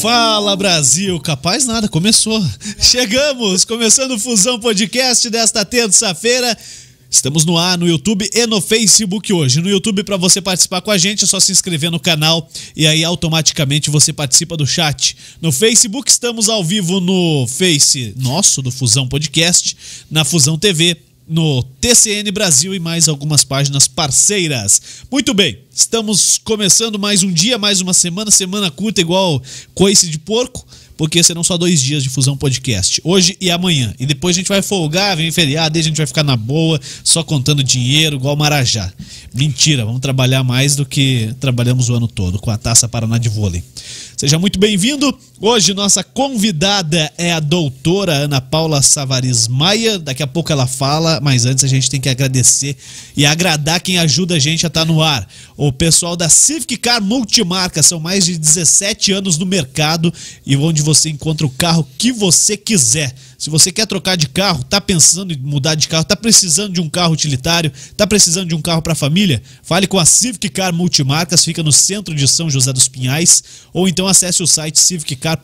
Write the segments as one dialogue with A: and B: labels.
A: Fala Brasil, capaz nada, começou. Chegamos, começando o Fusão Podcast desta terça-feira. Estamos no ar no YouTube e no Facebook hoje. No YouTube, para você participar com a gente, é só se inscrever no canal e aí automaticamente você participa do chat. No Facebook, estamos ao vivo no Face nosso, do Fusão Podcast, na Fusão TV, no TCN Brasil e mais algumas páginas parceiras. Muito bem, estamos começando mais um dia, mais uma semana, semana curta, igual coice de porco porque serão só dois dias de Fusão Podcast, hoje e amanhã. E depois a gente vai folgar, vem feriado, e a gente vai ficar na boa, só contando dinheiro, igual Marajá. Mentira, vamos trabalhar mais do que trabalhamos o ano todo com a Taça Paraná de Vôlei. Seja muito bem-vindo. Hoje nossa convidada é a doutora Ana Paula Savariz Maia. Daqui a pouco ela fala, mas antes a gente tem que agradecer e agradar quem ajuda a gente a estar no ar. O pessoal da Civic Car Multimarca, são mais de 17 anos no mercado e onde você encontra o carro que você quiser. Se você quer trocar de carro, tá pensando em mudar de carro, tá precisando de um carro utilitário, tá precisando de um carro para família, fale com a Civic Car Multimarcas, fica no centro de São José dos Pinhais, ou então acesse o site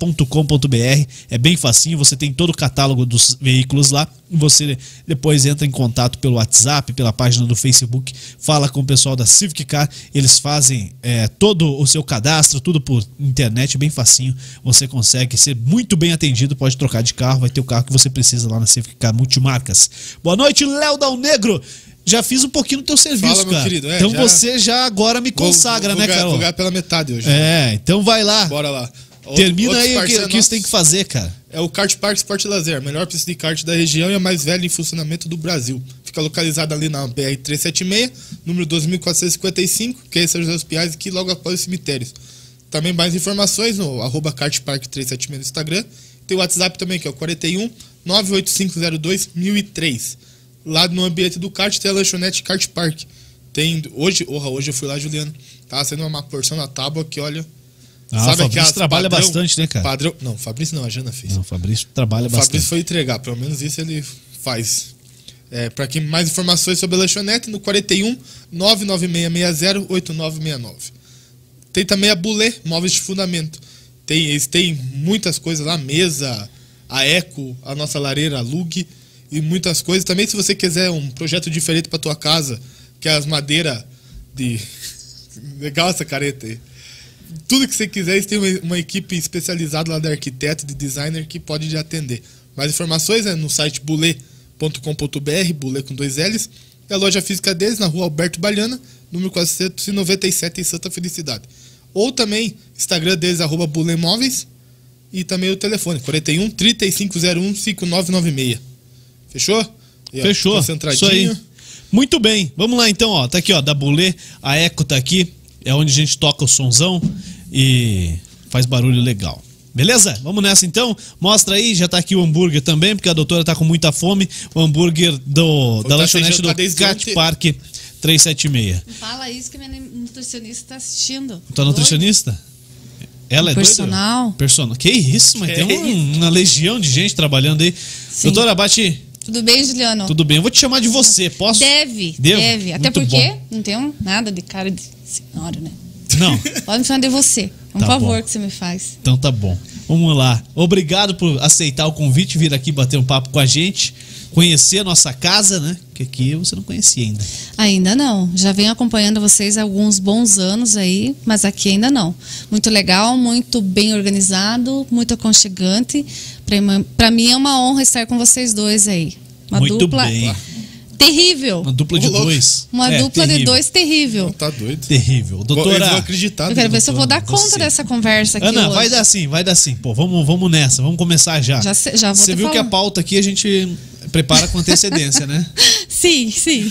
A: civiccar.com.br. É bem facinho, você tem todo o catálogo dos veículos lá. Você depois entra em contato pelo WhatsApp, pela página do Facebook, fala com o pessoal da Civic Car, eles fazem é, todo o seu cadastro, tudo por internet, bem facinho. Você consegue ser muito bem atendido, pode trocar de carro, vai ter o carro que você precisa lá na Civic Car Multimarcas. Boa noite, Léo Dal Negro! Já fiz um pouquinho do teu serviço,
B: Fala, meu
A: cara.
B: querido. É,
A: então
B: já-
A: você já agora me
B: Vou-
A: consagra,
B: vou
A: né,
B: ga-
A: Carol?
B: Vou ganhar pela metade hoje.
A: É, então vai lá.
B: Bora lá. Outro-
A: Termina
B: outros
A: aí o que,
B: parceiros
A: o que você
B: nossos
A: tem que fazer, cara.
B: É o Kart Park Sport Lazer, a melhor pista de kart da região e a mais velha em funcionamento do Brasil. Fica localizada ali na BR-376, número 2455, que é em São José dos Piais, que logo após os cemitérios. Também mais informações no arroba kartpark376 no Instagram. Tem o WhatsApp também, que é o 41 98502 1003. Lá no ambiente do kart tem a lanchonete Kart Park. Tem, hoje, orra, hoje eu fui lá, Juliano. Tava sendo uma porção na tábua que, olha...
A: Ah, o Fabrício
B: aquelas
A: trabalha bastante, né, cara?
B: Padrão, não, o Fabrício não, a Jana fez.
A: Não, o Fabrício trabalha
B: O Fabrício
A: bastante.
B: foi entregar, pelo menos isso ele faz. É, para quem mais informações sobre a lanchonete, no 41 99660 8969. Tem também a Bulê, móveis de fundamento. Tem, eles têm muitas coisas lá, mesa, a Eco, a nossa lareira, a Lug e muitas coisas. Também se você quiser um projeto diferente para tua casa, que é as madeiras de... Legal essa careta aí. Tudo que você quiser, eles têm uma, uma equipe especializada lá de arquiteto, de designer que pode te atender. Mais informações é no site bulê.com.br, bulê com dois L's, e a loja física deles na rua Alberto Baliana, número 497 em Santa Felicidade. Ou também Instagram deles, arroba Bulê Móveis, e também o telefone, 41 3501 5996. Fechou? E, ó,
A: Fechou. Isso
B: Concentradinho.
A: aí. Muito bem. Vamos lá então, ó. Tá aqui, ó, da Bulê. A Eco tá aqui. É onde a gente toca o sonzão e faz barulho legal. Beleza? Vamos nessa então. Mostra aí, já tá aqui o hambúrguer também, porque a doutora tá com muita fome. O hambúrguer do, da
B: tá
A: lanchonete
B: sem
A: do
B: jantar desde
A: Cat
B: ontem.
A: Park 376.
C: Não Fala isso que minha nutricionista tá assistindo.
A: Tua nutricionista? Ela é
C: Personal.
A: doida? Personal. Que isso, mas tem um- uma legião de gente trabalhando aí. Doutora, bate.
C: Doido? Tudo bem, Juliano?
A: Tudo bem, eu vou te chamar de você, posso?
C: Deve,
A: Devo?
C: deve. Até
A: Muito
C: porque
A: bom.
C: não tenho nada de cara de senhora, né?
A: Não,
C: Pode me chamar de você. É um
A: Tá
C: favor
A: bom.
C: que você me faz.
A: então tá bom. Vamos lá. Obrigado por aceitar o convite, vir aqui bater um papo com a gente, conhecer a nossa casa, né? Que aqui você não conhecia ainda.
C: Ainda não. Já venho acompanhando vocês há alguns bons anos aí, mas aqui ainda não. Muito legal, muito bem organizado, muito aconchegante. Pra mim- Pra mim é uma honra estar com vocês dois aí. Uma
A: Muito
C: dupla
A: bem.
C: terrível.
A: Uma dupla de
B: Ô, louco.
A: dois.
C: Uma
A: É,
C: dupla de
A: terrível,
C: dois terrível.
B: Tá doido.
A: Terrível.
B: Doutora, eu vou
A: Doutora.
B: acreditar.
C: Eu quero ver se eu vou dar
A: doutora,
C: conta
A: você.
C: dessa conversa aqui
A: assim. Ana,
C: hoje.
A: vai dar sim, vai dar sim. Pô, vamos, vamos nessa, vamos começar já.
C: Já se- já vou
A: Você
C: te
A: viu que a
C: falar.
A: pauta aqui a gente prepara com antecedência, né?
C: Sim, sim.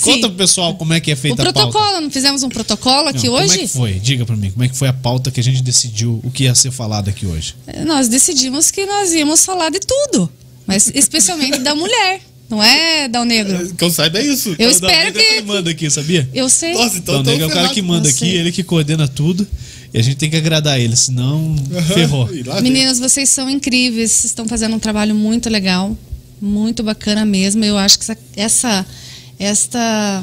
A: Conta pro
C: sim.
A: pessoal como é que é
C: O
A: feita a pauta.
C: protocolo, não fizemos um protocolo aqui
A: Não, Como é
C: hoje?
A: que foi? Diga pra mim, como é que foi a pauta que a gente decidiu o que ia ser falado aqui hoje?
C: Nós decidimos que nós íamos falar de tudo, mas especialmente da mulher, não é, Dal Negro?
B: Que eu saiba é isso.
C: Eu
A: O Dal
C: espero
A: Negro é
C: que-
A: quem manda aqui, sabia?
C: Eu sei.
B: Nossa,
A: Então,
B: então
A: o
B: tô
A: Negro é o cara
B: ferrado.
A: que manda
C: Eu
A: aqui,
C: sei.
A: ele que coordena tudo. E a gente tem que agradar ele, senão ferrou.
B: E lá vem.
C: Meninas, vocês são incríveis, vocês estão fazendo um trabalho muito legal, muito bacana mesmo. Eu acho que essa, essa esta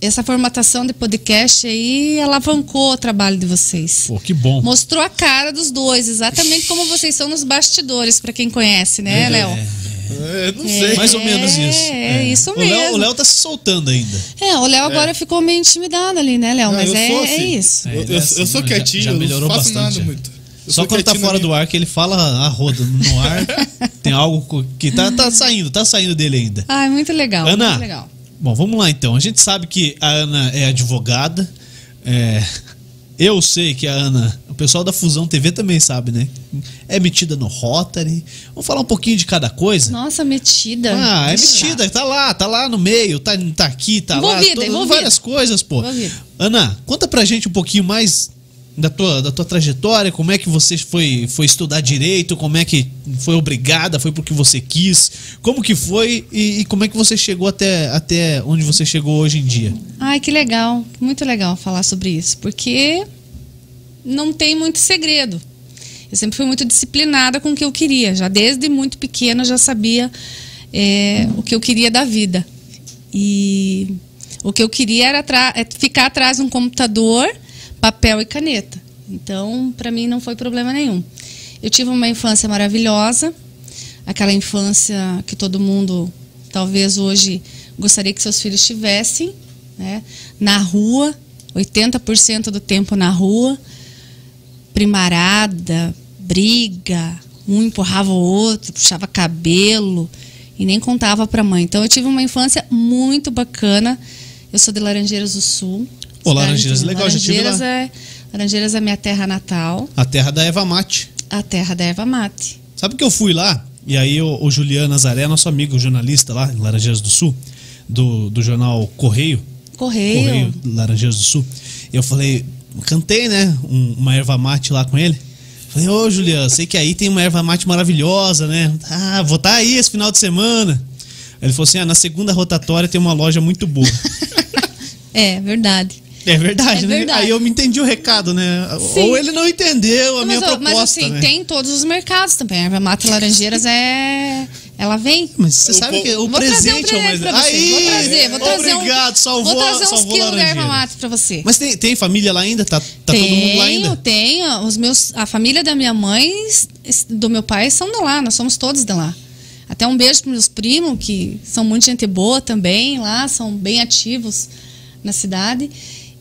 C: essa formatação de podcast aí alavancou o trabalho de vocês.
A: Pô, que bom.
C: Mostrou a cara dos dois, exatamente como vocês são nos bastidores, para quem conhece, né, Léo?
B: É, não sei.
A: Mais ou menos isso.
C: é isso
A: O Léo-
C: mesmo.
A: O Léo tá se soltando ainda.
C: É, o Léo agora ficou meio intimidado ali, né, Léo?
B: Não,
C: Mas
B: eu
C: é,
B: sou
C: é
B: assim.
C: isso.
A: É,
B: eu,
A: ele
B: eu-
A: é assim,
B: eu sou
A: já-
B: quietinho,
A: já
B: eu
A: melhorou
B: não faço
A: bastante,
B: nada
A: já.
B: muito. Eu
A: Só
B: sou
A: quando tá
B: quietinho na
A: fora do
B: minha.
A: ar que ele fala a roda no ar. tem algo co- que tá, tá saindo, tá saindo dele ainda.
C: Ah, é muito legal.
A: Ana,
C: Muito legal.
A: bom, vamos lá então. A gente sabe que a Ana é advogada. é, eu sei que a Ana, o pessoal da Fusão TV também sabe, né? É metida no Rotary. Vamos falar um pouquinho de cada coisa?
C: Nossa, metida.
A: Ah, é
C: Deixa lá.
A: metida, tá lá, tá lá no meio, tá, tá aqui, tá lá.
C: Envolvida,
A: todas-
C: envolvida.
A: Várias coisas, pô.
C: Envolvida.
A: Ana, conta pra gente um pouquinho mais da tua, da tua trajetória, como é que você foi, foi estudar direito, como é que foi obrigada, foi porque você quis, como que foi e, e como é que você chegou até, até onde você chegou hoje em dia.
C: Ai, que legal. Muito legal falar sobre isso, porque não tem muito segredo. Eu sempre fui muito disciplinada com o que eu queria. Já desde muito pequena eu já sabia é, o que eu queria da vida. E o que eu queria era atra- é ficar atrás de um computador, papel e caneta. Então, para mim não foi problema nenhum. Eu tive uma infância maravilhosa, aquela infância que todo mundo talvez hoje gostaria que seus filhos tivessem, né? Na rua, 80% do tempo na rua primarada, briga, um empurrava o outro, puxava cabelo e nem contava pra mãe. Então eu tive uma infância muito bacana. Eu sou de Laranjeiras do Sul.
A: Pô,
C: Cidade
A: Laranjeiras
C: de-
A: é legal, já tive
C: Laranjeiras é Laranjeiras é minha terra natal,
A: A terra da Eva Mate.
C: a terra da erva mate.
A: Sabe que eu fui lá, e aí o, o Juliano Nazaré, nosso amigo jornalista lá em Laranjeiras do Sul, do, do jornal Correio,
C: Correio.
A: Correio Laranjeiras do Sul. Eu falei, cantei, né? um- uma erva mate lá com ele. Falei, ô Juliano, sei que aí tem uma erva mate maravilhosa, né? Ah, vou estar aí esse final de semana. Aí ele falou assim: ah, na segunda rotatória tem uma loja muito boa.
C: É, verdade.
A: É verdade,
C: É
A: né?
C: verdade.
A: Aí eu me entendi o recado, né?
C: Sim.
A: Ou ele não entendeu a minha
C: mas, ó,
A: proposta.
C: mas assim,
A: né?
C: tem em todos os mercados também. A erva mate Laranjeiras é ela vem
A: Mas você
B: Eu
A: sabe
B: vou-
A: que o
C: Vou trazer um
A: presente é o mais
C: presente pra você.
A: Aí,
C: vou trazer, vou trazer um-
A: Obrigado, salvou
C: Vou trazer uns
A: salvou
C: quilos de erva
A: Laranjeiras.
C: mate pra você.
A: Mas tem, tem família lá ainda? Tá, tá todo mundo lá ainda?
C: Tenho, os meus, a família da minha mãe, s- do meu pai, são de lá, nós somos todos de lá. Até um beijo para meus primos, que são muito gente boa também lá, são bem ativos na cidade.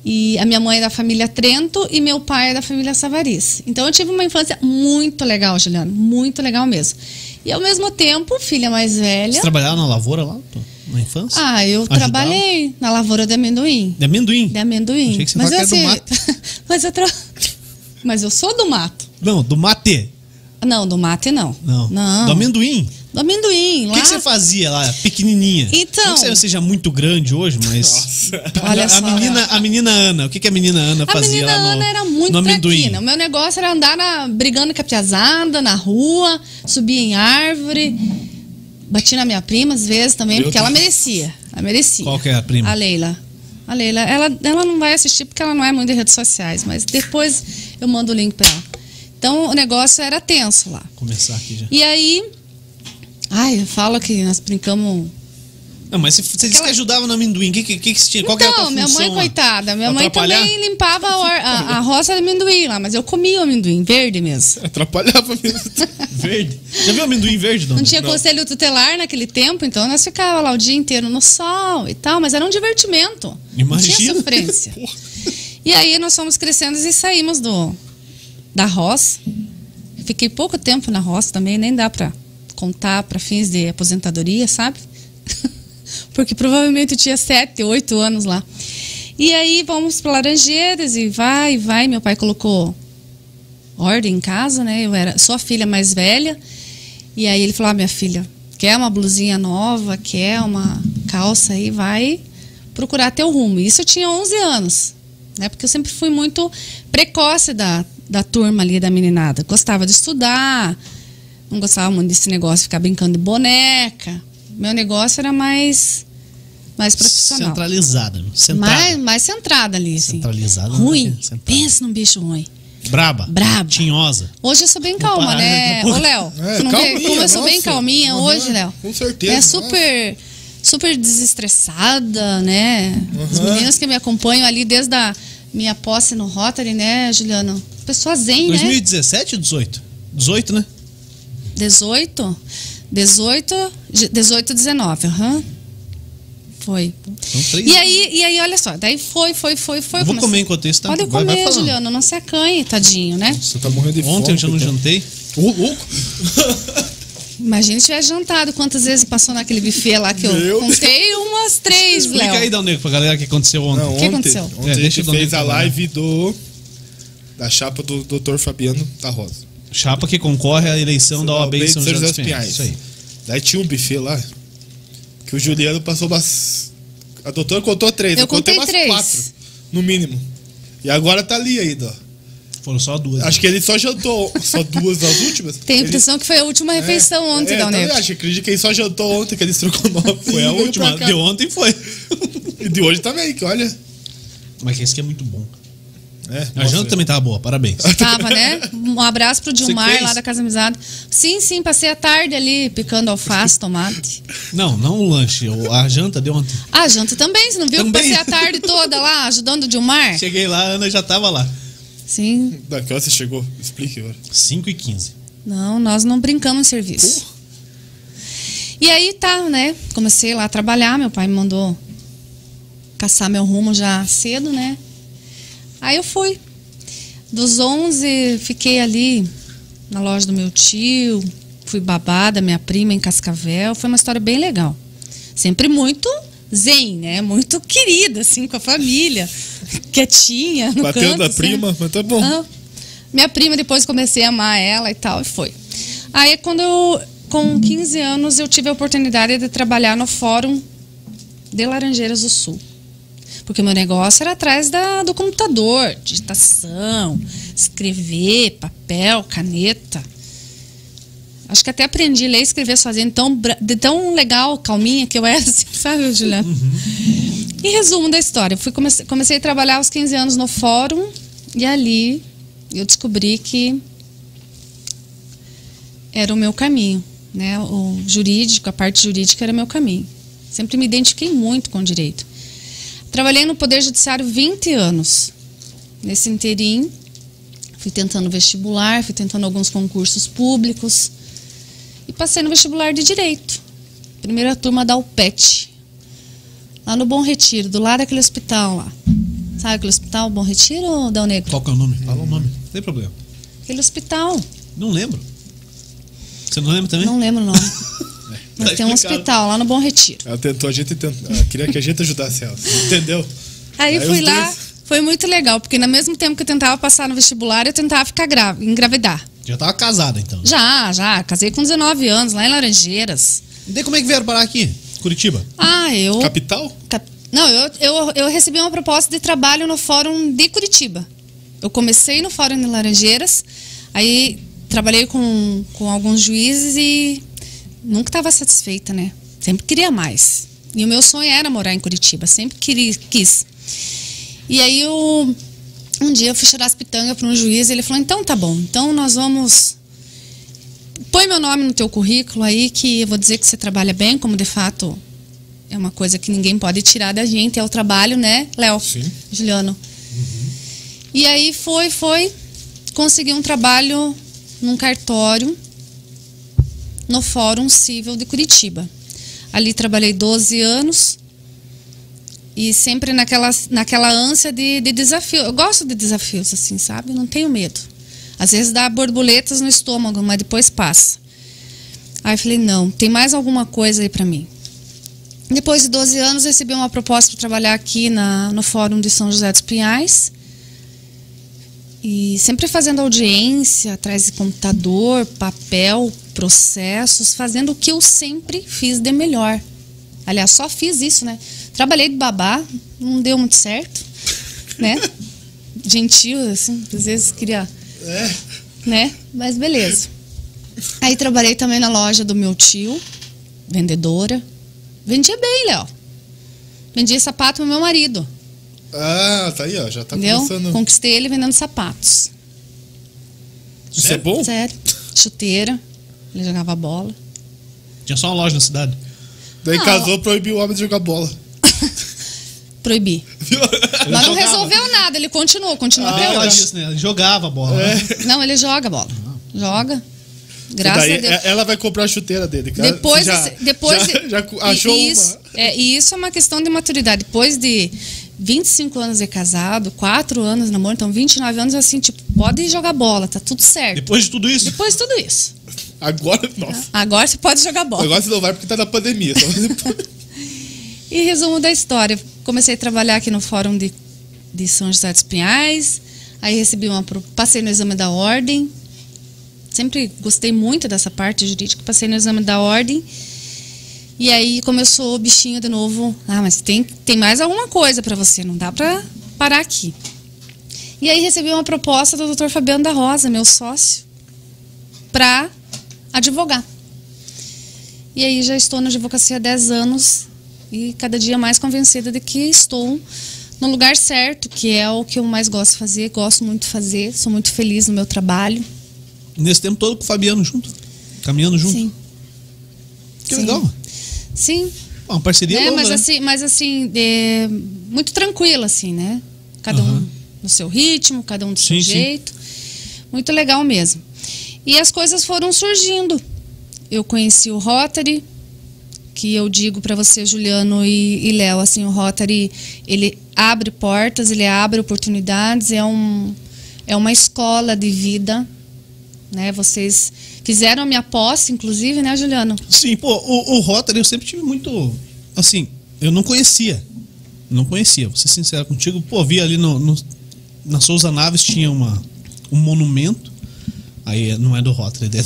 C: E a minha mãe é da família Trento e meu pai é da família Savaris. Então eu tive uma infância muito legal, Juliano, muito legal mesmo. E ao mesmo tempo, filha mais velha.
A: Você trabalhava na lavoura lá, pô, na infância?
C: Ah, eu
A: Ajudava?
C: trabalhei na lavoura de amendoim.
A: De amendoim?
C: De amendoim.
A: Achei que você
C: mas
A: falou
C: eu
A: que era do
C: mas eu tra... Mas eu sou do mato.
A: Não, do mate.
C: Não, do mate não.
A: Não.
C: Não.
A: Do amendoim.
C: Do amendoim,
A: O
C: lá.
A: que, que você fazia lá, pequenininha?
C: Então.
A: Não que você seja muito grande hoje, mas...
C: Olha
A: a,
C: só,
A: menina, a menina Ana, o que, que a menina Ana
C: A
A: fazia
C: menina
A: lá no
C: Ana era muito né?
A: no amendoim?
C: traquina. O meu negócio era andar na- brigando com a piazada, na rua, subir em árvore. Bati na minha prima às vezes também,
B: Meu
C: porque
B: Deus.
C: ela merecia. Ela merecia.
A: Qual que é a prima?
C: A Leila. A Leila, ela, ela não vai assistir porque ela não é muito de redes sociais, mas depois eu mando o link pra ela. Então o negócio era tenso lá.
A: Começar aqui já.
C: E aí. Ai, eu falo que nós brincamos.
A: Não, mas você, você disse que ajudava no amendoim. O que, que, que, que você tinha? Qual que era a
C: então,
A: tua
C: minha
A: função
C: mãe,
A: lá?
C: coitada, minha mãe
A: Atrapalhar?
C: também limpava a, or- a, a roça de amendoim lá, mas eu comia o amendoim verde mesmo.
B: Atrapalhava mesmo.
A: Verde. Já viu amendoim verde,
C: Não
A: dona?
C: tinha conselho tutelar naquele tempo, então nós ficava lá o dia inteiro no sol e tal, mas era um divertimento. Não
A: Imagina.
C: tinha sofrência. e aí nós fomos crescendo e saímos do da roça. Fiquei pouco tempo na roça também, nem dá pra contar pra fins de aposentadoria, sabe? Porque provavelmente eu tinha sete, oito anos lá. E aí vamos para Laranjeiras e vai, vai. Meu pai colocou ordem em casa, né? Eu era sou a filha mais velha. E aí ele falou: ah, minha filha, quer uma blusinha nova, quer uma calça aí, vai procurar teu rumo. Isso eu tinha 11 anos, né? Porque eu sempre fui muito precoce da, da turma ali, da meninada. Gostava de estudar, não gostava muito desse negócio de ficar brincando de boneca. Meu negócio era mais, mais profissional.
A: Centralizada. Centrada.
C: Mais, mais centrada ali, assim.
A: Centralizada, né?
C: Ruim.
A: Centrada.
C: Pensa num bicho ruim.
A: Braba.
C: Braba.
A: Tinhosa.
C: Hoje eu sou bem
A: Vou
C: calma,
A: parar daqui a
C: né? Ô,
A: pouco.
C: Léo,
B: É,
C: tu não vê
B: calminha,
C: como eu sou bem
A: Uhum.
B: nossa.
C: calminha
B: Aham,
C: hoje, Léo?
B: com certeza,
C: É super super desestressada, né? Os
B: Uhum.
C: meninos que me acompanham ali desde a minha posse no Rotary, né, Juliano? Pessoa zen, né?
A: 2017 ou 18? 18, né?
C: 18? 18, 18, 19, aham. Foi.
A: São três
C: E aí, e aí, olha só, daí foi, foi, foi, foi.
A: Eu vou
C: comecei-
A: comer enquanto isso, tá?
C: Pode
A: Vai- vai
C: comer,
A: falando.
C: Juliano, não se acanhe, tadinho, né?
B: Você tá morrendo de
A: Ontem né? eu
B: fome.
A: já não
B: coitado.
A: jantei.
B: Ô, louco!
C: Imagina se tivesse jantado, quantas vezes passou naquele buffet lá que eu
B: Meu
C: contei umas três,
A: Explica aí,
C: Léo.
A: Dal Negro, pra galera o que aconteceu ontem.
B: Não,
C: que
B: ontem,
C: aconteceu?
B: ontem
A: É,
B: a
A: deixa
B: gente
A: eu dar um
B: fez a
A: recado, né?
B: live do da chapa do Dr. Fabiano da Rosa.
A: Chapa que concorre à eleição da OAB em São José dos Pinhais. Isso aí.
B: Daí tinha um buffet lá que o Juliano passou umas a doutora contou três,
C: Eu
B: contei
C: contei
B: umas
C: três.
B: quatro no mínimo. E agora tá ali ainda. ó.
A: Foram só duas. né?
B: Acho que ele só jantou só duas das últimas.
C: Tem a
B: Ele-
C: impressão que foi a última refeição ontem,
B: é,
A: tá
C: Dal
B: também
C: Negro.
B: Acho, acredito que ele só jantou ontem que ele trocou nove.
A: Foi a última. De ontem foi.
B: E de hoje também, que olha.
A: Mas que esse aqui é muito bom.
B: É,
A: A janta também tava boa, parabéns.
C: Tava, né? Um abraço pro Dilmar
A: fez?
C: lá da Casa Amizade. Sim, sim, passei a tarde ali picando alface, tomate.
A: Não, não o lanche, o- a janta de ontem.
C: Ah, janta também, você não viu
A: Também.
C: que passei a tarde toda lá ajudando o Dilmar?
A: Cheguei lá, a Ana já tava lá.
C: Sim.
B: Da que hora você chegou? Explique agora.
A: 5 e 15.
C: Não, nós não brincamos em serviço. E aí tá, né? Comecei lá a trabalhar, meu pai me mandou caçar meu rumo já cedo, né? Aí eu fui. Dos 11, fiquei ali na loja do meu tio, fui babada, minha prima em Cascavel, foi uma história bem legal. Sempre muito zen, né? Muito querida, assim, com a família, quietinha no
B: Bateu
C: canto,
B: da
C: assim.
B: prima, mas tá bom.
C: Ah, minha prima, depois comecei a amar ela e tal, e foi. Aí, quando eu, com 15 anos, eu tive a oportunidade de trabalhar no Fórum de Laranjeiras do Sul. Porque o meu negócio era atrás da, do computador, digitação, escrever, papel, caneta. Acho que até aprendi a ler e escrever sozinha, de tão, bra- de tão legal, calminha que eu era, assim, sabe, Juliana? E resumo da história, eu fui comecei, comecei a trabalhar aos 15 anos no fórum e ali eu descobri que era o meu caminho, né? O jurídico, a parte jurídica era o meu caminho. Sempre me identifiquei muito com o direito. Trabalhei no Poder Judiciário 20 anos. Nesse interim, fui tentando vestibular, fui tentando alguns concursos públicos e passei no vestibular de direito. Primeira turma da UPET, lá no Bom Retiro, do lado daquele hospital lá. Sabe aquele hospital Bom Retiro, Dal Negro?
A: Qual que é o nome? Fala o nome. Não tem problema.
C: Aquele hospital.
A: Não lembro. Você não lembra também?
C: Não lembro o nome. Mas
A: Tá
C: tem um
A: explicado.
C: hospital lá no Bom Retiro.
B: Ela tentou, a gente tentou. Ela queria que a gente ajudasse ela. Entendeu?
C: Aí,
B: Aí
C: fui
B: os
C: lá,
B: dois-
C: foi muito legal, porque no mesmo tempo que eu tentava passar no vestibular, eu tentava ficar grávida, engravidar.
A: Já tava casada então.
C: Já, já, casei com 19 anos, lá em Laranjeiras.
A: E daí como é que vieram parar aqui? Curitiba.
C: Ah, eu.
B: Capital?
C: Cap- Não, eu, eu, eu recebi uma proposta de trabalho no Fórum de Curitiba. Eu comecei no Fórum de Laranjeiras, aí trabalhei com, com alguns juízes e nunca estava satisfeita, né? Sempre queria mais. E o meu sonho era morar em Curitiba, sempre queria, quis. E aí eu, um dia eu fui chorar as pitangas para um juiz e ele falou, então tá bom, então nós vamos... Põe meu nome no teu currículo aí que eu vou dizer que você trabalha bem, como de fato é uma coisa que ninguém pode tirar da gente, é o trabalho, né, Léo?
B: Sim.
C: Juliano. E aí foi, foi, consegui um trabalho num cartório no Fórum Civil de Curitiba. Ali trabalhei 12 anos e sempre naquela, naquela ânsia de, de desafio. Eu gosto de desafios, assim, sabe? Eu não tenho medo. Às vezes dá borboletas no estômago, mas depois passa. Aí eu falei, não, tem mais alguma coisa aí pra mim. Depois de 12 anos, recebi uma proposta para trabalhar aqui na, no Fórum de São José dos Pinhais. E sempre fazendo audiência, atrás de computador, papel, processos, fazendo o que eu sempre fiz de melhor. Aliás, só fiz isso, né? Trabalhei de babá, não deu muito certo, né? Gentil, assim, às vezes queria
B: É.
C: né? Mas beleza. Aí trabalhei também na loja do meu tio, vendedora. Vendia bem, Léo. Vendia sapato pro meu marido,
B: Ah, tá aí, ó. Já tá
C: entendeu?
B: começando.
C: Conquistei ele vendendo sapatos.
B: Isso é bom?
C: Sério. Chuteira. Ele jogava bola.
A: Tinha só uma loja na cidade.
B: Daí
C: Não.
B: casou, proibiu o homem de jogar bola.
C: proibi.
B: Viu?
C: Mas não
A: jogava.
C: resolveu nada, ele continua, continua
A: Ah,
C: até
B: é?
A: ela
C: hoje.
A: disse, né? Ele Jogava a bola. né?
C: Não, ele joga a bola. Joga. Graças
B: Daí, é
C: a Deus.
B: Ah. e- Ela vai comprar a chuteira dele, cara.
C: Depois,
B: já,
C: desse- depois
B: já,
C: de-
B: já cu- achou
C: e isso,
B: uma.
C: é, e isso é uma questão de maturidade. Depois de 25 anos de casado, 4 anos de namoro, então 29 anos assim, tipo, pode jogar bola, tá tudo certo.
A: Depois de tudo isso.
C: Depois de tudo isso.
B: Agora, nossa.
C: Agora você pode jogar bola.
B: Agora você não vai porque tá na pandemia. Só depois.
C: E resumo da história. Comecei a trabalhar aqui no Fórum de, de São José dos Pinhais. Aí recebi uma. pro- Passei no exame da ordem. Sempre gostei muito dessa parte jurídica. Passei no exame da ordem. E aí começou o bichinho de novo. Ah, mas tem, tem mais alguma coisa para você. Não dá para parar aqui. E aí recebi uma proposta do Dr. Fabiano da Rosa, meu sócio, para advogar. E aí já estou na advocacia há 10 anos e cada dia mais convencida de que estou no lugar certo, que é o que eu mais gosto de fazer, gosto muito de fazer, sou muito feliz no meu trabalho.
A: Nesse tempo todo com o Fabiano junto. Caminhando junto.
C: Sim.
A: que
C: sim.
A: legal.
C: Sim.
A: Uma parceria
C: É,
A: longa,
C: mas
A: né?
C: assim, mas assim, de- muito tranquila assim, né? Cada um
A: Aham.
C: no seu ritmo, cada um do seu
A: Sim, sim.
C: jeito. Muito legal mesmo. E as coisas foram surgindo. Eu conheci o Rotary, que eu digo para você, Juliano e, e Léo, assim, o Rotary, ele abre portas, ele abre oportunidades, é um é uma escola de vida, né? Vocês fizeram a minha posse, inclusive, né, Juliano?
A: Sim, pô, o, o Rotary eu sempre tive muito. Assim, eu não conhecia. Não conhecia, vou ser sincero contigo. Pô, vi ali no, no- na Souza Naves tinha uma, um monumento. Aí não é do Rotary, é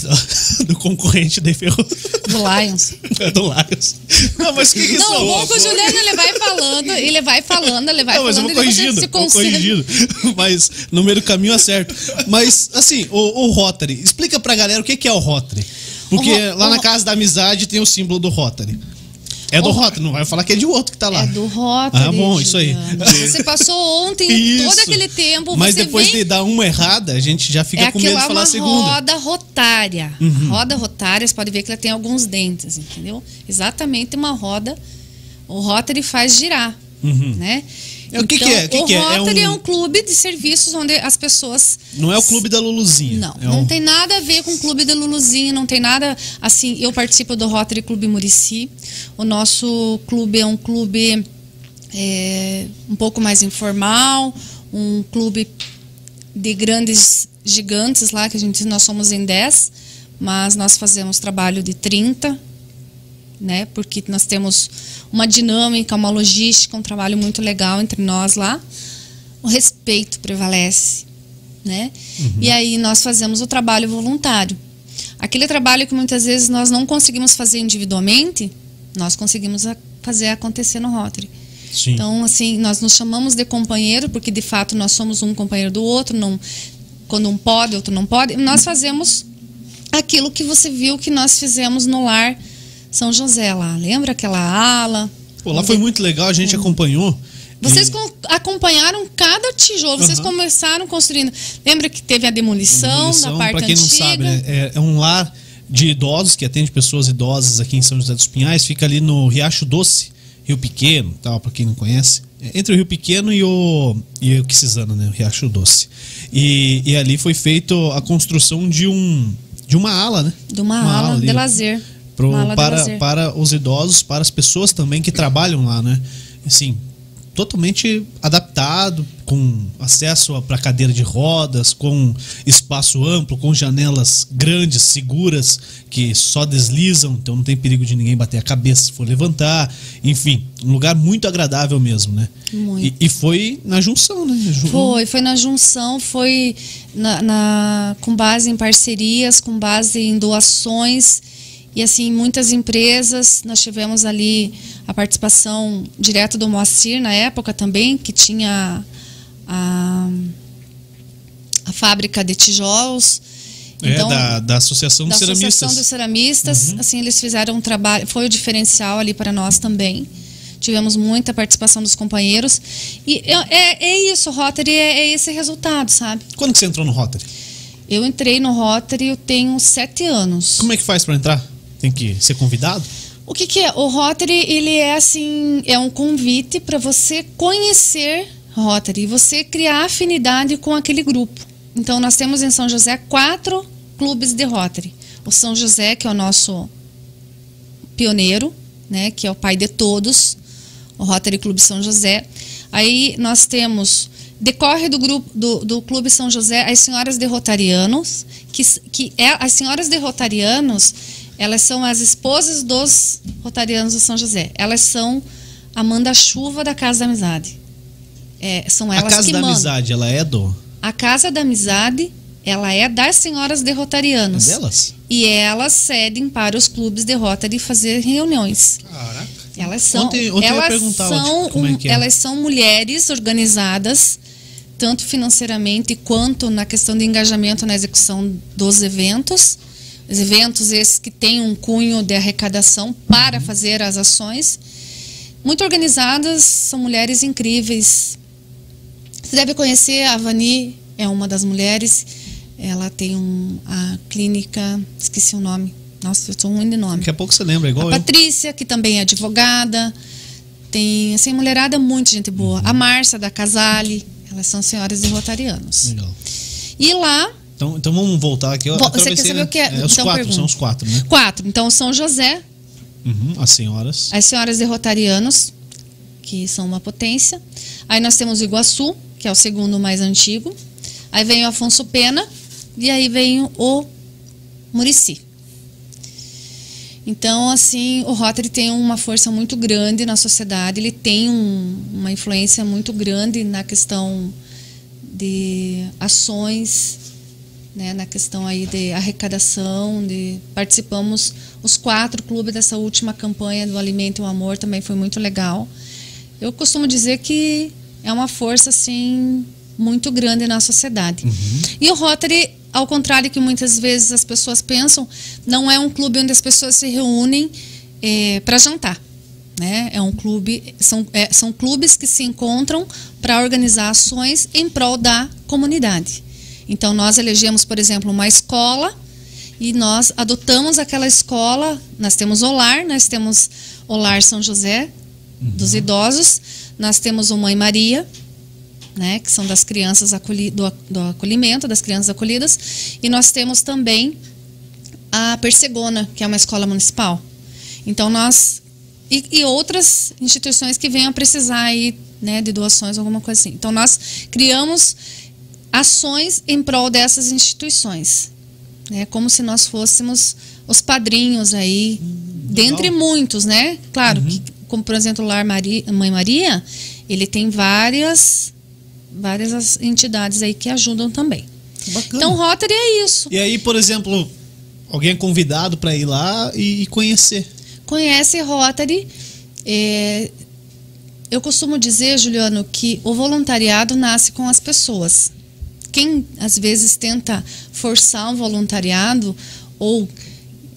A: do, do concorrente da Ferro.
C: Do Lions.
A: É do Lions. Não, mas o que, que é isso?
C: Não, o bom que o Juliano ele vai falando, ele vai falando, ele vai
A: não, mas eu
C: falando,
A: vou
C: e você
A: corrigindo,
C: se
A: vou
C: consegue.
A: corrigindo. Mas no meio do caminho é certo. Mas, assim, o, o Rotary, explica pra galera o que, que é o Rotary. Porque
C: O Ro-
A: lá
C: o
A: na
C: Ro-
A: Casa da Amizade tem o símbolo do Rotary. É do
C: O Ro-
A: Rotary, não vai falar que é de outro que tá lá.
C: É do Rotary.
A: Ah, bom, isso aí.
C: Juliano. Você passou ontem todo
A: Isso.
C: aquele tempo,
A: Mas
C: você
A: depois
C: vem...
A: de dar uma errada, a gente já fica
C: é
A: com medo
C: aquilo
A: de
C: é
A: falar
C: uma
A: a segunda. Uhum.
C: roda rotária. A roda rotária, você pode ver que ela tem alguns dentes, entendeu? Exatamente uma roda. O Rotary faz girar, né?
A: É, o que que é? O que
C: o
A: que é? É
C: Rotary é um...
A: um-
C: clube de serviços onde as pessoas
A: Não é o clube da Luluzinha.
C: Não,
A: é
C: não
A: um-
C: tem nada a ver com o Clube da Luluzinha, não tem nada. Assim, eu participo do Rotary Clube Murici. O nosso clube é um clube é, um pouco mais informal, um clube de grandes gigantes lá, que a gente, nós somos em 10, mas nós fazemos trabalho de 30, né? Porque nós temos uma dinâmica, uma logística, um trabalho muito legal entre nós lá. O respeito prevalece, né? E aí nós fazemos o trabalho voluntário. Aquele trabalho que muitas vezes nós não conseguimos fazer individualmente, nós conseguimos a- fazer acontecer no Rotary.
A: Sim.
C: Então, assim, nós nos chamamos de companheiro, porque de fato nós somos um companheiro do outro, não, quando um pode, outro não pode. Nós fazemos aquilo que você viu que nós fizemos no lar São José lá. Lembra aquela ala?
A: Pô, lá foi muito legal, a gente acompanhou.
C: Vocês
A: E-
C: com- acompanharam cada tijolo, vocês
A: Aham.
C: começaram construindo. Lembra que teve a demolição, da
A: Demolição,
C: parte
A: pra quem
C: antiga?
A: não sabe, né? é, é um lar de idosos que atende pessoas idosas aqui em São José dos Pinhais, fica ali no Riacho Doce, Rio Pequeno, tal, para quem não conhece. É Entre o Rio Pequeno e o e o Quixizana, né, o Riacho Doce. E, e ali foi feito a construção de um de uma ala, né?
C: De uma, ala,
A: ali
C: de lazer.
A: pro-
C: Uma ala de
A: para,
C: lazer.
A: para os idosos, para as pessoas também que trabalham lá, né? Assim, totalmente adaptado, com acesso para cadeira de rodas, com espaço amplo, com janelas grandes, seguras, que só deslizam, então não tem perigo de ninguém bater a cabeça se for levantar. Enfim, um lugar muito agradável mesmo, né?
C: Muito.
A: E, e foi na junção, né? Ju-
C: Foi, foi na junção, foi na, na- com base em parcerias, com base em doações e assim muitas empresas. Nós tivemos ali a participação direto do Moacir na época também, que tinha a, a fábrica de tijolos. Então,
A: É, da, da Associação
C: da
A: de
C: Associação
A: Ceramistas.
C: dos Ceramistas. Assim, eles fizeram um trabalho, foi o diferencial ali para nós também. Tivemos muita participação dos companheiros. E é, é- é isso, Rotary, é, é esse resultado, sabe?
A: Quando que você entrou no Rotary?
C: Eu entrei no Rotary, eu tenho sete anos.
A: é? Como é que faz para entrar? Tem que ser convidado?
C: O que, que é? O Rotary, ele é assim, é um convite para você conhecer Rotary e você criar afinidade com aquele grupo. Então, nós temos em São José quatro clubes de Rotary. O São José, que é o nosso pioneiro, né, que é o pai de todos, o Rotary Clube São José. Aí nós temos, decorre do grupo do, do Clube São José, as senhoras de Rotarianos, que, que é, as senhoras de Rotarianos, elas são as esposas dos Rotarianos do São José. Elas são a manda-chuva da Casa da Amizade. É, são
A: A
C: elas
A: Casa
C: que
A: da
C: mandam.
A: Amizade, ela é do...
C: A Casa da Amizade, ela é das senhoras de
A: é
C: Rotarianos.
A: delas?
C: E elas cedem para os clubes de Rotary fazer reuniões.
B: Caraca.
C: Elas são,
A: Ontem- ontem eu ia
C: elas
A: perguntar,
C: são
A: Otis, como é
C: um-
A: que é?
C: elas são mulheres organizadas tanto financeiramente quanto na questão de engajamento na execução dos eventos. Os eventos esses que têm um cunho de arrecadação para fazer as ações. Muito organizadas, são mulheres incríveis. Você deve conhecer a Vani, é uma das mulheres. Ela tem um, a clínica, esqueci o nome. Nossa, eu sou um ruim de nome.
A: Daqui a pouco você lembra, igual eu.
C: Patrícia, que também é advogada. Tem, assim, mulherada, muito gente boa. A Márcia, da Casale. Elas são senhoras de Rotarianos.
A: Legal.
C: E lá,
A: Então, então vamos voltar aqui. Eu
C: Vo-
A: atravessei,
C: você quer saber
A: né?
C: o que é?
A: os
C: Então
A: quatro,
C: pergunta.
A: são os quatro, né?
C: quatro. Então, São José,
A: Uhum, as senhoras.
C: as senhoras de Rotarianos, que são uma potência. Aí nós temos o Iguaçu, que é o segundo mais antigo. Aí vem o Afonso Pena. E aí vem o Murici. Então, assim, o Rotary tem uma força muito grande na sociedade, ele tem um- uma influência muito grande na questão de ações, né, na questão aí de arrecadação, de participamos os quatro clubes dessa última campanha do Alimento e o Amor, também foi muito legal. Eu costumo dizer que é uma força assim muito grande na sociedade. E o Rotary, ao contrário que muitas vezes as pessoas pensam, não é um clube onde as pessoas se reúnem para jantar. Né? É um clube, são, é, são clubes que se encontram para organizar ações em prol da comunidade. Então nós elegemos, por exemplo, uma escola e nós adotamos aquela escola. Nós temos Olar, nós temos Olar São José dos idosos, nós temos o Mãe Maria, né, que são das crianças acolhi do, ac- do acolhimento, das crianças acolhidas, e nós temos também a Persegona, que é uma escola municipal. Então nós e, e outras instituições que venham a precisar aí, né, de doações, alguma coisa assim. Então nós criamos ações em prol dessas instituições, né, como se nós fôssemos os padrinhos aí, dentre muitos, né? Claro, que, como por exemplo o Lar Mari- Mãe Maria, ele tem várias várias as entidades aí que ajudam também.
A: Bacana.
C: Então Rotary é isso.
A: E aí, por exemplo, alguém é convidado para ir lá e, e conhecer.
C: conhece Rotary. É, eu costumo dizer, Juliano, que o voluntariado nasce com as pessoas. Quem às vezes tenta forçar um voluntariado ou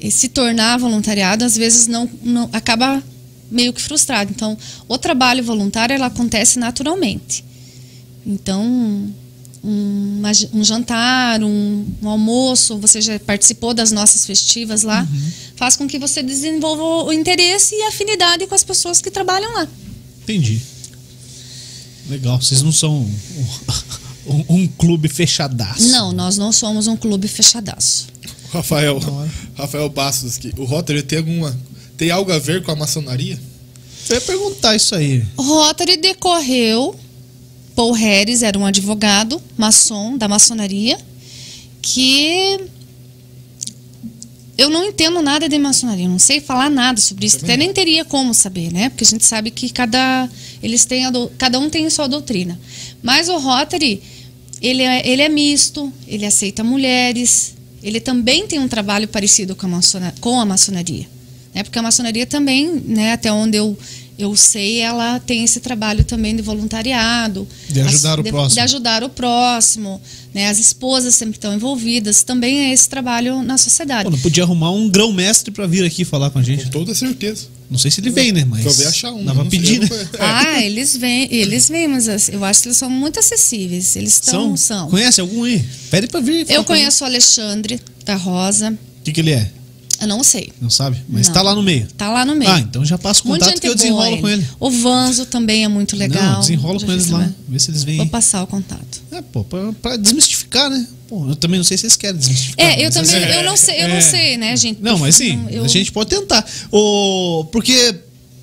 C: eh, se tornar voluntariado, às vezes não, não acaba meio que frustrado. Então, o trabalho voluntário ela acontece naturalmente. Então, um- uma j- um jantar, um, um almoço, você já participou das nossas festivas lá, faz com que você desenvolva o interesse e a afinidade com as pessoas que trabalham lá.
A: Entendi. Legal. Vocês não são um, um- um clube fechadaço.
C: Não, nós não somos um clube fechadaço.
B: Rafael, Rafael Bastos aqui. O Rotary tem alguma. Tem algo a ver com a maçonaria?
A: Eu ia perguntar isso aí.
C: O Rotary decorreu. Paul Harris era um advogado maçom da maçonaria que eu não entendo nada de maçonaria, eu não sei falar nada sobre isso,
B: Também
C: até nem teria como saber, né? Porque a gente sabe que cada eles têm a dou- cada um tem a sua doutrina. Mas o Rotary, ele é, ele é misto, ele aceita mulheres, ele também tem um trabalho parecido com a, maçona, com a maçonaria, né? Porque a maçonaria também, né, até onde eu eu sei, ela tem esse trabalho também de voluntariado,
A: De ajudar o
C: de-
A: próximo.
C: de ajudar o próximo, né? As esposas sempre estão envolvidas, também é esse trabalho na sociedade.
A: Pô, não podia arrumar um grão-mestre para vir aqui falar com a
B: Com
A: gente.
B: toda certeza.
A: Não sei se ele vem, né? Mas.
B: Talvez achar um.
A: Dá pra
B: não sei,
A: pedir, né?
B: eu não conheço. É.
C: Ah, eles vêm, eles vêm, mas assim, eu acho que eles são muito acessíveis. Eles estão, Então, são.
A: Conhece algum aí? Pede pra vir. falar
C: Eu
A: com a gente.
C: conheço o Alexandre da Rosa.
A: O que, que ele é?
C: Eu não sei.
A: Não sabe? Mas
C: Não.
A: tá lá no meio.
C: Tá lá no meio.
A: Ah, então já passa o
C: Muita
A: contato que eu desenrolo com ele.
C: O Vanzo também é muito legal.
A: Não, desenrola
C: Já
A: com eles
C: fiz
A: lá.
C: também.
A: Vê se eles vêm
C: Vou
A: aí.
C: passar o contato.
A: É, pô, pra, pra desmistificar, né? Pô, eu também não sei se vocês querem desmistificar.
C: É, eu
A: mas
C: também,
A: assim-
C: eu não sei, eu
A: É.
C: não sei, né, gente?
A: Não, mas sim,
C: Não, eu-
A: a gente pode tentar. O, porque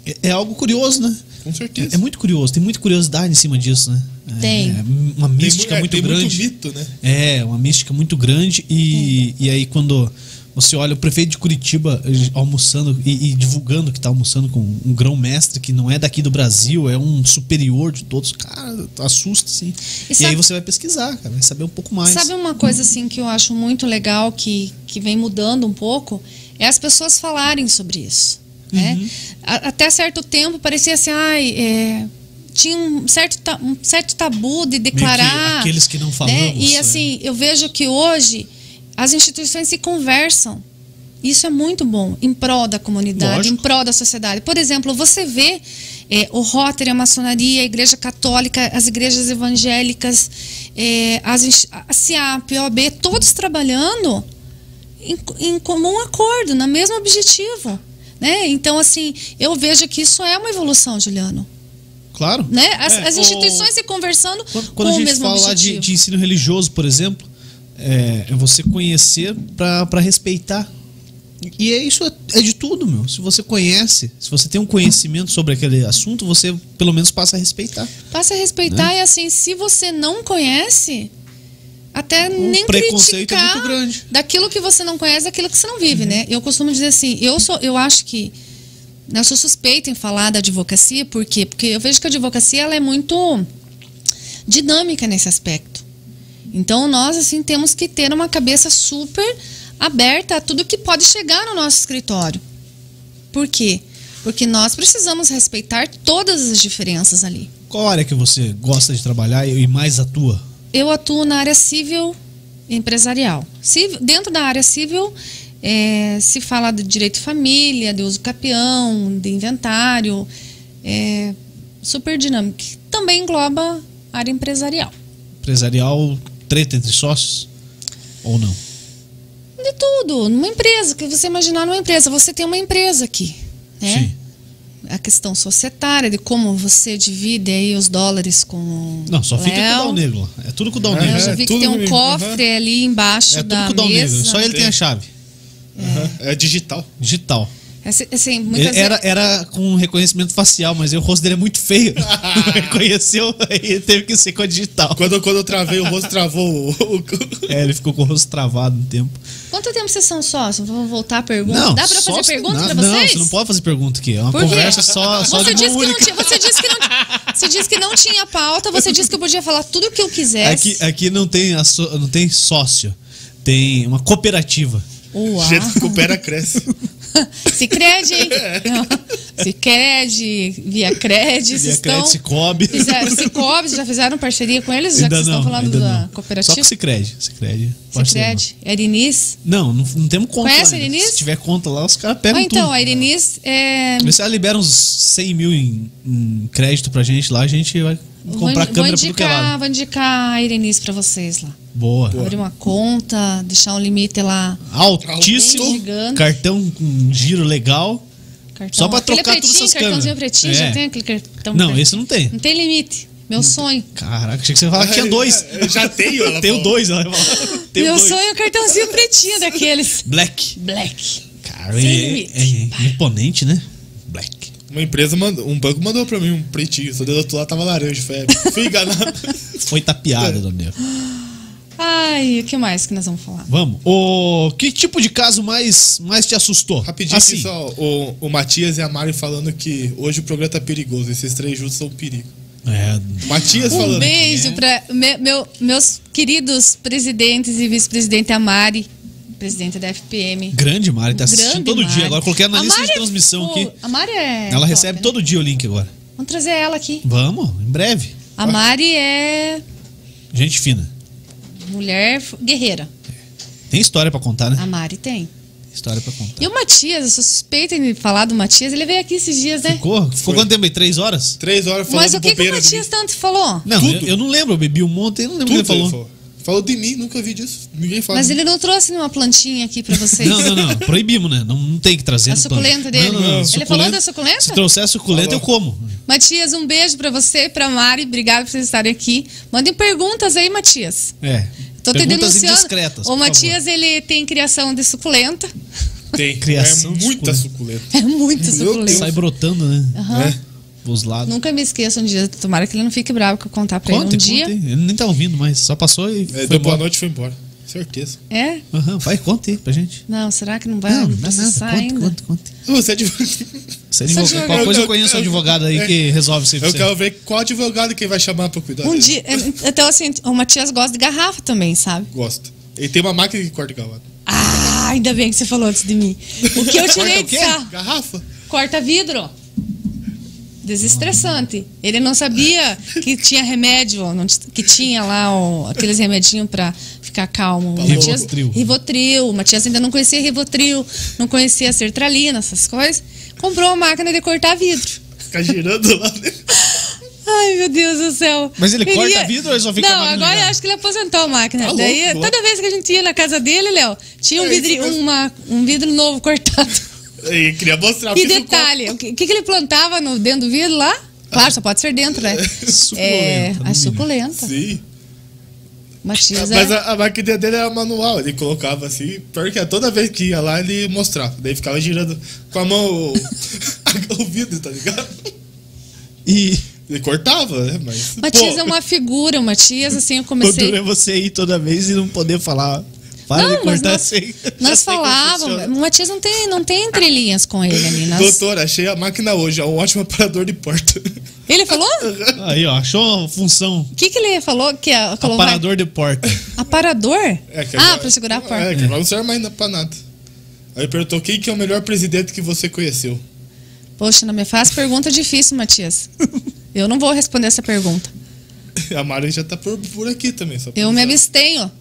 A: é- é algo curioso, né?
B: Com certeza.
A: É, é muito curioso, tem muita curiosidade em cima disso, né? É,
C: Tem.
A: é uma
B: Tem
A: mística
B: mu- é,
A: muito
B: tem
A: grande.
B: muito mito, né?
A: É, uma mística muito grande. E, e aí, quando você olha o prefeito de Curitiba eh, almoçando e, e divulgando que tá almoçando com um grão-mestre que não é daqui do Brasil, é um superior de todos, cara, assusta, assim.
C: E
A: E,
C: sabe-
A: aí você vai pesquisar, cara, vai saber um pouco mais.
C: Sabe uma coisa assim que eu acho muito legal que, que vem mudando um pouco é as pessoas falarem sobre isso. né?
A: Uhum.
C: A- até certo tempo parecia assim, ai, é, tinha um certo, ta- um certo tabu de declarar. né?
A: aqueles que não falamos,
C: E
A: é.
C: assim, eu vejo que hoje as instituições se conversam. Isso é muito bom, em prol da comunidade,
A: Lógico.
C: em prol da sociedade. Por exemplo, você vê é, o Rotary, a maçonaria, a igreja católica, as igrejas evangélicas, é, as, ins- a CIAP, a OAB, todos trabalhando em, em comum acordo, no mesmo objetivo. Né? Então, assim, eu vejo que isso é uma evolução, Juliano.
A: Claro.
C: Né? As,
A: É,
C: as
A: o-
C: instituições se conversando
A: Quando,
C: com
A: quando a
C: o
A: gente
C: mesmo
A: fala de,
C: objetivo.
A: de ensino religioso, por exemplo, é, é você conhecer para respeitar. E é isso é, é de tudo, meu. Se você conhece, se você tem um conhecimento sobre aquele assunto, você pelo menos passa a respeitar.
C: Passa a respeitar
A: Né?
C: e assim, se você não conhece, até nem
A: preconceito é
C: criticar
A: muito grande. Uhum.
C: daquilo que você não conhece, daquilo que você não vive, né? Eu costumo dizer assim, eu sou, eu acho que né, eu sou suspeita em falar da advocacia, por quê? Porque eu vejo que a advocacia ela é muito dinâmica nesse aspecto. Então nós assim temos que ter uma cabeça super aberta a tudo que pode chegar no nosso escritório. Por quê? Porque nós precisamos respeitar todas as diferenças ali.
A: Qual área que você gosta de trabalhar e e mais atua?
C: Eu atuo na área civil e empresarial. Civil- dentro da área civil, é, se fala de direito de família, de uso capião, de inventário, é, super dinâmico. que Também engloba a área empresarial.
A: Empresarial, treta entre sócios? Ou não?
C: De tudo, numa empresa, que você imaginar numa empresa, você tem uma empresa aqui, né?
A: Sim.
C: A questão societária, de como você divide aí os dólares com
A: Não, só fica com o
C: Léo.
A: Dal Negro lá. É tudo com o Dal
B: É,
A: Negro.
C: Eu já
B: é
C: vi que
B: tudo
C: tem um
B: comigo,
C: cofre ali embaixo
A: É tudo
C: da
A: com o Dal
C: mesa.
A: Negro. Só ele tem a chave.
B: Aham. É digital.
A: Digital.
C: Assim, assim, muitas
A: Ele era, era com reconhecimento facial, mas aí o rosto dele é muito feio. Não reconheceu e teve que ser com a digital.
B: Quando, quando eu travei, o rosto travou. o- o-
A: É, ele ficou com o rosto travado um tempo.
C: Quanto tempo vocês são sócios? Vamos voltar à pergunta.
A: Não,
C: Dá pra eu
A: só
C: fazer
A: se-
C: pergunta
A: não,
C: pra vocês?
A: Não, você não pode fazer pergunta aqui. É uma
C: Por quê?
A: conversa só, só
C: você
A: de
C: disse
A: uma
C: que não
A: única.
C: tinha, você disse que não, você disse que não tinha pauta, você disse que eu podia falar tudo o que eu quisesse.
A: Aqui, aqui não, tem asso- não tem sócio, tem uma cooperativa.
C: Uau.
B: Gente que coopera, cresce.
C: Se crede, hein? Não. Se crede, via crede,
A: E
C: vocês
A: a
C: estão...
A: Cred se cobre.
C: Fizeram, Cicobi, já fizeram parceria com eles? Já que vocês estão falando da cooperativa?
A: Só
C: É
A: com o Cicred. Cicred.
C: Cicred, Erinis.
A: Não, não, não temos conta
C: Conhece
A: lá
C: a
A: ainda.
C: Denise?
A: Se tiver conta lá, os caras
C: Ah,
A: pegam
C: então,
A: tudo.
C: a Erinis é...
A: Vê se ela libera uns 100 mil em, em crédito pra gente lá, a gente vai
C: Vou,
A: comprar
C: in- vou
A: câmera pro que é
C: indicar,
A: lado.
C: vou indicar a Erinis pra vocês lá.
A: Boa.
C: abrir uma conta, deixar um limite lá. Bem
A: Altíssimo.
C: gigante.
A: Cartão com giro legal.
C: Cartão.
A: Só pra
C: Aquele
A: trocar todas
C: pretinho,
A: essas
C: cartãozinho
A: câmeras.
C: pretinho,
A: É.
C: já tem aquele cartão.
A: Não,
C: preto.
A: esse não tem.
C: Não tem limite. Meu sonho.
A: Caraca, achei que você ia falar que tinha dois.
B: É, Eu já tenho, ela
A: Tenho
B: falou.
A: dois, ela vai falar. Tenho
C: Meu
A: dois.
C: sonho é o cartãozinho pretinho daqueles.
A: Black.
C: Black.
A: Cara,
C: Sem
A: é,
C: limite.
A: é- é imponente, né? Black.
B: Uma empresa mandou, um banco mandou pra mim um pretinho, só do outro lado tava laranja. Falei, "É, fui enganado.
A: Foi
B: É.
A: tapeada, Daniel.
C: Ai, o que mais que nós vamos falar?
A: Vamos. O que tipo de caso mais, mais te assustou?
B: Rapidinho
A: assim,
B: aqui só, o, o Matias e a Mari falando que hoje o programa tá perigoso, esses três juntos são um perigo.
A: É,
B: Matias
C: Um
B: falando.
C: beijo
A: é.
C: para meus queridos presidentes e vice-presidente Amari, presidente da FPM.
A: grande Mari, tá assistindo
C: Grande
A: todo
C: Mari.
A: dia. Agora coloquei ela na
C: A
A: lista
C: Mari
A: de
C: é
A: transmissão
C: fo-
A: aqui.
C: A Mari é.
A: Ela
C: top,
A: recebe
C: né?
A: todo dia o link agora.
C: Vamos trazer ela aqui.
A: Vamos, em breve.
C: A Mari é
A: Gente fina.
C: mulher f- guerreira.
A: Tem história pra contar, né?
C: A Mari tem.
A: História pra contar.
C: E o Matias, eu sou suspeita de falar do Matias, ele veio aqui esses dias, né?
A: Ficou? Ficou
B: Foi.
A: quanto tempo aí? Três horas?
B: Três horas falando
C: Mas o que, que o
B: bobeira de mim.
C: Matias tanto falou?
A: Não,
B: Tudo.
A: eu, eu não lembro. Eu bebi um monte, eu não lembro o
B: Tudo
A: que ele falou.
B: ele falou. Falou de mim, nunca vi disso. Ninguém fala.
C: Mas ele não trouxe nenhuma plantinha aqui pra vocês.
A: Não, não, não. Proibimos, né? Não, não tem que trazer.
C: A
A: no
C: suculenta
A: plano.
C: dele.
A: Não, não, não.
C: Ele
A: Suculenta-
C: falou da suculenta?
A: Se trouxer suculenta, eu como.
C: Matias, um beijo pra você e pra Mari. Obrigada por vocês estarem aqui. Mandem perguntas aí, Matias.
A: É.
C: Tô te
A: Perguntas
C: denunciando.
A: indiscretas.
C: o
A: por
C: Matias, ele tem criação de suculenta.
B: Tem.
A: Criação
B: é
A: de
B: muita
A: suculenta.
B: suculenta.
C: É muito
B: Meu
A: favor.
C: suculenta.
A: Sai brotando, né?
C: Aham.
B: né?
A: Os lados.
C: Nunca me esqueço um dia. Tomara que ele não fique bravo que eu contar pra
A: Conta,
C: ele um dia.
A: conta. aí. Ele nem tá ouvindo mais. Só passou e
B: É,
A: foi
B: deu boa
A: embora.
B: noite e foi embora. Certeza.
C: É?
A: Aham, vai, conta aí pra gente.
C: Não, será que não vai
A: não, não é nada.
C: processar
A: Conta,
C: ainda?
A: conta, conta.
B: Você é de...
A: Você é
C: Sou
A: advogado.
C: advogado.
A: Qualquer coisa
B: Eu-
A: eu conheço um
B: eu-
A: advogado aí
B: é.
A: que resolve sempre.
B: Eu quero ver qual advogado que vai chamar pra cuidar.
C: Um
B: dele.
C: dia. Então, assim, o Matias gosta de garrafa também, sabe?
B: Gosto. Ele tem uma máquina que corta galvado.
C: Ah, ainda bem que você falou antes de mim. O que eu tirei de sarro?
B: Garrafa?
C: Corta vidro. Desestressante. Ele não sabia que tinha remédio, ó, não t- que tinha lá ó, aqueles remedinhos pra ficar calmo. O Matias-
A: Rivotril.
C: Rivotril. O Matias ainda não conhecia Rivotril, não conhecia sertralina, essas coisas. Comprou uma máquina de cortar vidro.
B: Fica girando lá dentro.
C: Ai, meu Deus do céu.
A: Mas ele corta vidro ou ele só fica
C: Não,
A: amarrando no
C: agora eu
A: lugar?
C: acho que ele aposentou a máquina.
B: Tá
C: Daí,
B: louco,
C: toda vez que a gente ia na casa dele, Léo, tinha um,
B: É isso
C: vidri,
B: mesmo.
C: uma, um vidro novo cortado.
B: Ele queria mostrar.
C: E
B: fiz um
C: detalhe, o que, o que que ele plantava no, dentro do vidro lá? Claro, só pode ser dentro, né? É,
A: Suculenta, no
C: a
A: mínimo.
B: copo.
C: suculenta. é-
B: Sim.
C: Matias
B: Mas
C: era...
B: a, a máquina dele era manual. Ele colocava assim. Pior que toda vez que ia lá, ele mostrava. Daí ficava girando com a mão o, o vidro, tá ligado?
A: E
B: Ele cortava, né? Mas.
C: Matias
B: pô,
C: é uma figura, o Matias, assim, eu
A: o duro
C: comecei...
A: é você ir toda vez e não poder falar. Para de
C: Não, mas
A: cortar assim.
C: nós,
A: sem.
C: nós falávamos, o Matias não tem, não tem entrelinhas com ele ali. nós-
B: Doutor, achei a máquina hoje. É um ótimo aparador de porta.
C: Ele falou?
A: Aí, ó, achou a função.
C: O que, que ele falou? Que a, colocou-
A: Aparador de porta.
C: Aparador? ah, pra segurar a
B: É,
C: porta.
B: que agora não serve mais pra nada. Aí ele perguntou quem que é o melhor presidente que você conheceu.
C: Poxa, não me faz pergunta difícil, Matias. Eu não vou responder essa pergunta.
B: A Mari já tá por, por aqui também. Só pra
C: Eu me
B: avisar.
C: abstenho.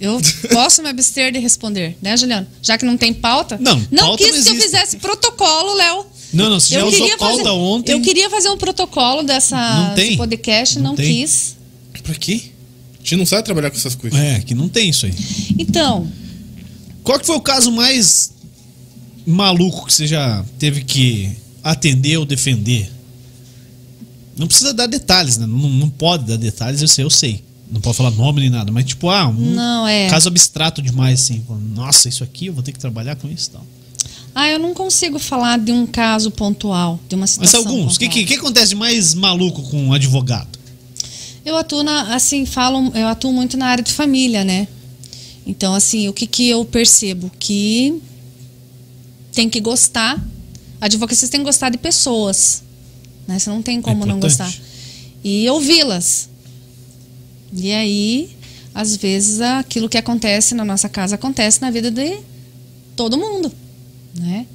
C: Eu posso me abster de responder, né, Juliano? Já que não tem pauta.
A: Não,
C: não
A: pauta
C: quis
A: não
C: que eu
A: existe.
C: fizesse protocolo, Léo.
A: Não, não, você já
C: Eu
A: usou
C: queria,
A: pauta
C: fazer,
A: ontem.
C: eu queria fazer um protocolo dessa
A: Não tem.
C: desse podcast,
A: Não
C: não,
A: tem.
C: quis.
B: Pra quê? A gente não sabe trabalhar com essas coisas.
A: É, que não tem isso aí.
C: Então,
A: Qual que foi o caso mais maluco que você já teve que atender ou defender? Não precisa dar detalhes, né? Não, não pode dar detalhes, eu sei, eu sei. Não pode falar nome nem nada, mas tipo, ah, um
C: não é.
A: caso abstrato demais, assim. Falando, Nossa, isso aqui eu vou ter que trabalhar com isso e tal.
C: Ah, eu não consigo falar de um caso pontual, de uma
A: Mas
C: situação.
A: alguns. O que,
C: pontual.
A: que, que acontece de mais maluco com um advogado?
C: Eu atuo na, assim, falo, eu atuo muito na área de família, né? Então, assim, o que, que eu percebo? Que tem que gostar. Advocacia tem que gostar de pessoas. Né? Você não tem como não
A: importante.
C: gostar. E ouvi-las. E aí, às vezes, aquilo que acontece na nossa casa acontece na vida de todo mundo. Né?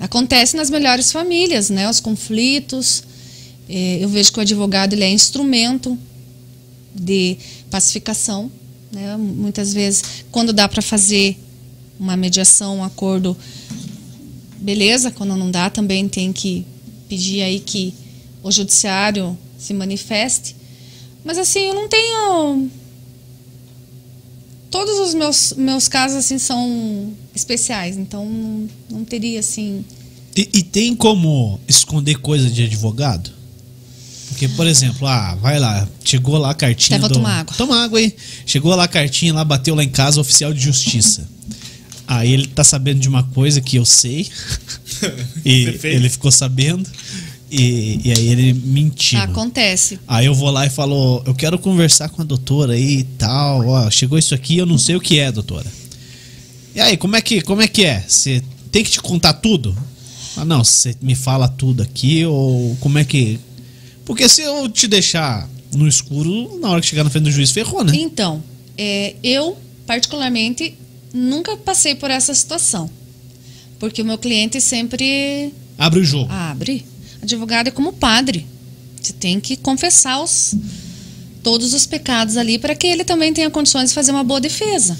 C: Acontece nas melhores famílias, né? Os conflitos. Eh, Eu vejo que o advogado ele é instrumento de pacificação, né? Muitas vezes, quando dá para fazer uma mediação, um acordo, beleza. Quando não dá, também tem que pedir aí que o judiciário se manifeste. Mas assim, eu não tenho todos os meus meus casos assim são especiais, então não, não teria assim
A: E, e tem como esconder coisa de advogado? Porque, por exemplo, ah, vai lá, chegou lá a cartinha.
C: Até vou
A: do-
C: tomar água.
A: Toma água aí. Chegou lá a cartinha, lá bateu lá em casa, oficial de justiça. Aí ele tá sabendo de uma coisa que eu sei.
B: Você
A: e
B: fez.
A: ele ficou sabendo. E, e aí ele mentiu.
C: Tá, acontece.
A: Aí eu vou lá e falo, eu quero conversar com a doutora aí e tal. Ó, chegou isso aqui, eu não sei o que é, doutora. E aí, como é que, como é, que é? Você tem que te contar tudo? Ah, não, você me fala tudo aqui ou como é que... Porque se eu te deixar no escuro, na hora que chegar na frente do juiz, ferrou, né?
C: Então, é, eu, particularmente, nunca passei por essa situação. Porque o meu cliente sempre
A: Abre o jogo.
C: abre. Advogado é como padre. Você tem que confessar os, todos os pecados ali para que ele também tenha condições de fazer uma boa defesa.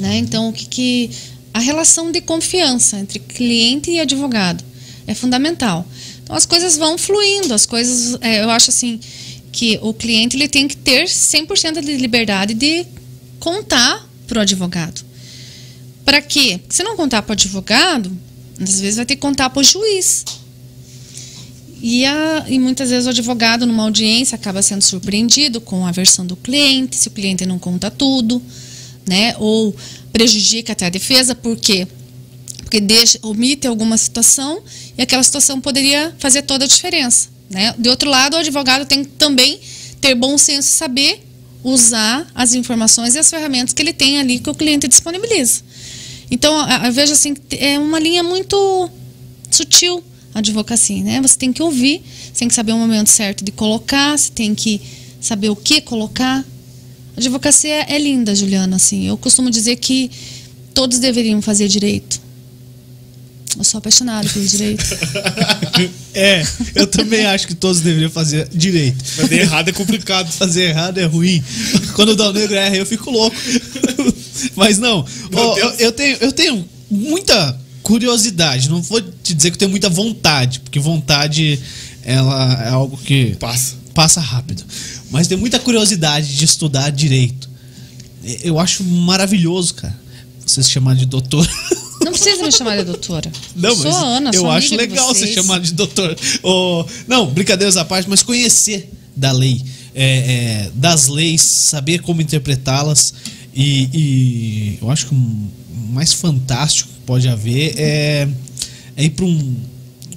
C: Né? Então, o que, que. A relação de confiança entre cliente e advogado é fundamental. Então, as coisas vão fluindo, as coisas. é, eu acho assim. que o cliente ele tem que ter 100% de liberdade de contar para o advogado. Para quê? Porque se não contar para o advogado, às vezes vai ter que contar para o juiz. E, a, e muitas vezes o advogado, numa audiência, acaba sendo surpreendido com a versão do cliente, se o cliente não conta tudo, né? Ou prejudica até a defesa, por quê? Porque deixa, omite alguma situação e aquela situação poderia fazer toda a diferença. Né? De outro lado, o advogado tem que também ter bom senso e saber usar as informações e as ferramentas que ele tem ali que o cliente disponibiliza. Então, eu vejo assim, é uma linha muito sutil a advocacia, né? Você tem que ouvir, você tem que saber o momento certo de colocar, você tem que saber o que colocar. A advocacia é linda, Juliana, assim. Eu costumo dizer que todos deveriam fazer direito. Eu sou apaixonada pelo direito.
A: É, eu também acho que todos deveriam fazer direito.
B: Fazer errado é complicado.
A: Fazer errado é ruim. Quando o Dal Negro erra, eu fico louco. Mas não,
B: Meu
A: ó, eu,
B: Deus.
A: eu tenho, eu tenho muita curiosidade. Não vou te dizer que eu tenho muita vontade, porque vontade ela é algo que
B: Passa.
A: passa rápido. Mas tenho muita curiosidade de estudar direito. E- Eu acho maravilhoso, cara. Você se chamar de doutor.
C: Não precisa me chamar de doutora.
A: Não,
C: sou
A: mas
C: a Ana,
A: eu
C: sou
A: acho
C: amiga de
A: legal
C: vocês.
A: ser chamado de doutor. Ô, não, brincadeiras à parte, mas conhecer da lei, é, é, das leis, saber como interpretá-las e, e eu acho que o mais fantástico que pode haver é, é ir para um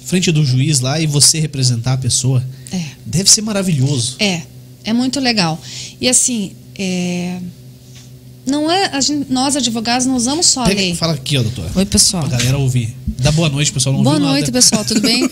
A: frente do juiz lá e você representar a pessoa.
C: É.
A: Deve ser maravilhoso.
C: É, é muito legal. E assim, é, não é a gente- nós advogados não usamos só a
A: Pega-
C: lei.
A: fala aqui, ó, doutor.
C: Oi, pessoal.
A: Pra galera ouvir. Dá boa noite, pessoal. Não
C: Boa
A: ouviu
C: noite,
A: nada.
C: pessoal, tudo bem?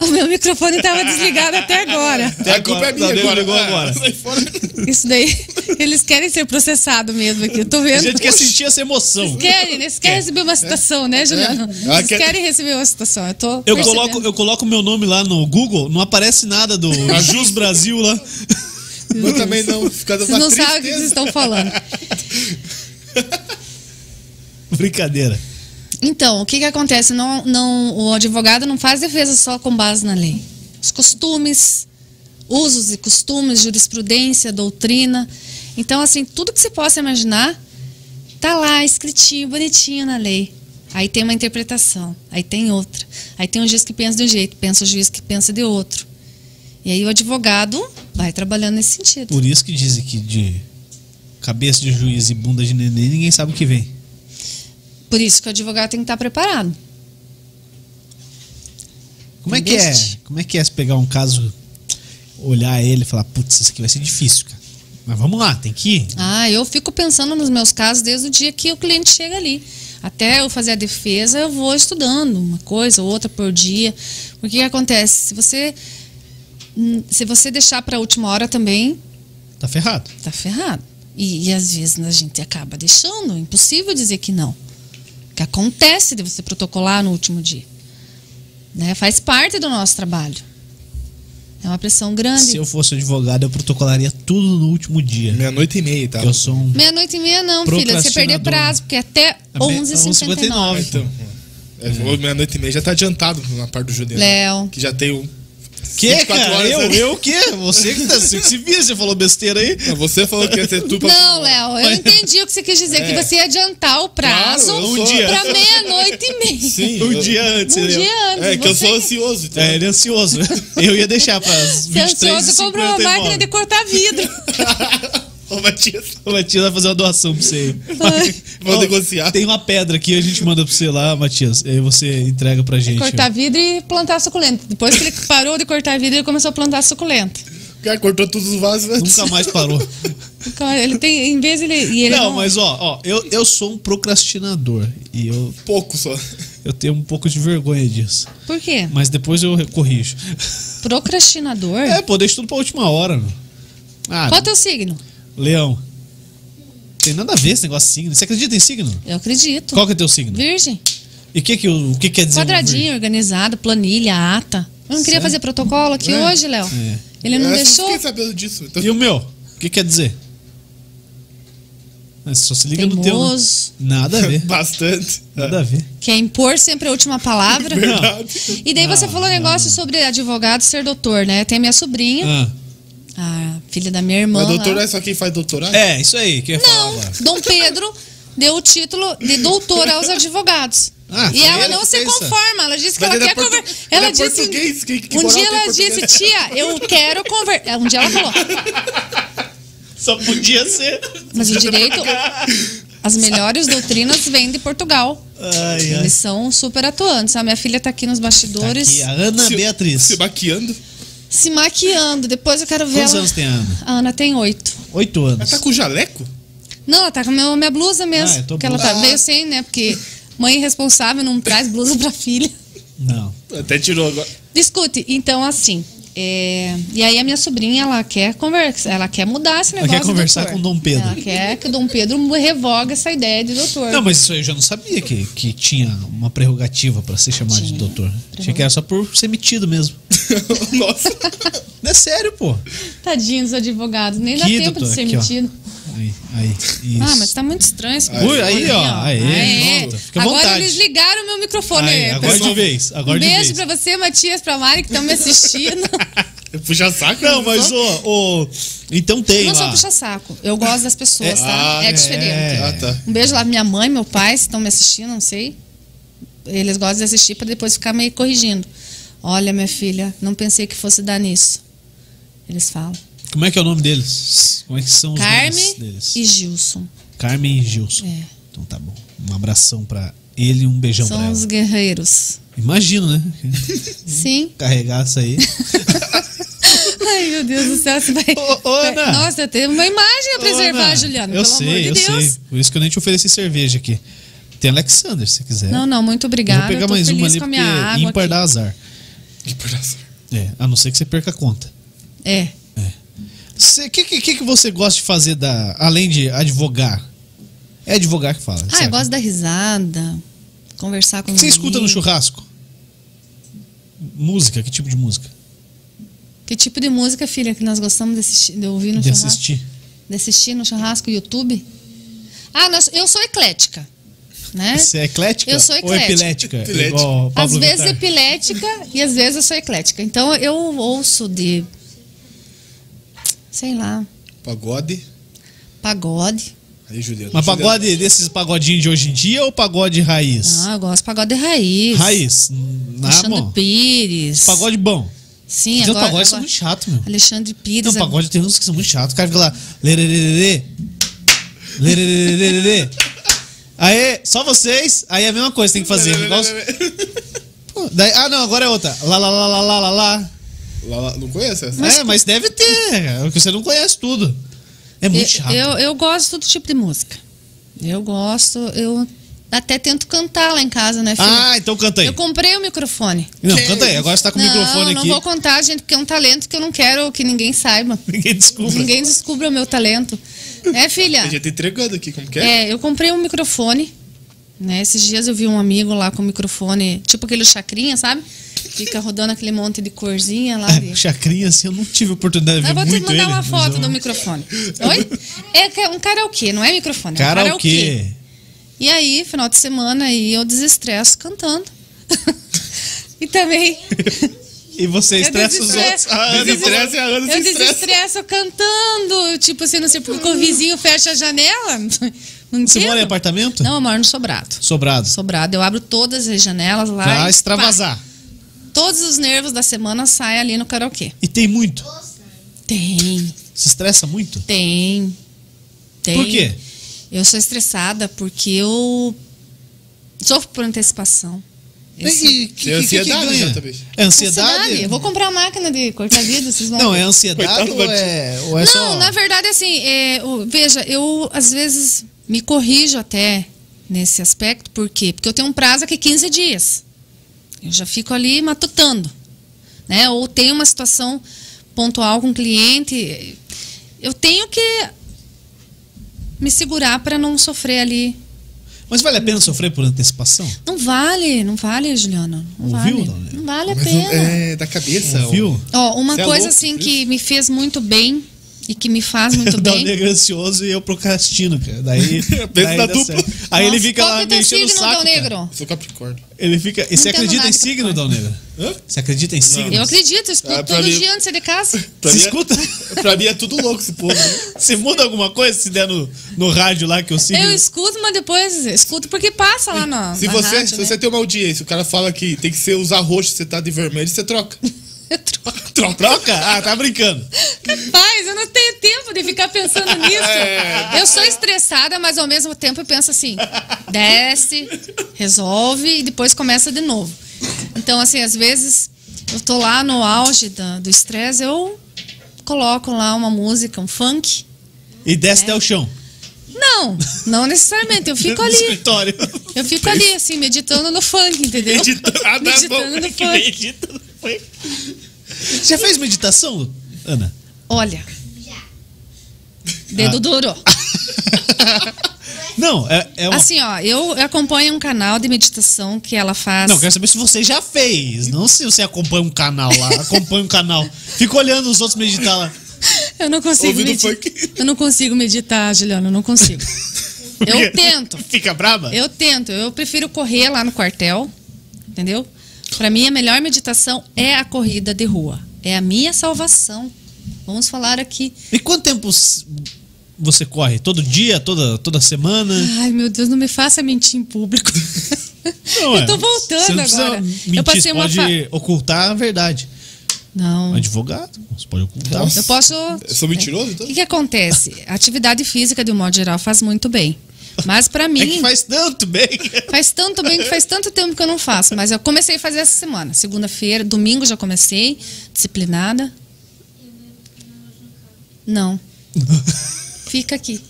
C: o meu microfone estava desligado até agora.
A: Até
B: a culpa
A: agora,
B: é minha
A: tá,
B: agora.
A: ligou
B: Ah,
A: agora.
B: Sai fora.
C: Isso daí, eles querem ser processados mesmo aqui, eu tô vendo.
A: A gente quer sentir essa emoção.
C: Eles querem, né? eles querem receber uma citação, né, Juliano?
B: Ela
C: Eles
B: quer-
C: querem receber uma citação, eu tô
A: É. Eu
C: percebendo.
A: coloco, eu coloco meu nome lá no Google, não aparece nada do Jus Brasil lá.
B: Eu também não. Fica dando
C: Vocês
B: uma
C: não
B: tristeza.
C: sabem o que vocês estão falando.
A: Brincadeira.
C: Então, o que, que acontece? Não, não, o advogado não faz defesa só com base na lei. Os costumes, usos e costumes, jurisprudência, doutrina. Então, assim, tudo que você possa imaginar tá lá, escritinho, bonitinho na lei. Aí tem uma interpretação, aí tem outra. Aí tem um juiz que pensa de um jeito, pensa o juiz que pensa de outro. E aí o advogado vai trabalhando nesse sentido.
A: Por isso que dizem que de cabeça de juiz e bunda de neném, ninguém sabe o que vem.
C: Por isso que o advogado tem que estar preparado.
A: Como é que é?
C: Entendeste?
A: Como é que é se pegar um caso, olhar ele e falar, putz, isso aqui vai ser difícil, cara. Mas vamos lá, tem que ir.
C: Ah, eu fico pensando nos meus casos desde o dia que o cliente chega ali. Até eu fazer a defesa, eu vou estudando uma coisa ou outra por dia. Porque o que acontece? Se você, hum, se você deixar para a última hora também,
A: Tá ferrado.
C: tá ferrado. E, e às vezes a gente acaba deixando. é Impossível dizer que não. O que acontece de você protocolar no último dia. Né? Faz parte do nosso trabalho. É uma pressão
A: Se
C: grande.
A: eu fosse advogado, eu protocolaria tudo no último dia.
B: Meia-noite e meia, tá?
A: Eu sou um.
C: Meia-noite e meia não, filha. Você perder
A: Procrastinador.
C: prazo, porque é até
A: É me-
C: 11h59.
B: Ah,
A: 11h59.
B: então. É, ou Meia-noite e meia já tá adiantado na parte do Juliano.
C: Léo.
B: Que já tem um.
A: Que,
B: 24
A: cara?
B: horas,
A: Eu,
B: né?
A: eu o quê? Você que tá se, se vira, você falou besteira aí.
B: Não, Você falou que ia ser tu pra.
C: Não, Léo, eu entendi o que você quis dizer, que você ia adiantar o prazo
B: Claro, um
A: dia.
C: pra meia-noite e meia.
B: Sim.
A: Um
B: eu-
A: dia antes,
C: Um
A: entendeu?
C: dia antes.
B: É, que eu
C: você
B: sou ansioso. entendeu?
A: É, ele é ansioso. Eu ia deixar para as
C: você é ansioso,
A: 23
C: comprou uma máquina de cortar vidro.
B: Ô, Matias.
A: Ô, Matias vai fazer uma doação pra você aí.
B: Vou
A: Ó,
B: negociar.
A: Tem uma pedra aqui, a gente manda pra você lá, Matias. E aí você entrega pra gente.
C: cortar vidro e plantar suculento. Depois que ele parou de cortar vidro, ele começou a plantar suculento.
B: O cara cortou todos os vasos. né?
A: Nunca mais parou.
C: Então, Ele tem, em vez ele, e ele
A: não, mas ó, ó eu, eu sou um procrastinador. E eu,
B: Pouco só.
A: eu tenho um pouco de vergonha disso.
C: Por quê?
A: Mas depois eu corrijo.
C: Procrastinador?
A: É, pô, deixa tudo pra última hora, meu. Ah,
C: Qual é o teu signo?
A: Leão. Tem nada a ver esse negócio de signo. Você acredita em signo?
C: Eu acredito.
A: Qual que é teu signo?
C: Virgem.
A: E o que, que, o o que quer dizer? um
C: Quadradinho, organizado, planilha, ata. Eu não queria
A: Sério?
C: fazer protocolo aqui
B: É.
C: hoje, Léo.
A: É.
C: Ele não
B: Eu só
C: deixou.
B: Fiquei sabendo disso. Então,
A: E o meu? O que quer dizer? Mas Ah, só se liga no teu. né?
C: teimoso,
A: Nada a ver.
B: Bastante.
A: Nada a ver.
C: quer é impor sempre a última palavra.
B: Verdade.
C: E daí você falou um negócio sobre advogado ser doutor, né? Tem minha sobrinha,
A: Ah.
C: a filha da minha irmã.
B: Mas
C: lá.
B: doutor não é só quem faz doutorado?
A: É, isso aí. Que eu ia falar
C: Não,
A: agora.
C: Dom Pedro deu o título de doutor aos advogados.
A: Ah,
C: e
A: foi
C: ela
A: ele
C: não
A: que
C: se
A: fez isso?
C: conforma, ela disse que
B: Mas
C: ela
B: ele é
C: quer
B: portu-
C: conversar.
B: ele
C: Ela
B: é
C: disse.
B: português, que- que
C: um
B: moral
C: dia
B: tem
C: ela
B: português?
C: disse, tia, eu quero conversar. Um dia ela falou,
A: Só podia ser.
C: mas o direito. As melhores doutrinas vêm de Portugal.
A: Ai, ai.
C: Eles são super atuantes. A minha filha tá aqui nos
A: é. Tá
C: bastidores
A: aqui, a Ana
B: Se-
A: Beatriz.
B: Se baqueando.
C: se maquiando. Depois eu quero ver
A: Quantos
C: ela.
A: anos tem a Ana?
C: A Ana tem oito.
A: Oito
B: Ela
A: anos.
B: tá com jaleco?
C: Não, ela tá com a minha, minha blusa
A: Ah,
C: mesmo.
A: eu tô
C: que ela
A: blusa.
C: tá meio sem, né? Porque mãe irresponsável não traz blusa pra filha.
A: Não.
B: Até tirou agora.
C: Discute. Então, assim. é, E aí a minha sobrinha, ela quer conversar, ela quer mudar esse
A: Ela
C: negócio.
A: quer
C: de
A: conversar
C: doutor.
A: com o Dom Pedro.
C: Ela quer que o Dom Pedro revogue essa ideia de doutor.
A: Não, mas isso aí eu já não sabia que, que tinha uma prerrogativa pra ser chamado de
C: Tinha.
A: doutor. Achei que era só por ser metido mesmo.
B: Nossa.
A: Não é sério, pô.
C: Tadinho dos advogados, nem dá
A: Que
C: tempo
A: doutor?
C: de ser
A: Aqui, ó.
C: metido.
A: Aí, aí. Isso.
C: Ah, mas tá muito estranho esse
A: Ui,
C: microfone
A: aí, ó. Aí,
C: Aê.
A: pronto. Fica à
C: Agora
A: vontade.
C: eles ligaram meu microfone.
A: Aí, agora de
C: tá né, pessoal.
A: vez. Agora
C: um
A: de vez.
C: beijo pra você, Matias, pra Mari, que estão me assistindo.
B: Puxa saco.
A: Não, mas ô, ô, Então tem
C: Não
A: lá.
C: sou puxa-saco. Eu gosto das pessoas, tá?
B: Ah,
C: é diferente.
A: é.
B: Ah, tá.
C: Um beijo lá pra minha mãe, meu pai, se estão me assistindo, não sei. Eles gostam de assistir pra depois ficar meio corrigindo. Olha, minha filha, não pensei que fosse dar nisso. Eles falam.
A: Como é que é o nome deles? Como é que são os nomes
C: Carmen
A: deles?
C: e Gilson.
A: Carmen e Gilson.
C: É.
A: Então tá bom. Um abração pra ele e um beijão pra
C: São
A: ela.
C: os guerreiros.
A: Imagino, né?
C: Sim.
A: Carregar isso aí.
C: Ai, meu Deus do céu, você vai.
A: Ô, ô, Ana.
C: Nossa, tem uma imagem a preservar,
A: Ana,
C: Juliana,
A: né? Eu
C: pelo
A: sei,
C: amor de
A: eu
C: Deus.
A: sei. Por isso que eu nem te ofereci cerveja aqui. Tem Alexander, se quiser.
C: Não, não, muito
A: Eu
C: obrigada.
A: vou pegar
C: eu tô
A: mais
C: feliz
A: uma ali
C: com a
A: porque
C: minha água.
A: ímpar
C: aqui.
A: dá azar.
B: Que pedaço.
A: É, a não ser que você perca a conta.
C: É.
A: O que, que, que que você gosta de fazer da, além de advogar? É advogar que fala.
C: Ah, eu
A: certo?
C: gosto da risada, conversar com
A: O que você
C: os
A: escuta no
C: amigos.
A: churrasco? Música, que tipo de música?
C: Que tipo de música, filha, que nós gostamos de, assisti- de ouvir no
A: de
C: churrasco?
A: assistir.
C: De assistir no churrasco, YouTube? Ah, nós- eu sou eclética, né?
A: Você é eclética?
C: Eu sou
A: Ou
C: eclética.
A: epilética? É
B: Epilética.
A: Igual o
C: Às
A: Pablo
C: vezes
A: Vittar?
C: é epilética e às vezes eu sou eclética. Então eu ouço de. Sei lá.
B: Pagode.
C: Pagode.
B: Aí, Juliana.
A: Mas
B: Juliana.
A: pagode desses pagodinhos de hoje em dia ou pagode raiz?
C: Ah, eu gosto de pagode raiz.
A: Raiz. Na
C: Alexandre
A: mão.
C: Pires.
A: Pagode bom.
C: Sim,
A: Tem uns
C: agora.
A: pagodes que são
C: agora-
A: muito chato, meu.
C: Alexandre Pires.
A: Não,
C: é-
A: pagode tem uns que são muito chatos. O cara fica lá. Lerererê. Lerererê. Aê, só vocês. Aí é a mesma coisa, tem que fazer. Igual os- Pô, daí- ah, não, agora é outra. Lá, lá, lá, lá, lá, lá, lá.
B: Lá, lá, não conheço essa?
A: é, mas deve ter, cara, porque você não conhece tudo. É muito chato.
C: eu, eu, eu gosto de todo tipo de música. Eu gosto, eu até tento cantar lá em casa, né, filho?
A: ah, então canta aí.
C: eu comprei o microfone.
A: Não,
B: Que
A: canta aí.
B: isso?
A: Agora você tá com o
C: não,
A: microfone
C: não
A: aqui.
C: vou contar, gente, porque é um talento que eu não quero que ninguém saiba.
A: Ninguém desculpa.
C: Ninguém descubra o meu talento. É, filha?
B: Tem gente tá entregando aqui, como que é?
C: É, eu comprei um microfone. Né? Esses dias eu vi um amigo lá com o microfone, tipo aquele chacrinha, sabe? Fica rodando aquele monte de corzinha
A: É,
C: lá. de-
A: Chacrinha, assim, eu não tive oportunidade de
C: Eu
A: ver
C: vou te
A: muito
C: mandar
A: ele.
C: uma
A: mas
C: foto
A: eu-
C: do microfone. Oi? É ca- um karaokê, não é microfone. É um
A: Karaokê.
C: E aí, final de semana, aí eu desestresso cantando. e também.
A: E você
C: eu
A: estressa os outros.
C: desestresso-
A: Ah,
B: Ana
C: desestresso-
B: estressa e a Ana se
C: Eu
B: estressa.
C: desestresso cantando. Tipo assim, não sei porque o vizinho fecha a janela. Não
A: Você
C: entendo.
A: mora em apartamento?
C: Não, eu moro no sobrado.
A: Sobrado.
C: Sobrado. Eu abro todas as janelas lá. e
A: Pra
C: pá,
A: extravasar.
C: todos os nervos da semana saem ali no karaokê.
A: E tem muito.
C: Tem,
A: Se estressa muito?
C: tem, tem.
A: Por quê?
C: Eu sou estressada porque eu sofro por antecipação. Esse-
A: E- e que- que-
B: Tem
A: que- que
B: ansiedade,
A: ganha?
B: né, também?
A: É ansiedade?
C: Eu vou comprar uma máquina de cortar vidro, vocês vão.
A: Não,
C: ver.
A: é ansiedade
B: Coitado
A: ou
B: da
A: é, ou é
C: Não,
A: só...
C: na verdade, assim, é, o- veja, eu às vezes me corrijo até nesse aspecto, por quê? Porque eu tenho um prazo aqui 15 dias. Eu já fico ali matutando. Né? Ou tenho uma situação pontual com um cliente. Eu tenho que me segurar para não sofrer ali.
A: Mas vale a pena sofrer por antecipação?
C: Não vale, não vale, Juliana. Não
A: Ouviu,
C: vale.
A: Dona Helena?
C: Não vale a
B: Mas
C: pena.
B: é da cabeça.
A: Viu?
C: Ó, uma
B: Você é
C: coisa
B: louco,
C: assim
B: por
C: que me fez muito bem E que me faz muito
A: O
B: um
A: Dal
C: bem.
A: Negro é ansioso e eu procrastino, cara. Daí.
B: Pensa
A: daí
B: na
A: dá
B: dupla.
A: certo. Aí ele
C: Nossa,
A: fica
C: qual
A: lá
C: que é teu
A: me enchendo o
C: signo,
A: saco.
C: Dal
A: cara.
C: Negro?
B: Sou Capricórnio.
A: Ele fica. E você
C: entendo
A: acredita
C: nada
A: em
C: que tu
A: signo,
C: fala.
A: Dal Negro?
B: Hã?
A: Você acredita em signo?
C: Eu acredito, eu escuto
B: Ah, pra
C: todo
B: mim-
C: dia antes de casa.
B: Pra
A: Você
B: mim é-
A: escuta?
B: pra mim é tudo louco esse povo. né?
A: Você muda alguma coisa se der no, no rádio lá que eu sigo?
C: Eu escuto, mas depois escuto porque passa lá na.
B: Se
C: na
B: você,
C: rádio,
B: se
C: né?
B: você tem uma audiência, o cara fala que tem que ser usar roxo, você tá de vermelho, você troca.
C: Eu troco.
A: Tro- Troca? Ah, tá brincando.
C: Rapaz, eu não tenho tempo de ficar pensando nisso.
B: É.
C: Eu sou estressada, mas ao mesmo tempo eu penso assim: desce, resolve e depois começa de novo. Então, assim, às vezes eu tô lá no auge da- do estresse, eu coloco lá uma música, um funk.
A: E desce até o chão.
C: Não, não necessariamente. Eu É. fico
A: no
C: ali.
A: escritório.
C: Eu fico ali, assim, meditando no funk, entendeu?
B: Ah, tá
C: Meditando
A: É
C: no funk.
A: Meditando, foi. Já fez meditação, Ana?
C: Olha. Dedo duro.
A: Não, é, é uma.
C: Assim, ó, eu acompanho um canal de meditação que ela faz.
A: Não, quero saber se você já fez. Não se você acompanha um canal lá. Acompanha um canal. Fica olhando os outros meditar lá.
C: Eu não consigo
B: Ouvindo
C: meditar.
B: funk.
C: Eu não consigo meditar, Juliana, eu não consigo. Eu tento.
A: Fica braba?
C: Eu tento, eu prefiro correr lá no quartel, entendeu? Pra mim a melhor meditação é a corrida de rua, é a minha salvação. Vamos falar aqui.
A: E quanto tempo s- você corre? Todo dia? Toda, toda semana?
C: Ai, meu Deus, não me faça mentir em público.
A: Não, é.
C: eu tô
A: Você
C: voltando
A: não precisa
C: agora.
A: Mentir,
C: eu passei uma
A: você
C: fa...
A: pode ocultar a verdade. Um
C: Não.
A: advogado, você pode ocultar.
B: Nossa.
C: Eu posso.
B: Eu sou mentiroso,
C: O
B: então?
C: que, que acontece? A atividade física, de um modo geral, faz muito bem. Mas pra
A: É
C: mim.
A: que faz tanto bem.
C: Faz tanto bem que faz tanto tempo que eu não faço, mas eu comecei a fazer essa semana. Segunda-feira, domingo já comecei, disciplinada. Não. Fica aqui.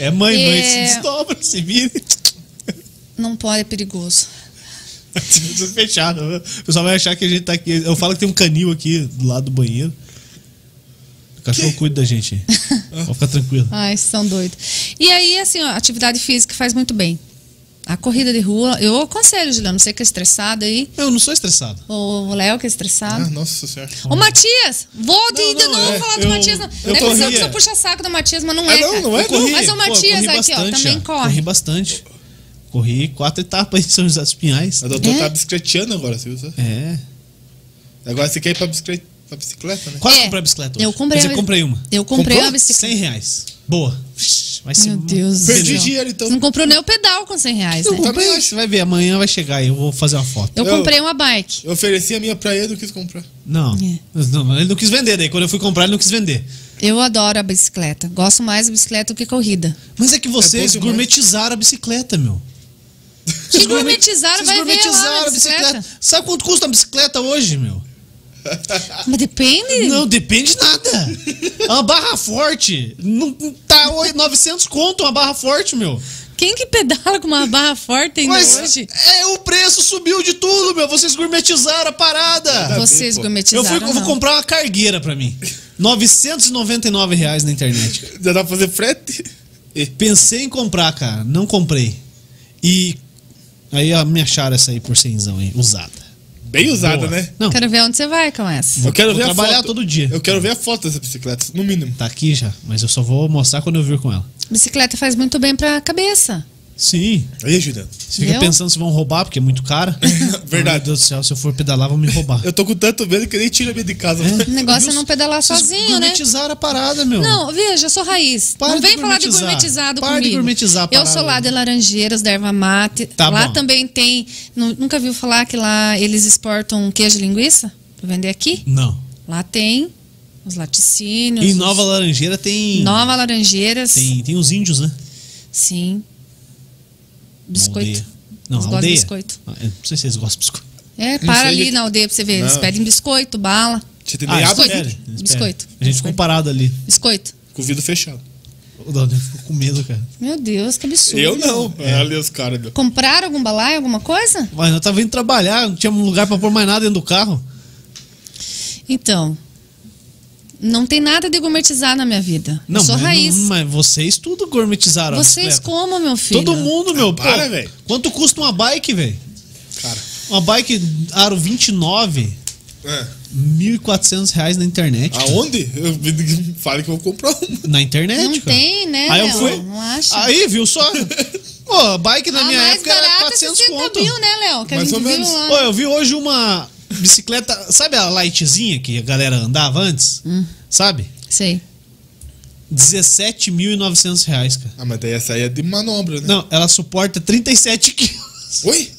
A: É mãe, mãe, se
C: É.
A: desdobra, se vira.
C: Não pode, é perigoso.
A: Tudo fechado. né? O pessoal vai achar que a gente tá aqui. Eu falo que tem um canil aqui do lado do banheiro. O cachorro cuida da gente. Pode ficar tranquilo.
C: Ai, são doidos. E aí, assim, ó, atividade física faz muito bem. A corrida de rua, eu aconselho, Juliano, você que é estressado aí,
A: Eu não sou estressado.
C: ou o Léo que
B: Ah,
C: é estressado.
B: nossa senhora.
C: Ô Matias, vou de,
A: Não,
C: de
A: não,
C: novo
A: é,
C: falar do
A: eu-
C: Matias. Não,
A: eu
C: não é que você
A: corria.
C: precisa puxar saco do Matias, mas não
B: Ah,
C: é.
B: não,
C: cara.
B: não é,
A: Eu corri,
C: Mas o
A: pô,
C: Matias
A: corri
C: aqui, ó,
A: bastante,
C: também corre.
A: Corri bastante. Corri quatro etapas em São José dos Pinhais.
B: A doutora
C: É?
B: tá bicicleteando agora, você viu? só?
A: É.
B: Agora você quer ir pra, bicicleta, pra bicicleta, né?
A: Quase
C: É,
A: comprei a bicicleta.
C: eu
A: hoje.
C: comprei
A: Quer dizer,
C: a-
A: comprei uma.
C: eu comprei
A: Comprou?
C: uma bicicleta.
A: 100 reais. Boa. Vai ser
C: Meu Deus
B: Perdi
C: do céu.
B: dinheiro, então.
C: Não comprou nem o pedal com 100 reais,
A: Eu
C: né?
A: comprei,
B: Também acho.
A: você vai ver, amanhã vai chegar e eu vou fazer uma foto.
C: Eu
B: Eu-
C: comprei uma bike.
B: Eu ofereci a minha pra ele, eu quis comprar.
A: Não,
C: É.
A: não, ele não quis vender, daí quando eu fui comprar ele não quis vender.
C: Eu adoro a bicicleta. Gosto mais da bicicleta do que corrida.
A: Mas é que vocês
B: bom demais.
A: gourmetizaram a bicicleta, meu.
C: Que gourmetizaram,
A: Vocês
C: vai ver lá
A: gourmetizaram
C: na bicicleta.
A: Sabe quanto custa uma bicicleta hoje, meu?
C: Mas depende.
A: Não, depende de nada. É uma barra forte. Não, não tá oi- 900 conto uma barra forte, meu.
C: Quem que pedala com uma barra forte ainda
A: Mas
C: hoje?
A: é, o preço subiu de tudo, meu. Vocês gourmetizaram a parada.
C: Vocês
A: Ah,
B: pô.
A: Eu,
C: gourmetizaram,
A: fui, eu vou
C: não.
A: comprar uma cargueira pra mim. R$ 999 reais na internet.
B: Já dá pra fazer frete?
A: Pensei em comprar, cara. Não comprei. E aí ó, me acharam essa aí por cenzão aí, usada.
B: Bem usada,
A: Boa.
B: né?
A: Não,
C: Quero ver onde você vai com essa.
B: Eu quero
A: Vou
B: ver a
A: trabalhar
B: foto.
A: todo dia.
B: Eu quero ver a foto dessa bicicleta, no mínimo.
A: tá aqui já, mas eu só vou mostrar quando eu vir com ela.
C: Bicicleta faz muito bem pra cabeça.
A: Sim.
B: Aí, Juliano.
A: Você fica
C: Meu?
A: pensando se vão roubar, porque é muito cara.
B: Verdade.
A: Ai, Meu Deus do céu, se eu for pedalar, vão me
C: Tá
A: roubar.
B: Eu tô com tanto medo que nem tira minha de casa.
C: O negócio é
A: Viu?
C: não pedalar
A: Vocês
C: sozinho, né?
A: gourmetizaram a parada, meu.
C: Não, veja, eu sou raiz.
A: Para
C: não
A: de
C: vem falar de
A: gourmetizar.
C: gourmetizado
A: Para de
C: comigo.
A: gourmetizar a
C: eu
A: parada.
C: sou lá de Laranjeiras, da erva mate.
A: Tá
C: lá
A: bom.
C: também tem. nu- Nunca viu falar que lá eles exportam queijo e linguiça? Pra vender aqui?
A: Não.
C: Lá tem os laticínios.
A: Em
C: os-
A: Nova Laranjeira tem.
C: Nova Laranjeiras.
A: Tem, tem os índios, né?
C: Sim. Biscoito.
A: Aldeia. Não,
C: Eles gostam de
A: aldeia.
C: biscoito.
A: Ah, eu Não sei se eles gostam de biscoito.
C: É, para
B: sei
C: ali
B: de-
C: na aldeia pra você ver. Eles
B: Não.
C: pedem biscoito, bala.
B: Você tem nem
A: eles
B: água
C: biscoito.
A: pedem, eles pedem.
C: Biscoito.
A: A gente ficou
C: Biscoito.
A: parado ali.
C: Biscoito.
B: com o vidro fechado.
A: O Daldinho ficou com medo, cara.
C: Meu Deus, que absurdo.
B: Eu não. É. ali os caras, meu.
C: Compraram algum balaio, alguma coisa?
A: Mas nós tava indo trabalhar, não tinha um lugar pra pôr mais nada dentro do carro.
C: Então, não tem nada de gourmetizar na minha vida.
A: Não,
C: eu sou
A: mas,
C: raiz.
A: não- mas vocês tudo gourmetizaram. a
C: Vocês
A: bicicleta.
C: como, meu filho?
A: Todo mundo, meu. pô.
B: para, velho.
A: Quanto custa uma bike, velho?
B: Cara.
A: Uma bike aro 29.
B: É.
A: R$ 1.400 na
B: Ah,
A: internet.
B: Aonde? Eu fale que eu vou comprar um.
A: Na internet,
C: Não
A: cara.
C: tem, né?
A: Aí eu
C: Léo?
A: fui.
C: Não acha?
A: Aí, viu só? Pô, bike na
C: a
A: minha
C: mais
A: época era
C: barata é
A: 400 conto.
C: mil, né, Léo? Que a
B: Mais
C: gente
B: ou
C: viu
B: menos.
C: lá.
A: Pô, eu vi hoje uma bicicleta, sabe a lightzinha que a galera andava antes?
C: Hum.
A: Sabe?
C: Sei.
A: 17.900 reais, cara.
B: Ah, mas daí essa aí é de manobra, né?
A: Não, ela suporta 37 quilos.
B: Oi?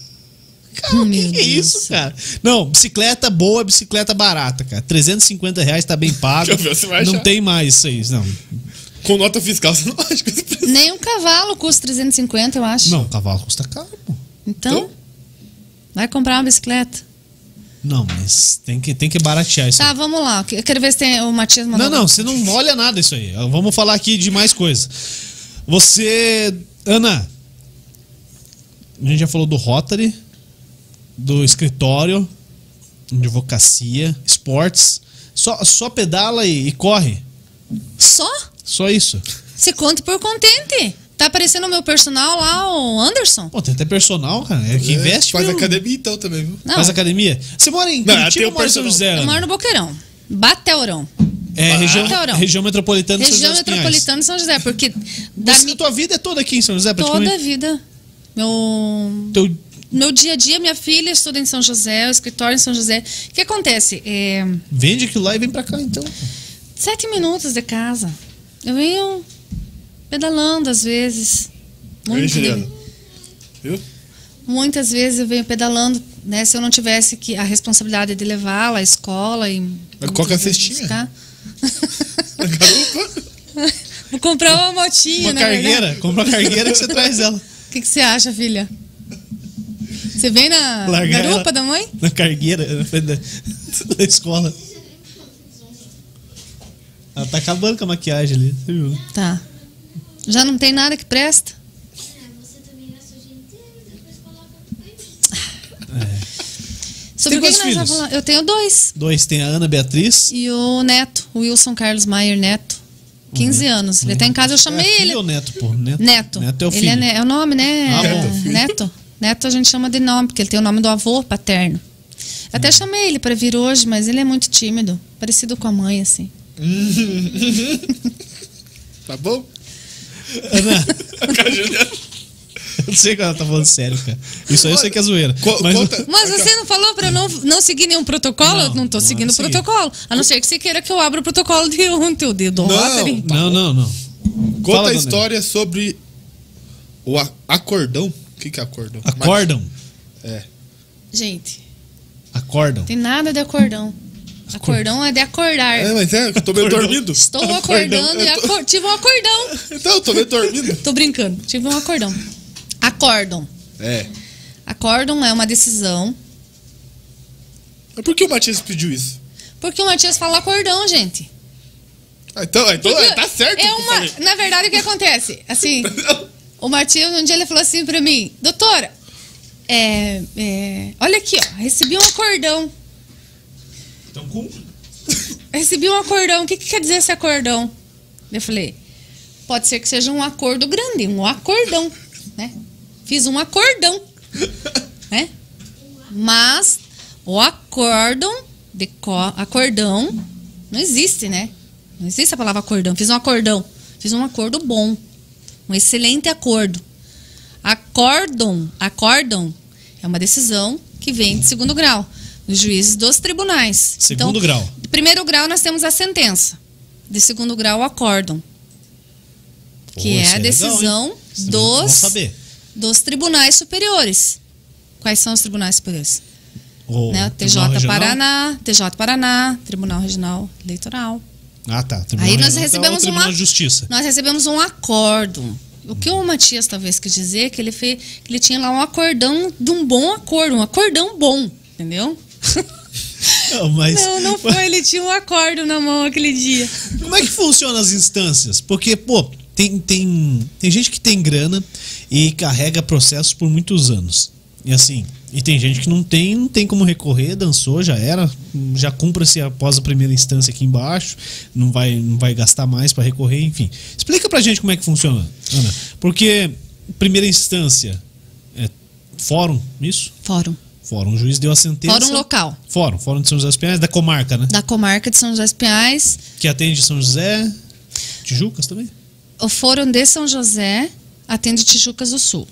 A: Cara, o que, que
C: Meu
A: é
C: Deus do
A: isso,
C: céu.
A: cara? Não, bicicleta boa, bicicleta barata, cara. 350 reais tá bem pago.
B: Deixa eu ver se vai
A: não
B: achar.
A: tem mais isso aí, não.
B: Com nota fiscal, você não acha que esse preço.
C: Nem um cavalo custa 350, eu acho.
A: Não, cavalo custa caro, pô.
C: Então, vai comprar uma bicicleta.
A: Não, mas tem que, tem que baratear isso. aí.
C: Tá, vamos lá. Eu quero ver se tem o Matias mandou.
A: Não, não, você não olha nada isso aí. Vamos falar aqui de mais coisa. Você. Ana. A gente já falou do Rotary, do escritório, de advocacia, esportes. Só, só pedala e, e corre.
C: Só?
A: Só isso.
C: Se conte por contente. Tá aparecendo o meu personal lá, o Anderson.
A: Pô, tem até personal, cara. É que investe.
B: Faz
A: mesmo.
B: academia então também, viu?
C: Não,
A: Faz academia. Você mora em
B: Não,
A: Curitiba
B: tem o
A: ou mora em São
B: personal.
A: José?
C: eu
A: Ana?
C: moro no Boqueirão. Bateurão.
A: É, região,
C: Teorão.
A: região metropolitana de São José.
C: Região
A: dos Pinhais.
C: metropolitana de São José. Porque da
A: Você,
C: minha
A: tua vida é toda aqui em São José,
C: toda
A: praticamente.
C: a vida. Meu
A: Teu-
C: meu dia a dia, minha filha estuda em São José, o escritório em São José. O que acontece? É,
A: Vende aquilo lá e vem pra cá, então.
C: sete minutos de casa. Eu venho pedalando às vezes.
A: É
B: Ei,
C: Muito
B: Juliana.
C: de-
B: Viu?
C: muitas vezes eu venho pedalando, né? Se eu não tivesse que, a responsabilidade de levá-la à escola e.
B: Mas
A: é
B: coloca a
C: muitas vezes
B: cestinha.
C: buscar.
B: Na garupa?
C: Vou comprar uma motinha,
A: Uma
C: na verdade.
A: cargueira, compra uma cargueira que você traz ela.
C: O que, que você acha, filha? Você vem na
A: Largar
C: garupa
A: ela.
C: da mãe?
A: Na cargueira, na frente da, da escola. Ela tá acabando com a maquiagem ali, você viu? né?
C: Tá. Já não tem nada que presta?
D: Ah, Você também gasta o dia inteiro e depois coloca no banheiro.
A: Tem
C: Sobre o que, que
A: quantos
C: nós vamos
A: filhos?
C: falar? Eu tenho dois.
A: Dois, tem a Ana Beatriz.
C: E o neto, o Wilson Carlos Maier Neto, 15 anos. Ele tá em casa, eu chamei
A: é,
C: ele.
A: Filho ou neto, pô? Neto.
C: Neto.
A: Neto é o filho.
C: Ele é, ne- é o nome, né?
A: Ah, bom.
C: É,
A: Neto,
B: filho.
C: Neto. Neto a gente chama de nome, porque ele tem o nome do avô paterno. Eu
A: Hum.
C: até chamei ele para vir hoje, mas ele é muito tímido, parecido com a mãe, assim.
B: Tá bom?
A: Ana,
B: A cara de Juliana.
A: eu não sei que ela tá falando sério, cara. Isso aí eu sei que é zoeira.
B: Co-
A: Mas-
B: conta-
C: Mas assim- você não falou para eu não, não seguir nenhum protocolo?
A: Não,
C: eu não tô
A: não
C: seguindo o
A: segui.
C: protocolo. A não ser que você queira que eu abra o protocolo de ontem, de, do
B: Não.
C: Rotary.
A: Não, não, não.
B: Tá Conta
A: Fala, dona
B: a história sobre o a- acordão. O que, que é acordão?
A: Ana. Acordam.
B: É.
C: Gente,
A: Acordam.
C: tem nada de acordão. Acordão é de acordar.
B: É, mas é, eu tô meio
A: Acordão.
B: dormindo.
C: Estou acordando e
B: Eu tô-
C: acor- tive um acordão.
B: Então, eu tô meio dormindo.
C: Tô brincando, tive um acordão. Acordam.
B: É.
C: Acordam é uma decisão.
B: Mas por que o Matias pediu isso?
C: Porque o Matias fala acordão, gente.
B: Ah, então, então
C: Porque
B: tá certo.
C: É
B: o que eu
C: uma,
B: falei.
C: na verdade, o que acontece? Assim, o Matias, um dia ele falou assim pra mim, doutora, é, é, olha aqui, ó, recebi um acordão.
A: Então cumpre.
C: Recebi um acordão. O que, que quer dizer esse acordão? Eu falei, pode ser que seja um acordo grande, um acordão, né? Fiz um acordão, né? Mas o acórdão, de co- acordão, não existe, né? Não existe a palavra acordão. Fiz um acordão. Fiz um acordo bom. Um excelente acordo. Acordam, acordam é uma decisão que vem de segundo grau, dos juízes dos tribunais.
A: Segundo grau.
C: De primeiro grau nós temos a sentença. De segundo grau, o acórdão.
A: Pô,
C: Que é
A: isso
C: a
A: é legal,
C: decisão
A: hein? Isso é bom
C: dos,
A: saber.
C: dos tribunais superiores. Quais são os tribunais superiores?
A: O
C: Né?
A: Tribunal
C: O TJ
A: Regional?
C: Paraná, TJ Paraná, Tribunal Regional Eleitoral.
A: Ah, tá. Tribunal
C: Aí
A: Regional, então
C: nós
A: é o
C: recebemos
A: Tribunal
C: uma
A: de Justiça.
C: Nós recebemos um acordo. O que o Matias talvez quis dizer é que ele fez, que ele tinha lá um acordão de um bom acordo, um acordão bom, entendeu?
A: Não, mas...
C: Não, não foi, ele tinha um acordo na mão aquele dia.
A: Como é que funcionam as instâncias? Porque, pô, tem, tem, tem gente que tem grana e carrega processos por muitos anos. E assim, e tem gente que não tem, não tem como recorrer, dançou, já era, já cumpra-se após a primeira instância aqui embaixo, não vai, não vai gastar mais pra recorrer, enfim. Explica pra gente como é que funciona, Ana. Porque primeira instância é fórum, isso?
C: Fórum.
A: Fórum. O juiz deu a sentença.
C: Fórum local.
A: Fórum, Fórum de São José dos Pinhais, da comarca, né?
C: da comarca de São José dos Pinhais,
A: Que atende São José, Tijucas também.
C: o Fórum de São José atende Tijucas do Sul.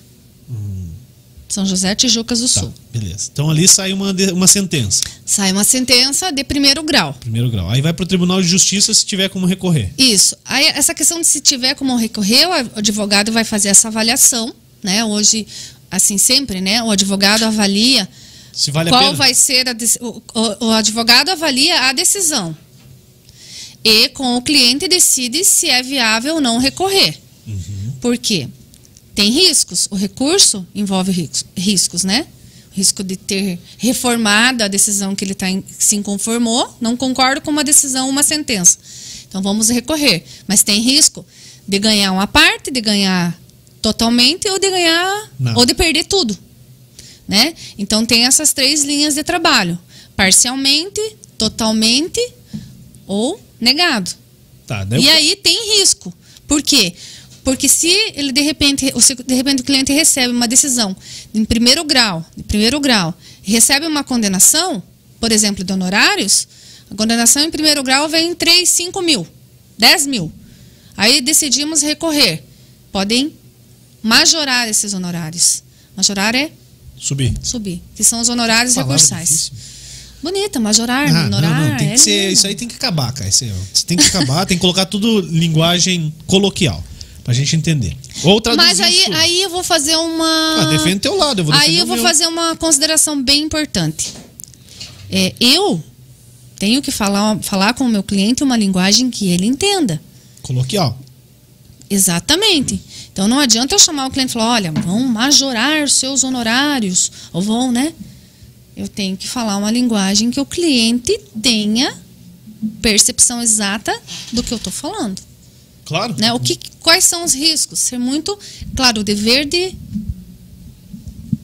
C: São José, Tijucas do
A: Tá,
C: Sul.
A: beleza. Então ali sai uma, de- uma sentença,
C: Sai uma sentença de primeiro grau.
A: primeiro grau. Aí vai pro Tribunal de Justiça se tiver como recorrer.
C: Isso. Aí, essa questão de se tiver como recorrer, o advogado vai fazer essa avaliação, né? Hoje, assim sempre, né? O advogado avalia
A: Se vale a
C: qual
A: pena.
C: vai ser a deci- o, o- o advogado avalia a decisão e com o cliente decide se é viável ou não recorrer. Por quê? Tem riscos. O recurso envolve ris- riscos, né? Risco de ter reformado a decisão que ele tá em- se inconformou. Não concordo com uma decisão, uma sentença. Então vamos recorrer. Mas tem risco de ganhar uma parte, de ganhar totalmente ou de ganhar
A: Nada.
C: ou de perder tudo né? Então tem essas três linhas de trabalho: parcialmente, totalmente ou negado.
A: Tá, daí
C: E
A: o-
C: aí tem risco. Por quê? Porque se ele de repente, o se- de repente o cliente recebe uma decisão em primeiro grau, de primeiro grau, recebe uma condenação, por exemplo, de honorários, a condenação em primeiro grau vem em 3, 5 mil, 10 mil. Aí decidimos recorrer. Podem majorar esses honorários. Majorar é
A: subir.
C: subir, que são os honorários
A: Palavra
C: recursais.
A: difícil.
C: Bonita, majorar,
A: Ah, não,
C: minorar.
A: não, tem que
C: é
A: ser,
C: lindo.
A: isso aí tem que acabar, cara. Isso aí, ó. Isso tem que acabar, tem que colocar tudo linguagem coloquial, pra gente entender. Ou traduzir
C: Mas aí,
A: isso.
C: aí eu vou fazer uma.
A: Ah, defende teu lado, eu vou defender
C: aí eu
A: o
C: vou
A: meu.
C: fazer uma consideração bem importante. É, eu tenho que falar, falar com o meu cliente uma linguagem que ele entenda.
A: Coloquial.
C: Exatamente. Então não adianta eu chamar o cliente e falar, olha, vão majorar os seus honorários, ou vão, né? Eu tenho que falar uma linguagem que o cliente tenha percepção exata do que eu estou falando.
A: Claro.
C: Né? O que, quais são os riscos? Ser muito claro, o dever de,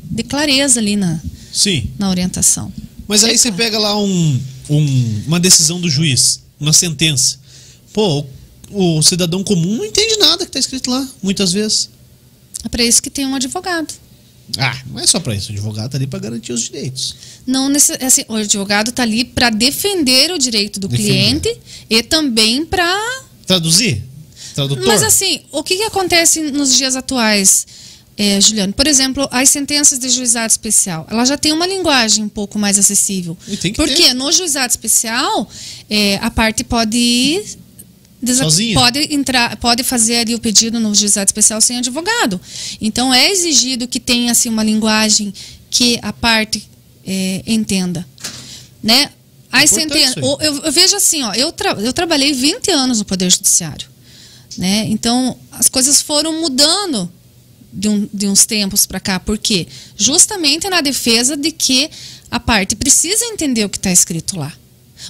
C: de clareza ali na,
A: Sim.
C: na orientação.
A: Mas
C: É
A: aí você pega lá um, um- uma decisão do juiz, uma sentença. Pô, o, o cidadão comum não entende nada que tá escrito lá, muitas vezes.
C: É para isso que tem um advogado.
A: Ah, não é só pra isso. O advogado tá ali pra garantir os direitos.
C: Não nesse, assim, o advogado está ali para defender o direito do
A: Defender.
C: cliente e também para
A: Traduzir? Tradutor?
C: Mas assim, o que, que acontece nos dias atuais, eh, Juliano? Por exemplo, as sentenças de juizado especial, ela já tem uma linguagem um pouco mais acessível.
A: E tem que ter.
C: Porque no juizado especial, eh, a parte pode ir desa-
A: Sozinha.
C: pode entrar, pode fazer ali o pedido no juizado especial sem advogado. Então é exigido que tenha assim uma linguagem que a parte eh, entenda, né? As
A: Importante
C: sentenças,
A: isso aí.
C: o- eu, eu vejo assim, ó, eu, tra- eu trabalhei 20 anos no Poder Judiciário. Né? Então, as coisas foram mudando de, um- de uns tempos para cá. Por quê? Justamente na defesa de que a parte precisa entender o que está escrito lá.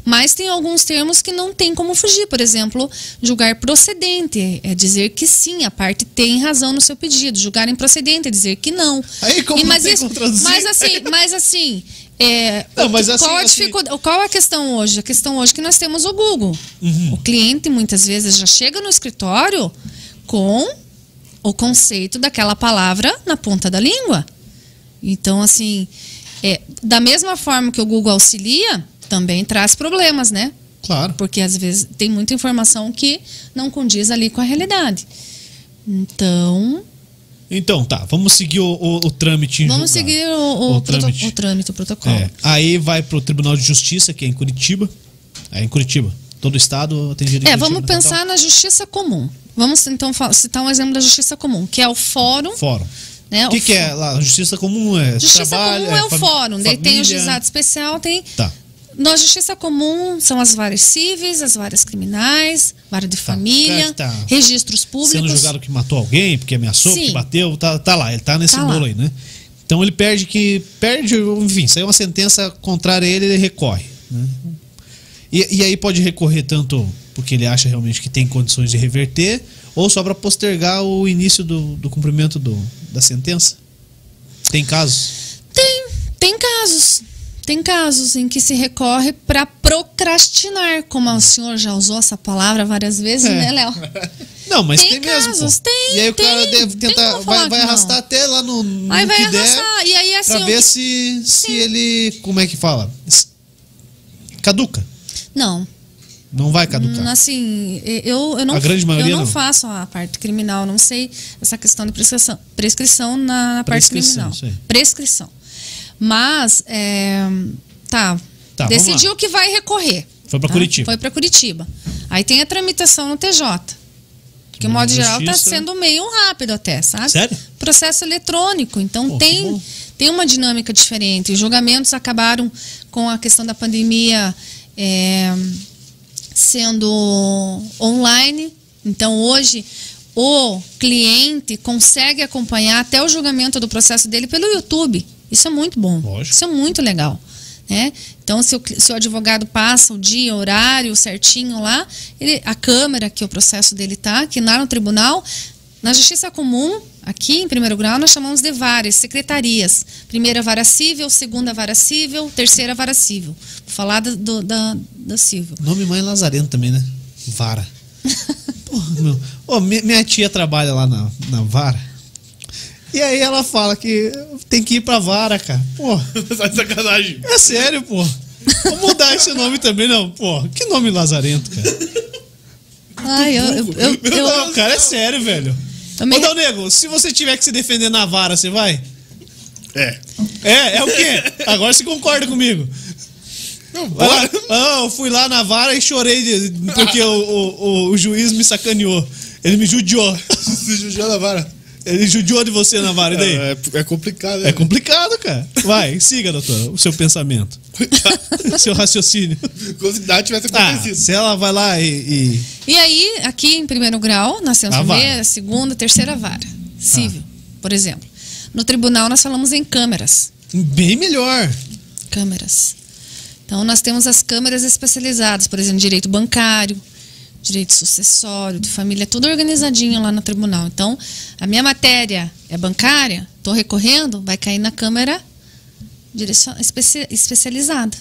C: Mas tem alguns termos que não tem como fugir. Por exemplo, julgar procedente é dizer que sim, a parte tem razão no seu pedido. Julgar improcedente é dizer que não.
A: Aí como
C: E, mas,
A: tem
C: isso-
A: como traduzir?
C: mas assim, mas assim, é,
A: Não, mas assim,
C: qual, a
A: assim-
C: dificuldade- qual a questão hoje? A questão hoje é que nós temos o Google.
A: Uhum.
C: O cliente muitas vezes já chega no escritório com o conceito daquela palavra na ponta da língua. Então, assim, é, da mesma forma que o Google auxilia, também traz problemas, né?
A: Claro.
C: Porque às vezes tem muita informação que não condiz ali com a realidade. Então,
A: Então, tá. Vamos seguir o, o- o trâmite em
C: vamos
A: julgado.
C: seguir o, o
A: O
C: proto-
A: trâmite.
C: o trâmite, o protocolo.
A: É, aí vai pro Tribunal de Justiça, que é em Curitiba. É em Curitiba. Todo estado atendido em
C: É,
A: Curitiba,
C: vamos
A: né?
C: pensar na justiça comum. Vamos então fa- citar um exemplo da justiça comum, que é o fórum.
A: Então, fórum.
C: né,
A: O que,
C: o
A: que é lá? Justiça comum é
C: Justiça
A: trabalho,
C: comum é, o
A: fami-
C: fórum, daí tem
A: família.
C: o juizado especial, tem.
A: Tá.
C: Na justiça comum são as várias cíveis, as várias criminais, vara de família,
A: Tá, tá.
C: registros
A: Sendo
C: públicos.
A: julgado que matou alguém, porque ameaçou,
C: Sim.
A: que bateu, tá, tá lá, ele tá nesse
C: Tá lá.
A: bolo aí, né? Então ele perde que. Perde, enfim, saiu uma sentença contrária a ele, ele recorre. né? E, e aí pode recorrer tanto porque ele acha realmente que tem condições de reverter, ou só para postergar o início do, do cumprimento do, da sentença? Tem casos?
C: Tem, tem casos. Tem casos em que se recorre para procrastinar, como o senhor já usou essa palavra várias vezes,
A: É.
C: né, Léo?
A: Não, mas tem,
C: tem casos,
A: mesmo. pô.
C: tem,
A: E aí o
C: tem,
A: cara deve
C: tem
A: tentar.
C: como falar
A: vai
C: que
A: vai
C: não.
A: arrastar até lá no, no
C: Aí vai
A: que der,
C: arrastar. E aí, assim,
A: pra
C: o
A: ver
C: que-
A: se, se
C: Sim.
A: ele. Como é que fala? S- Caduca.
C: Não,
A: Não vai caducar.
C: Hum, Assim, eu, eu não,
A: Tá. A grande maioria
C: eu não,
A: não.
C: faço a parte criminal, não sei essa questão de prescrição, prescrição na, na parte
A: Prescrição,
C: criminal.
A: isso aí.
C: Prescrição. Mas, é, tá.
A: Tá, vamos
C: Decidiu que vai recorrer.
A: Foi pra
C: tá?
A: Curitiba.
C: Foi para Curitiba. Aí tem a tramitação no TJ. Que, de
A: Na
C: modo geral, está
A: Hum, justiça.
C: sendo meio rápido até, sabe?
A: Sério?
C: Processo eletrônico. Então,
A: Pô, que bom.
C: tem, tem uma dinâmica diferente. Os julgamentos acabaram com a questão da pandemia é, sendo online. Então, hoje, o cliente consegue acompanhar até o julgamento do processo dele pelo YouTube. Isso é muito bom.
A: Lógico.
C: Isso é muito legal. Né? Então, se o, cli- se o advogado passa o dia, o horário certinho lá, ele- a câmera que o processo dele está, que lá no tribunal, na justiça comum, aqui em primeiro grau, nós chamamos de várias, secretarias. Primeira vara cível, segunda vara cível, terceira vara cível. Vou falar do, do- da, da cível.
A: Nome mãe Lazarento também, né? Vara. Porra, meu. Ô, mi- minha tia trabalha lá na, na Vara. E aí ela fala que tem que ir pra Vara, cara. Porra.
B: Sai de sacanagem.
A: É sério, pô. Vou mudar esse nome também, não. Pô, que nome lazarento, cara.
C: Ai, eu, eu, eu, eu,
A: não, cara, é sério, velho.
C: eu me-
A: Ô, Dal Nego, se você tiver que se defender na vara, você vai?
B: É.
A: É, é o quê? Agora você concorda comigo.
B: Não,
A: Vai lá.
B: bora.
A: Ah, eu fui lá na vara e chorei de- porque o, o- o- o juiz me sacaneou. Ele me judiou.
B: Se judiar na vara.
A: Ele judiou de você na vara, e daí?
B: É, é complicado, né?
A: É complicado, cara. Vai, siga, doutora, o seu pensamento. O seu raciocínio.
B: Como se nada tivesse
A: Ah,
B: acontecido.
A: se ela vai lá e- e
C: E aí, aqui em primeiro grau, nós temos
A: A vara. Tá.
C: primeira, segunda, terceira vara cível, por exemplo. No tribunal, nós falamos em câmeras.
A: Bem melhor.
C: câmeras. Então, nós temos as câmeras especializadas, por exemplo, direito bancário, direito sucessório, de família, tudo organizadinho lá no tribunal. Então, a minha matéria é bancária, estou recorrendo, vai cair na câmera direcion- especi- especializada.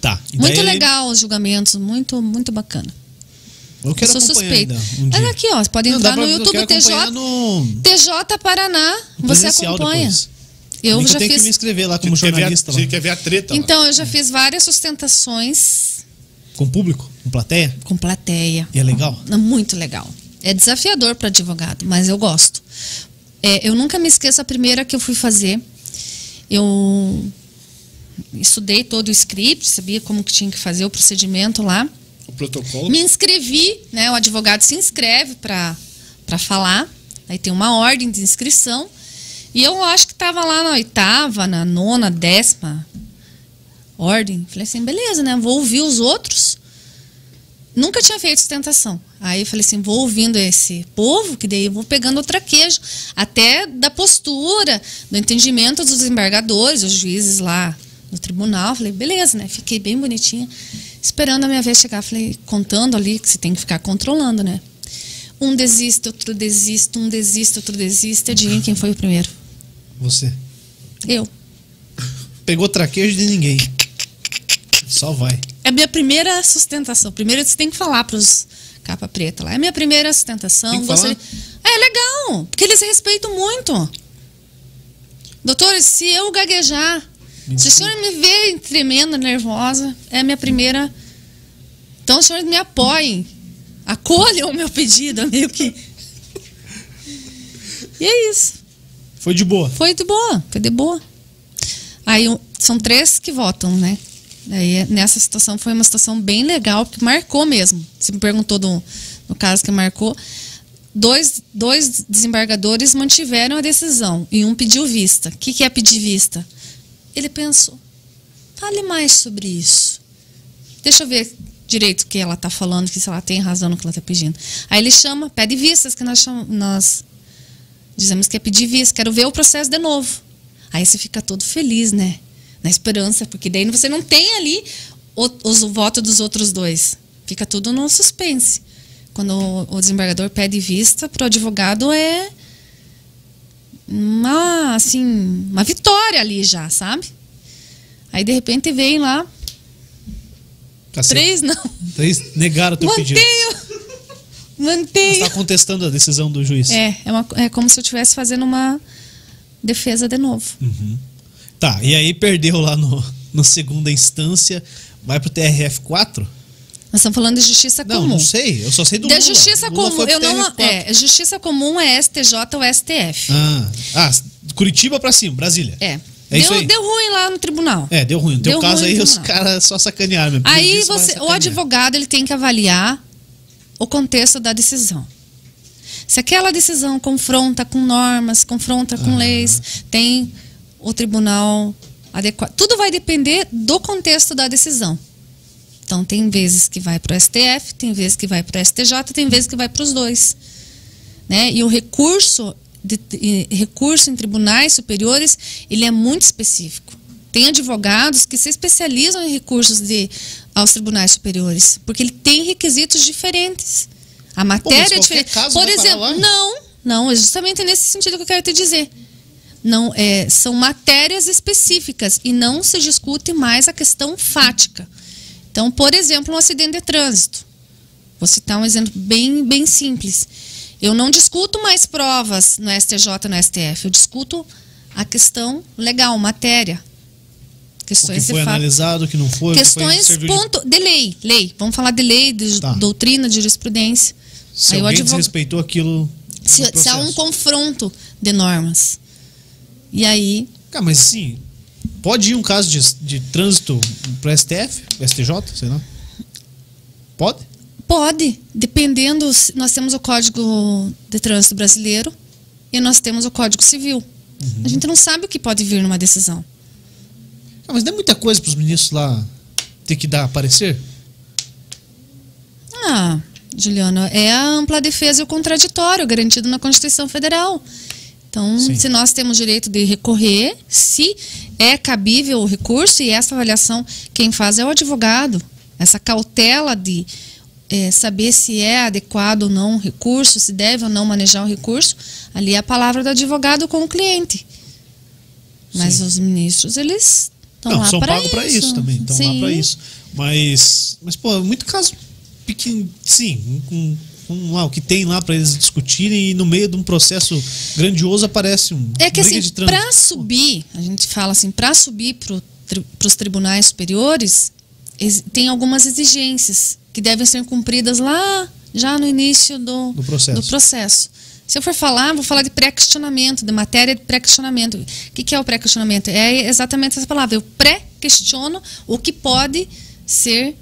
A: Tá. e
C: Muito
A: daí-
C: legal os julgamentos, muito, muito bacana.
A: Eu
C: Eu
A: quero
C: sou
A: acompanhar
C: suspeita.
A: ainda um
C: Mas
A: dia.
C: aqui, ó, você pode
A: Não,
C: entrar
A: dá pra-
C: no
A: eu
C: YouTube
A: quero acompanhar
C: TJ,
A: no- no
C: TJ Paraná, você
A: presencial
C: acompanha.
A: depois.
C: Eu
A: Também que
C: já
A: tenho que me
C: fiz.
A: inscrever lá como
B: Você quer ver a-
A: jornalista. lá.
B: Você quer ver a treta? lá.
C: Então, eu já fiz várias sustentações
A: Com público, com plateia.
C: com plateia.
A: E é legal.
C: É Muito legal. É desafiador para advogado, mas eu gosto. É, eu nunca me esqueço a primeira que eu fui fazer. Eu estudei todo o script, sabia como que tinha que fazer o procedimento lá.
B: O protocolo.
C: Me inscrevi, né? O advogado se inscreve para falar. Aí tem uma ordem de inscrição. E eu acho que estava lá na oitava, na nona, décima ordem. Falei assim, beleza, né? Vou ouvir os outros. Nunca tinha feito sustentação. Aí eu falei assim, vou ouvindo esse povo, que daí eu vou pegando o traquejo. Até da postura, do entendimento dos embargadores, os juízes lá no tribunal. Falei, beleza, né? Fiquei bem bonitinha, esperando a minha vez chegar. Falei, contando ali, que você tem que ficar controlando, né? Um desiste, outro desiste, um desiste, outro desiste. Adivinha quem foi o primeiro?
A: Você
C: Eu.
A: pegou traquejo de ninguém. Só vai.
C: É a minha primeira sustentação. Primeiro você tem que falar para os capa preta lá. É a minha primeira sustentação.
A: Tem que
C: Gostaria- É legal, porque eles respeitam muito. Doutores, se eu gaguejar, se o senhor me ver tremenda, nervosa, é a minha primeira. Então, os senhores me apoiem. Acolham o meu pedido, é meio que. E é isso.
A: Foi de boa.
C: Foi de boa, foi de boa. Aí um- são três que votam, né? Aí nessa situação foi uma situação bem legal, que marcou mesmo. Você me perguntou do, no caso que marcou. Dois, dois desembargadores mantiveram a decisão e um pediu vista. O que, que é pedir vista? Ele pensou, fale mais sobre isso. Deixa eu ver direito o que ela está falando, que se ela tem razão no que ela está pedindo. Aí ele chama, pede vistas, que nós, chama- nós Dizemos que é pedir vista, quero ver o processo de novo. Aí você fica todo feliz, né? Na esperança, porque daí você não tem ali o, os, o voto dos outros dois. Fica tudo no suspense. Quando o, o desembargador pede vista para o advogado é uma, assim, uma vitória ali já, sabe? Aí de repente vem lá,
A: Cacete.
C: três não,
A: Três Tá negaram teu pedido.
C: mantenho, Mantenha.
A: Está contestando a decisão do juiz.
C: É, é, uma- é como se eu estivesse fazendo uma defesa de novo.
A: Tá, e aí perdeu lá no, no segunda instância, vai pro TRF4?
C: Nós estamos falando de justiça
A: Não,
C: comum.
A: não sei, eu só sei do
C: Da
A: Lula.
C: justiça
A: Lula
C: comum,
A: foi pro
C: eu não.
A: TRF4.
C: É, justiça comum é STJ ou STF.
A: Ah, ah, Curitiba pra cima, Brasília.
C: É.
A: É isso
C: deu,
A: aí.
C: deu ruim lá no tribunal.
A: É, deu ruim. No teu
C: Deu
A: caso
C: ruim,
A: aí,
C: então
A: os
C: não.
A: caras só sacanearam mesmo. Podia
C: Aí
A: disso, mas
C: você, o
A: sacanearam.
C: advogado ele tem que avaliar o contexto da decisão. Se aquela decisão confronta com normas, confronta
A: Ah.
C: com leis, tem o tribunal adequado. Tudo vai depender do contexto da decisão. Então tem vezes que vai para o STF, tem vezes que vai para o STJ, tem vezes que vai para os dois. Né? E o recurso de, e recurso em tribunais superiores ele é muito específico. Tem advogados que se especializam em recursos de aos tribunais superiores, porque ele tem requisitos diferentes. A matéria é
A: qualquer
C: diferente.
A: caso
C: Por
A: vai parar lá?
C: exemplo, não, não, é justamente nesse sentido que eu quero te dizer. Não, é, são matérias específicas e não se discute mais a questão fática. Então, por exemplo, um acidente de trânsito. Vou citar um exemplo bem, bem simples. Eu não discuto mais provas no STJ, no STF. Eu discuto a questão legal, matéria.
A: O que
C: Questões de
A: foi
C: fato.
A: analisado, o que não foi. o que foi,
C: Questões
A: serviu de-
C: ponto de... lei, lei. Vamos falar de lei, de
A: Tá.
C: doutrina, de jurisprudência.
A: Se
C: Aí o
A: alguém
C: advogado-
A: desrespeitou aquilo. no
C: Se, se há
A: processo.
C: um confronto de normas. E aí,
A: Cara, mas assim, pode ir um caso de, de trânsito pro STF, STJ, sei lá. Pode?
C: Pode, dependendo. se- Nós temos o Código de Trânsito Brasileiro e nós temos o Código Civil. A gente não sabe o que pode vir numa decisão.
A: Ah, mas não é muita coisa pros ministros lá ter que dar parecer?
C: Ah, Juliana, é a ampla defesa e o contraditório garantido na Constituição Federal. Então,
A: Sim.
C: se nós temos direito de recorrer, se é cabível o recurso, e essa avaliação quem faz é o advogado. Essa cautela de eh, saber se é adequado ou não o recurso, se deve ou não manejar o recurso, ali é a palavra do advogado com o cliente. Mas os ministros, eles estão
A: não,
C: lá
A: são
C: para
A: pagos
C: isso.
A: pra isso também. Estão lá
C: Sim.
A: pra isso. Mas, mas pô, é muito caso pequeno. Sim, com, com lá, o que tem lá pra eles discutirem e no meio de um processo grandioso aparece um.
C: É que
A: briga
C: assim,
A: de trânsito.
C: para subir, a gente fala assim, para subir para os tribunais superiores, ex- tem algumas exigências que devem ser cumpridas lá, já no início do,
A: Do processo.
C: processo. Se eu for falar, vou falar de pré-questionamento, de matéria de pré-questionamento. O que, que é o pré-questionamento? É exatamente essa palavra. Eu pré-questiono o que pode ser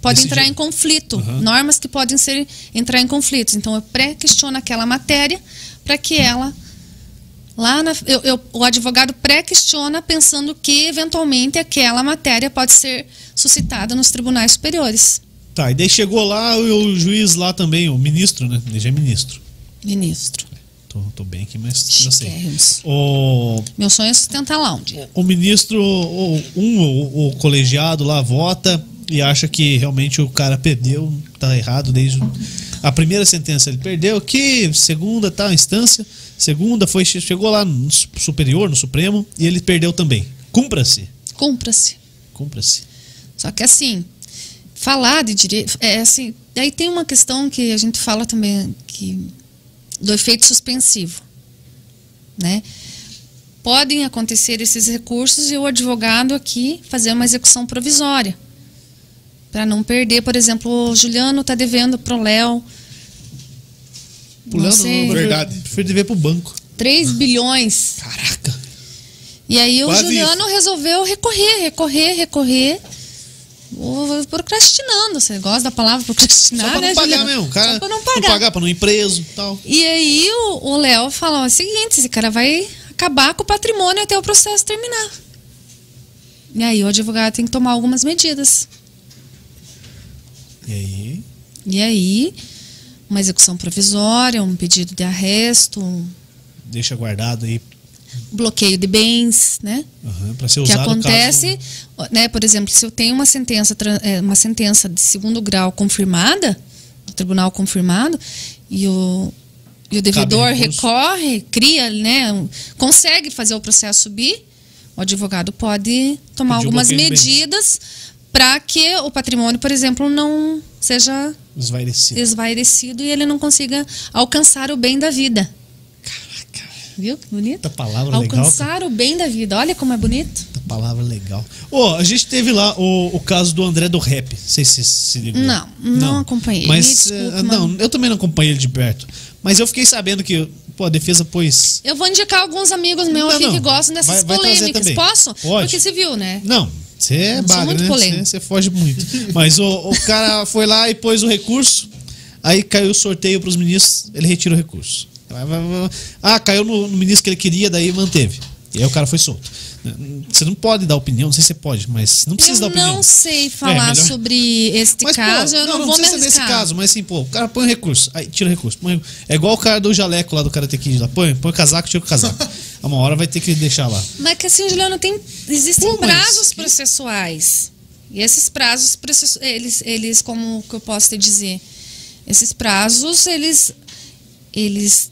C: pode
A: Decidido.
C: entrar em conflito,
A: Aham.
C: normas que podem ser entrar em conflitos. Então eu pré-questiono aquela matéria para que ela lá na, eu, eu- o advogado pré-questiona pensando que eventualmente aquela matéria pode ser suscitada nos tribunais superiores.
A: Tá, e daí chegou lá o, o juiz lá também, o ministro, né? Ele já é ministro. é
C: Ministro,
A: Tô, tô bem aqui, mas já sei.
C: chiquérrimos.
A: O,
C: Meu sonho é sustentar lounge.
A: o ministro, o, um, o, o colegiado lá vota e acha que realmente o cara perdeu, tá errado desde o- a primeira sentença ele perdeu, que segunda tal instância, segunda foi chegou lá no su- superior, no Supremo e ele perdeu também. Cumpra-se,
C: Cumpra-se.
A: cumpra-se.
C: Só que assim, falar de direito. É assim. Daí tem uma questão que a gente fala também que, do efeito suspensivo. Né? Podem acontecer esses recursos e o advogado aqui fazer uma execução provisória. Para não perder, por exemplo, o Juliano está devendo pro Léo. Não
A: Leandro,
C: sei,
A: eu prefiro-
B: Verdade.
A: Prefiro dever pro banco.
C: 3 bilhões.
A: Caraca.
C: E aí
B: Quase
C: o Juliano resolveu recorrer, recorrer, recorrer. O- Procrastinando, você gosta da palavra procrastinar,
A: Só pra
C: né,
A: não pagar
C: Juliano?
A: mesmo, cara.
C: Só pra não pagar.
A: pra não ir preso e tal.
C: E aí o- o Léo falou é o seguinte, esse cara vai acabar com o patrimônio até o processo terminar. E aí o advogado tem que tomar algumas medidas.
A: E aí?
C: E aí, uma execução provisória, um pedido de arresto, um
A: deixa guardado aí
C: bloqueio de bens, né?
A: aham, pra ser
C: que
A: usado.
C: acontece, né, por exemplo, se eu tenho uma sentença, tran- eh, uma sentença de segundo grau confirmada, do tribunal confirmado, e o, e o devedor
A: recurso.
C: recorre, cria, né, um- consegue fazer o processo subir, o advogado pode tomar
A: Pedir o
C: algumas
A: bloqueio de bens.
C: medidas para que o patrimônio, por exemplo, não seja
A: Esvairecido.
C: esvairecido e ele não consiga alcançar o bem da vida.
A: Caraca,
C: Viu que bonito?
A: Puta palavra legal,
C: alcançar o bem da vida. Olha como é bonito.
A: puta palavra legal. Ô, a gente teve lá o, o caso do André do Rap. Não sei se você se ligou.
C: Não, não acompanhei. Me
A: Mas,
C: desculpa,
A: eh, não, eu também não acompanhei ele de perto. Mas eu fiquei sabendo que, pô, a defesa pôs.
C: Eu vou indicar alguns amigos meus
A: Não,
C: aqui
A: não.
C: que gostam dessas
A: Vai- vai trazer
C: polêmicas.
A: também.
C: Posso?
A: Pode.
C: Porque você viu, né?
A: Não, você é
C: sou
A: baga,
C: muito
A: né?
C: polêmica.
A: Você, você foge muito. Mas o, o cara foi lá e pôs o recurso, aí caiu o sorteio pros ministros, ele retira o recurso. Ah, caiu no, no ministro que ele queria, daí manteve. E aí o cara foi solto. Você não pode dar opinião, não sei se você pode, mas não precisa
C: eu
A: dar opinião. É,
C: não sei
A: melhor.
C: falar sobre este
A: Mas, pô,
C: caso, eu não,
A: não
C: vou me
A: precisa ser
C: arriscar.
A: nesse caso, mas assim, pô, o cara põe o recurso, aí tira o recurso. põe o recurso. É igual o cara do jaleco lá do Karate Kid lá. Põe, põe o casaco, tira o casaco. A uma hora vai ter que deixar lá.
C: Mas que assim, Juliano, tem, existem
A: Pô, mas
C: prazos
A: que-
C: processuais. E esses prazos, processu- eles, eles, como que eu posso te dizer? Esses prazos, eles. Eles.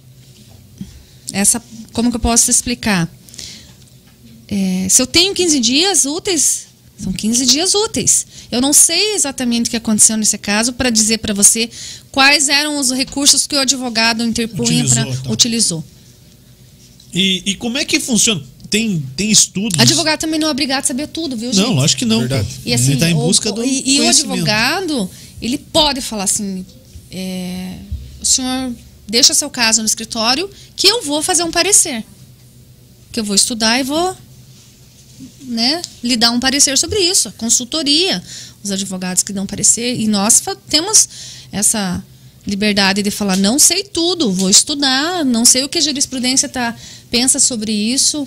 C: Essa, como que eu posso te explicar? É, se eu tenho 15 dias úteis, são 15 dias úteis. Eu não sei exatamente o que aconteceu nesse caso para dizer para você quais eram os recursos que o advogado interpunha
A: Utilizou,
C: para
A: então.
C: utilizou.
A: E, e como é que funciona? Tem, tem estudos.
C: Advogado também não é obrigado a saber tudo, viu, gente?
A: Não, lógico que não.
B: Verdade.
A: pô.
C: E assim,
A: ele tá em
C: o-
A: busca do
C: e, e o
A: conhecimento.
C: advogado, ele pode falar assim: é, o senhor deixa seu caso no escritório que eu vou fazer um parecer. Que eu vou estudar e vou né, lhe dar um parecer sobre isso. A consultoria, os advogados que dão parecer. E nós fa- temos essa liberdade de falar: não sei tudo, vou estudar, não sei o que a jurisprudência tá, pensa sobre isso.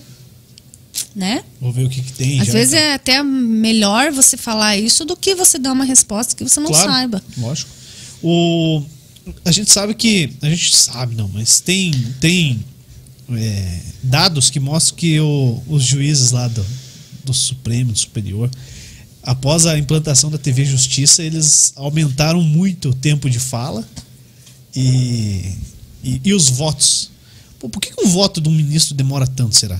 C: Né?
A: Vou ver o que, que tem.
C: Às
A: já,
C: vezes
A: então.
C: é até melhor você falar isso do que você dar uma resposta que você não
A: Claro,
C: saiba.
A: Lógico. O, a gente sabe que. A gente sabe, não, mas tem, tem é, dados que mostram que o- os juízes lá do, do Supremo, do Superior, após a implantação da TV Justiça, eles aumentaram muito o tempo de fala e, e, e os votos. Pô, por que, que um voto de um ministro demora tanto, será?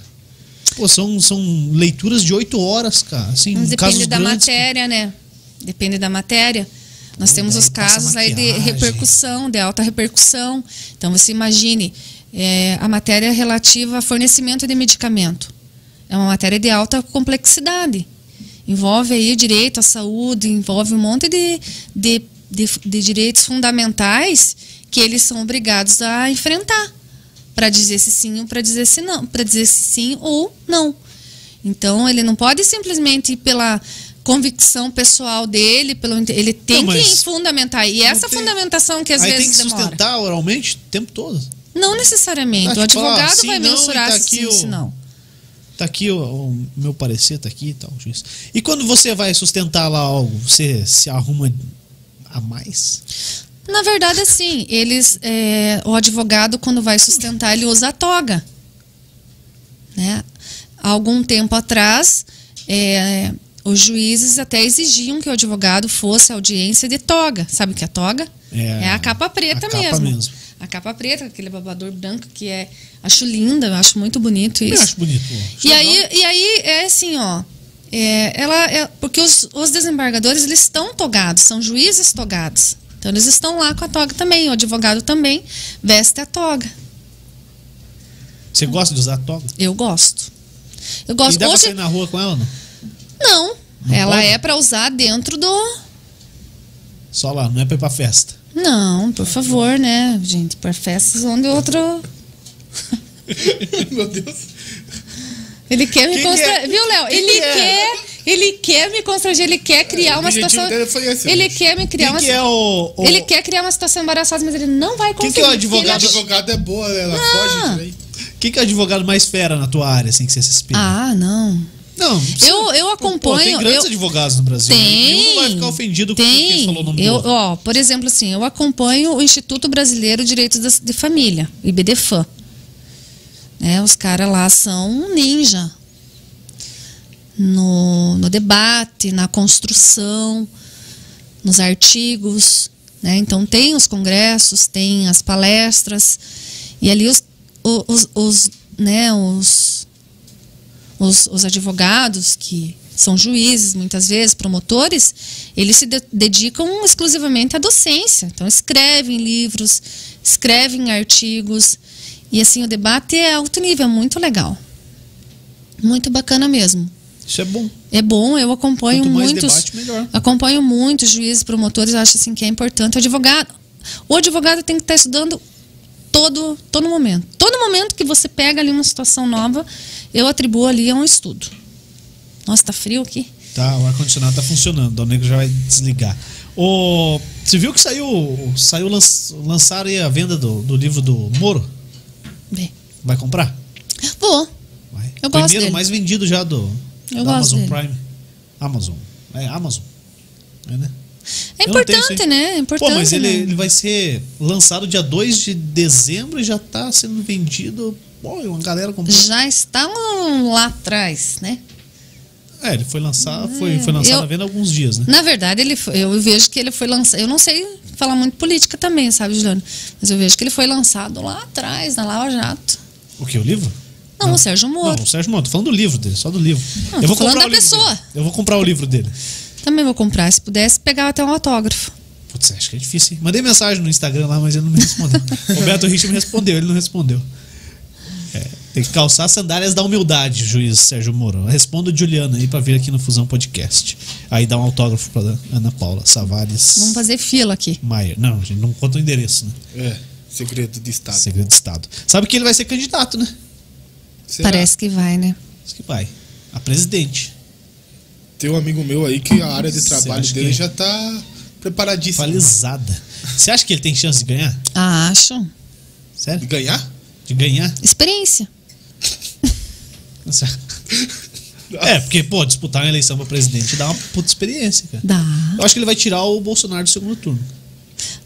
A: Pô, são, são leituras de oito horas, cara. Assim,
C: Mas
A: casos
C: depende da
A: grandes que-
C: matéria, né? Depende da matéria. Nós
A: Pô,
C: temos
A: daí
C: os
A: passa
C: casos aí de
A: maquiagem.
C: repercussão, de alta repercussão. Então você imagine é, a matéria relativa a fornecimento de medicamento. É uma matéria de alta complexidade. Envolve aí direito à saúde, envolve um monte de, de, de, de direitos fundamentais que eles são obrigados a enfrentar para dizer se sim ou para dizer se não, para dizer se sim ou não. Então ele não pode simplesmente ir pela convicção pessoal dele, pelo inte- ele tem
A: Não,
C: que
A: mas-
C: fundamentar. E essa
A: tem-
C: fundamentação que às
A: Aí tem
C: vezes
A: que
C: demora.
A: sustentar oralmente o tempo todo.
C: Não necessariamente.
A: Ah,
C: o
A: tipo, ah,
C: advogado
A: sim,
C: vai
A: não, e
C: mensurar
A: tá
C: se
A: aqui
C: sim ou
A: o-
C: se não.
A: Tá aqui o, o meu parecer, tá aqui e tal, juiz. E quando você vai sustentar lá algo, você se arruma a mais?
C: Na verdade, assim, eles. é, o advogado, quando vai sustentar, ele usa a toga. Né? Há algum tempo atrás, é, os juízes até exigiam que o advogado fosse à audiência de toga. Sabe o que é toga?
A: É,
C: a capa preta
A: a capa
C: mesmo.
A: mesmo.
C: A capa preta, aquele babador branco que é. Acho linda, eu acho muito bonito isso.
A: é Eu acho bonito. ó.
C: E aí, e aí é assim, ó. é, ela é- porque os, os desembargadores eles estão togados, são juízes togados. Então eles estão lá com a toga também. O advogado também veste a toga.
A: Você gosta de usar toga?
C: Eu gosto. Eu
A: E
C: gosto.
A: dá pra
C: Hoje
A: sair na rua com ela, não?
C: não.
A: Não
C: ela
A: pode?
C: é para usar dentro do.
A: Só lá, não é pra ir pra festa.
C: Não, por favor, né, gente? Para festas onde o outro.
B: Meu Deus.
C: Ele quer me
A: Que que é?
C: constranger. Viu, Léo?
A: Que
C: Ele
A: que é?
C: quer. Ele quer me constranger, ele quer criar
B: O
C: uma
B: objetivo
C: situação.
B: dele foi esse,
C: ele
B: gente.
C: quer me criar
A: Quem
C: uma
A: que é o... o-
C: Ele quer criar uma situação embaraçosa, mas ele não vai
A: Quem
C: conseguir.
A: que é o
C: porque ele
B: O
A: advogado?
C: acha-
B: advogado é boa, ela
C: Ah.
B: foge também.
A: Quem que é o advogado mais fera na tua área, assim, que você se inspira?
C: Ah, não.
A: não. não precisa-
C: Eu, eu
A: Pô,
C: acompanho.
A: tem grandes
C: eu...
A: advogados no Brasil. né? Nenhum vai ficar ofendido com
C: tem.
A: quem falou o nome do
C: eu,
A: outro.
C: ó, Por exemplo, assim, eu acompanho o Instituto Brasileiro de Direitos das- de Família, o IBDFAM. Né, os caras lá são um ninja. No, no debate, na construção, nos artigos. Né? Então, tem os congressos, tem as palestras. E ali os, o- os, os, né, os, os, os advogados que são juízes, muitas vezes, promotores, eles se de- dedicam exclusivamente à docência. Então, escrevem livros, escrevem artigos. E, assim, o debate é alto nível, é muito legal. Muito bacana mesmo.
A: Isso é bom.
C: É bom, eu acompanho
A: Quanto mais
C: muitos.
A: debate, melhor.
C: Acompanho muitos juízes, promotores, eu acho assim que é importante o advogado. O advogado tem que estar estudando todo todo momento. Todo momento que você pega ali uma situação nova, eu atribuo ali a um estudo. Nossa, tá frio aqui.
A: Tá, o ar-condicionado tá funcionando, o nego já vai desligar. Ô, você viu que saiu. Saiu lan- lançaram aí a venda do, do livro do Moro?
C: Bem,
A: Vai comprar?
C: vou. É
A: Vai.
C: Eu gosto
A: Primeiro
C: dele.
A: mais vendido já do, da
C: Eu gosto
A: Amazon
C: dele.
A: Prime. Amazon. É Amazon. É, né?
C: É
A: Eu não tenho isso
C: importante,
A: aí.
C: né? É importante.
A: Pô, mas ele,
C: né?
A: ele vai ser lançado dia 2 de dezembro e já tá sendo vendido. Pô, e uma galera comprou.
C: já estavam lá atrás, né?
A: É, ele foi lançado, foi, foi lançado
C: Hum. eu-
A: à venda há alguns dias, né?
C: Na verdade, ele foi- eu vejo que ele foi lançado. Eu não sei falar muito política também, sabe, Juliano? Mas eu vejo que ele foi lançado lá atrás, na Lava Jato.
A: O que? O livro?
C: Não, o Sérgio Moro.
A: Não, o Sérgio Moro, tô falando do livro dele, só do livro.
C: Não, Ah, tô falando da
A: o livro
C: pessoa.
A: dele. Eu vou comprar o livro dele.
C: Também vou comprar. Se pudesse, pegava até um autógrafo.
A: Putz, acho que é difícil, hein? Mandei mensagem no Instagram lá, mas ele não me respondeu. Roberto Rich me respondeu, ele não respondeu. É, tem que calçar sandálias da humildade, juiz Sérgio Moro. Responda o Juliana aí pra vir aqui no Fusão Podcast. Aí dá um autógrafo pra Ana Paula Savares.
C: Vamos fazer fila aqui.
A: Maier. Não, a gente não conta o endereço, né?
B: É, segredo de Estado.
A: Segredo de Estado. Sabe que ele vai ser candidato, né?
B: Será?
C: Parece que vai, né?
A: Diz que vai. A presidente.
B: Tem um amigo meu aí que a área de
A: Você
B: trabalho
A: acha
B: dele
A: que-
B: já tá preparadíssima.
A: Falizada. Você acha que ele tem chance de ganhar?
C: Ah, acho.
B: De
A: Sério?
B: ganhar?
A: De ganhar?
C: Experiência.
A: Nossa. Tá É, porque, pô, disputar uma eleição pra presidente dá uma puta experiência, cara.
C: Dá.
A: Eu acho que ele vai tirar o Bolsonaro do segundo turno.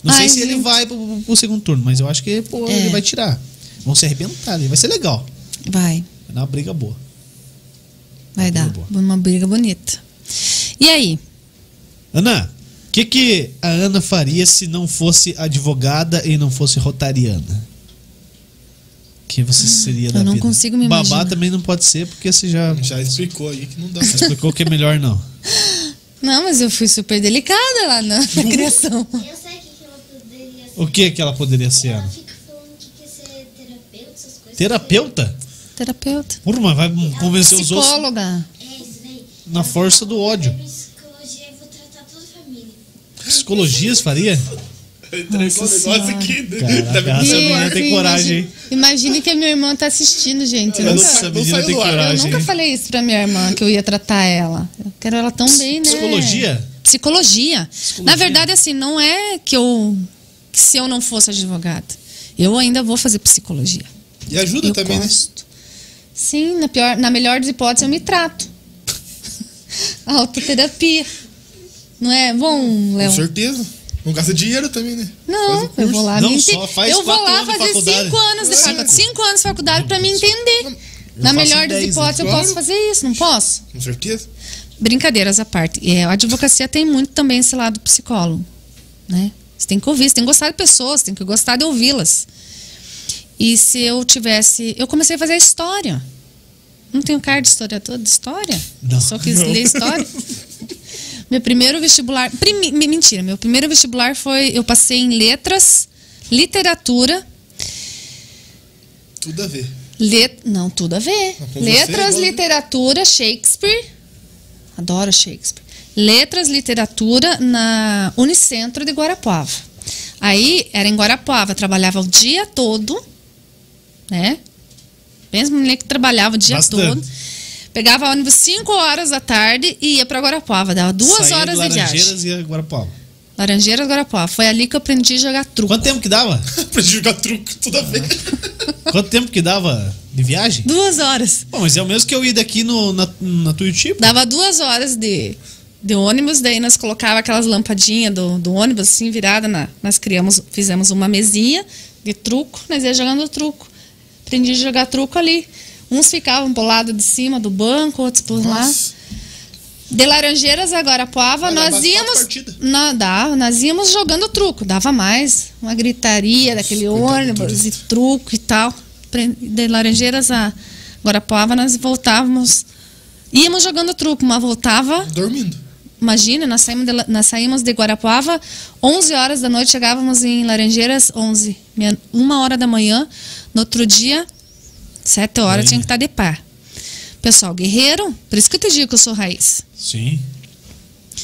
A: Não
C: Ai,
A: sei se ele
C: gente.
A: vai pro, pro- pro segundo turno, mas eu acho que, pô,
C: É.
A: ele vai tirar. Vão se arrebentar ali. Vai ser legal.
C: Vai.
A: Vai dar uma briga boa.
C: Vai
A: Uma
C: dar.
A: briga
C: Uma briga bonita. E aí?
A: Ana, o que, que a Ana faria se não fosse advogada e não fosse rotariana? Que você seria da
C: Ah, eu não
A: vida?
C: consigo me
A: Babá
C: imaginar.
A: também não pode ser, porque você já
B: Já explicou aí que não dá.
A: explicou que é melhor não.
C: Não, mas eu fui super delicada lá na,
A: Uhum.
C: na criação.
D: Eu sei o que que ela poderia ser.
A: O que é que ela poderia ser,
D: Ela
A: Ana?
D: fica falando que quer ser terapeuta, essas coisas.
A: Terapeuta?
C: Terapeuta.
A: Urma, vai convencer os outros
C: Psicóloga.
D: É isso daí.
A: na força do
D: Eu
A: ódio.
D: vou psicologia e vou tratar toda a família.
A: Psicologias faria?
B: Entregou o
C: Nossa
B: negócio
C: senhora.
B: aqui. né?
A: Caraca,
B: Tá
A: essa mulher
B: vendo?
C: E,
A: Ah, tem
C: assim,
A: coragem, hein?
C: Imagine, imagine que a minha irmã tá assistindo, gente. Eu
B: Ela
C: nunca-
A: Essa
B: não
A: menina
B: saiu
A: tem
B: do ar. Eu
C: Eu
A: coragem.
C: nunca
A: hein?
C: falei isso pra minha irmã, que eu ia tratar ela. Eu quero ela tão bem, né?
A: Psicologia?
C: Psicologia. Na verdade, assim, não é que eu. que se eu não fosse advogada, eu ainda vou fazer psicologia.
B: E ajuda
C: eu
B: também, né?
C: gosto. Sim, na, pior, na melhor das hipóteses, eu me trato. Autoterapia. Não é bom,
B: Com
C: Léo?
B: certeza. Não gasta dinheiro também, né? Faz
C: Não,
B: o curso.
C: eu vou lá
A: Não,
C: me
A: só faz
C: Eu vou
A: quatro
C: lá
A: anos de
C: fazer
A: faculdade.
C: cinco anos de
B: Cinco.
C: faculdade, cinco anos de faculdade pra me entender.
A: Eu
C: Na
A: faço
C: melhor das
A: dez, né?
C: hipóteses, eu
B: Claro.
C: posso fazer isso, não posso?
B: Com certeza.
C: Brincadeiras à parte. É, a advocacia tem muito também esse lado psicólogo. Né? Você tem que ouvir, você tem que gostar de pessoas, você tem que gostar de ouvi-las. E se eu tivesse. Eu comecei a fazer história. Não tenho cara de historiador de história?
A: Não.
C: Só quis
A: Não.
C: ler história. meu primeiro vestibular. primi- me- mentira, meu primeiro vestibular foi. Eu passei em letras, literatura.
B: Tudo a ver.
C: Let... Não, tudo a ver.
B: Mas com você é
C: Letras,
B: igual, né?
C: literatura, Shakespeare. Adoro Shakespeare. Letras, literatura na Unicentro de Guarapuava. Aí era em Guarapuava, trabalhava o dia todo, né? Mesmo menina que trabalhava o dia
A: Bastante.
C: todo. Pegava ônibus 5 horas da tarde e ia para Guarapuava, dava duas
A: Saía
C: horas
A: de
C: de viagem.
A: Laranjeiras e agora Paulo.
C: Laranjeiras, Guarapuava. Foi ali que eu aprendi a jogar truco.
A: Quanto tempo que dava?
B: pra jogar truco, tudo a ver.
A: Quanto tempo que dava de viagem?
C: Duas horas.
A: Bom, mas é o mesmo que eu ir daqui no, na, na
B: Tipo,
A: Tuiuti, pô.
C: Dava duas horas de, de ônibus, daí nós colocava aquelas lampadinhas do, do ônibus, assim, virada na. Nós criamos, fizemos uma mesinha de truco, nós ia jogando truco. Aprendi a jogar truco ali. Uns ficavam pro lado de cima do banco, outros por lá.
B: Nossa.
C: De Laranjeiras agora Poava,
B: Olha,
C: nós
B: bate quatro
C: íamos.
B: partidas.
C: Não, dava, nós íamos jogando truco, dava mais. Uma gritaria daquele
B: coitado do
C: ônibus e
B: turista.
C: truco e tal. Pre- De Laranjeiras a Guarapuava, nós voltávamos Íamos jogando truco, mas voltava
B: É. Dormindo.
C: Imagina, nós saímos, de, La- nós saímos de Guarapuava 11 horas da noite, chegávamos em Laranjeiras 11, meia- uma hora da manhã. No outro dia, 7 horas, tinha que estar de pé. Pessoal, guerreiro, por isso que eu te digo que eu sou raiz.
A: Sim.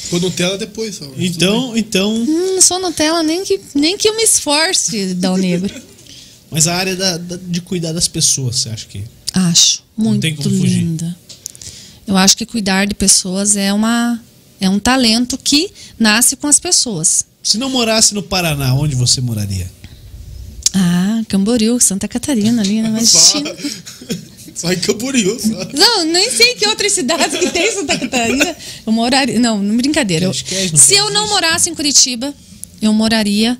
B: Com Nutella depois, só.
A: Então, então.
C: Hum, não sou Nutella, nem que, nem que eu me esforce, Dal Negro.
A: Mas a área da- da- de cuidar das pessoas, você acha que.
C: Acho muito
A: tem como fugir.
C: linda. Eu acho que cuidar de pessoas é, uma, é um talento que nasce com as pessoas.
A: Se não morasse no Paraná, onde você moraria?
C: Ah, Camboriú, Santa Catarina ali, né?
B: Só,
C: imagina.
B: só em Camboriú, só.
C: Não, nem sei que outra cidade que tem Santa Catarina. Eu moraria. Não, não, brincadeira. Eu-
A: Esquece, não
C: se
A: faz
C: eu não morasse em Curitiba, eu moraria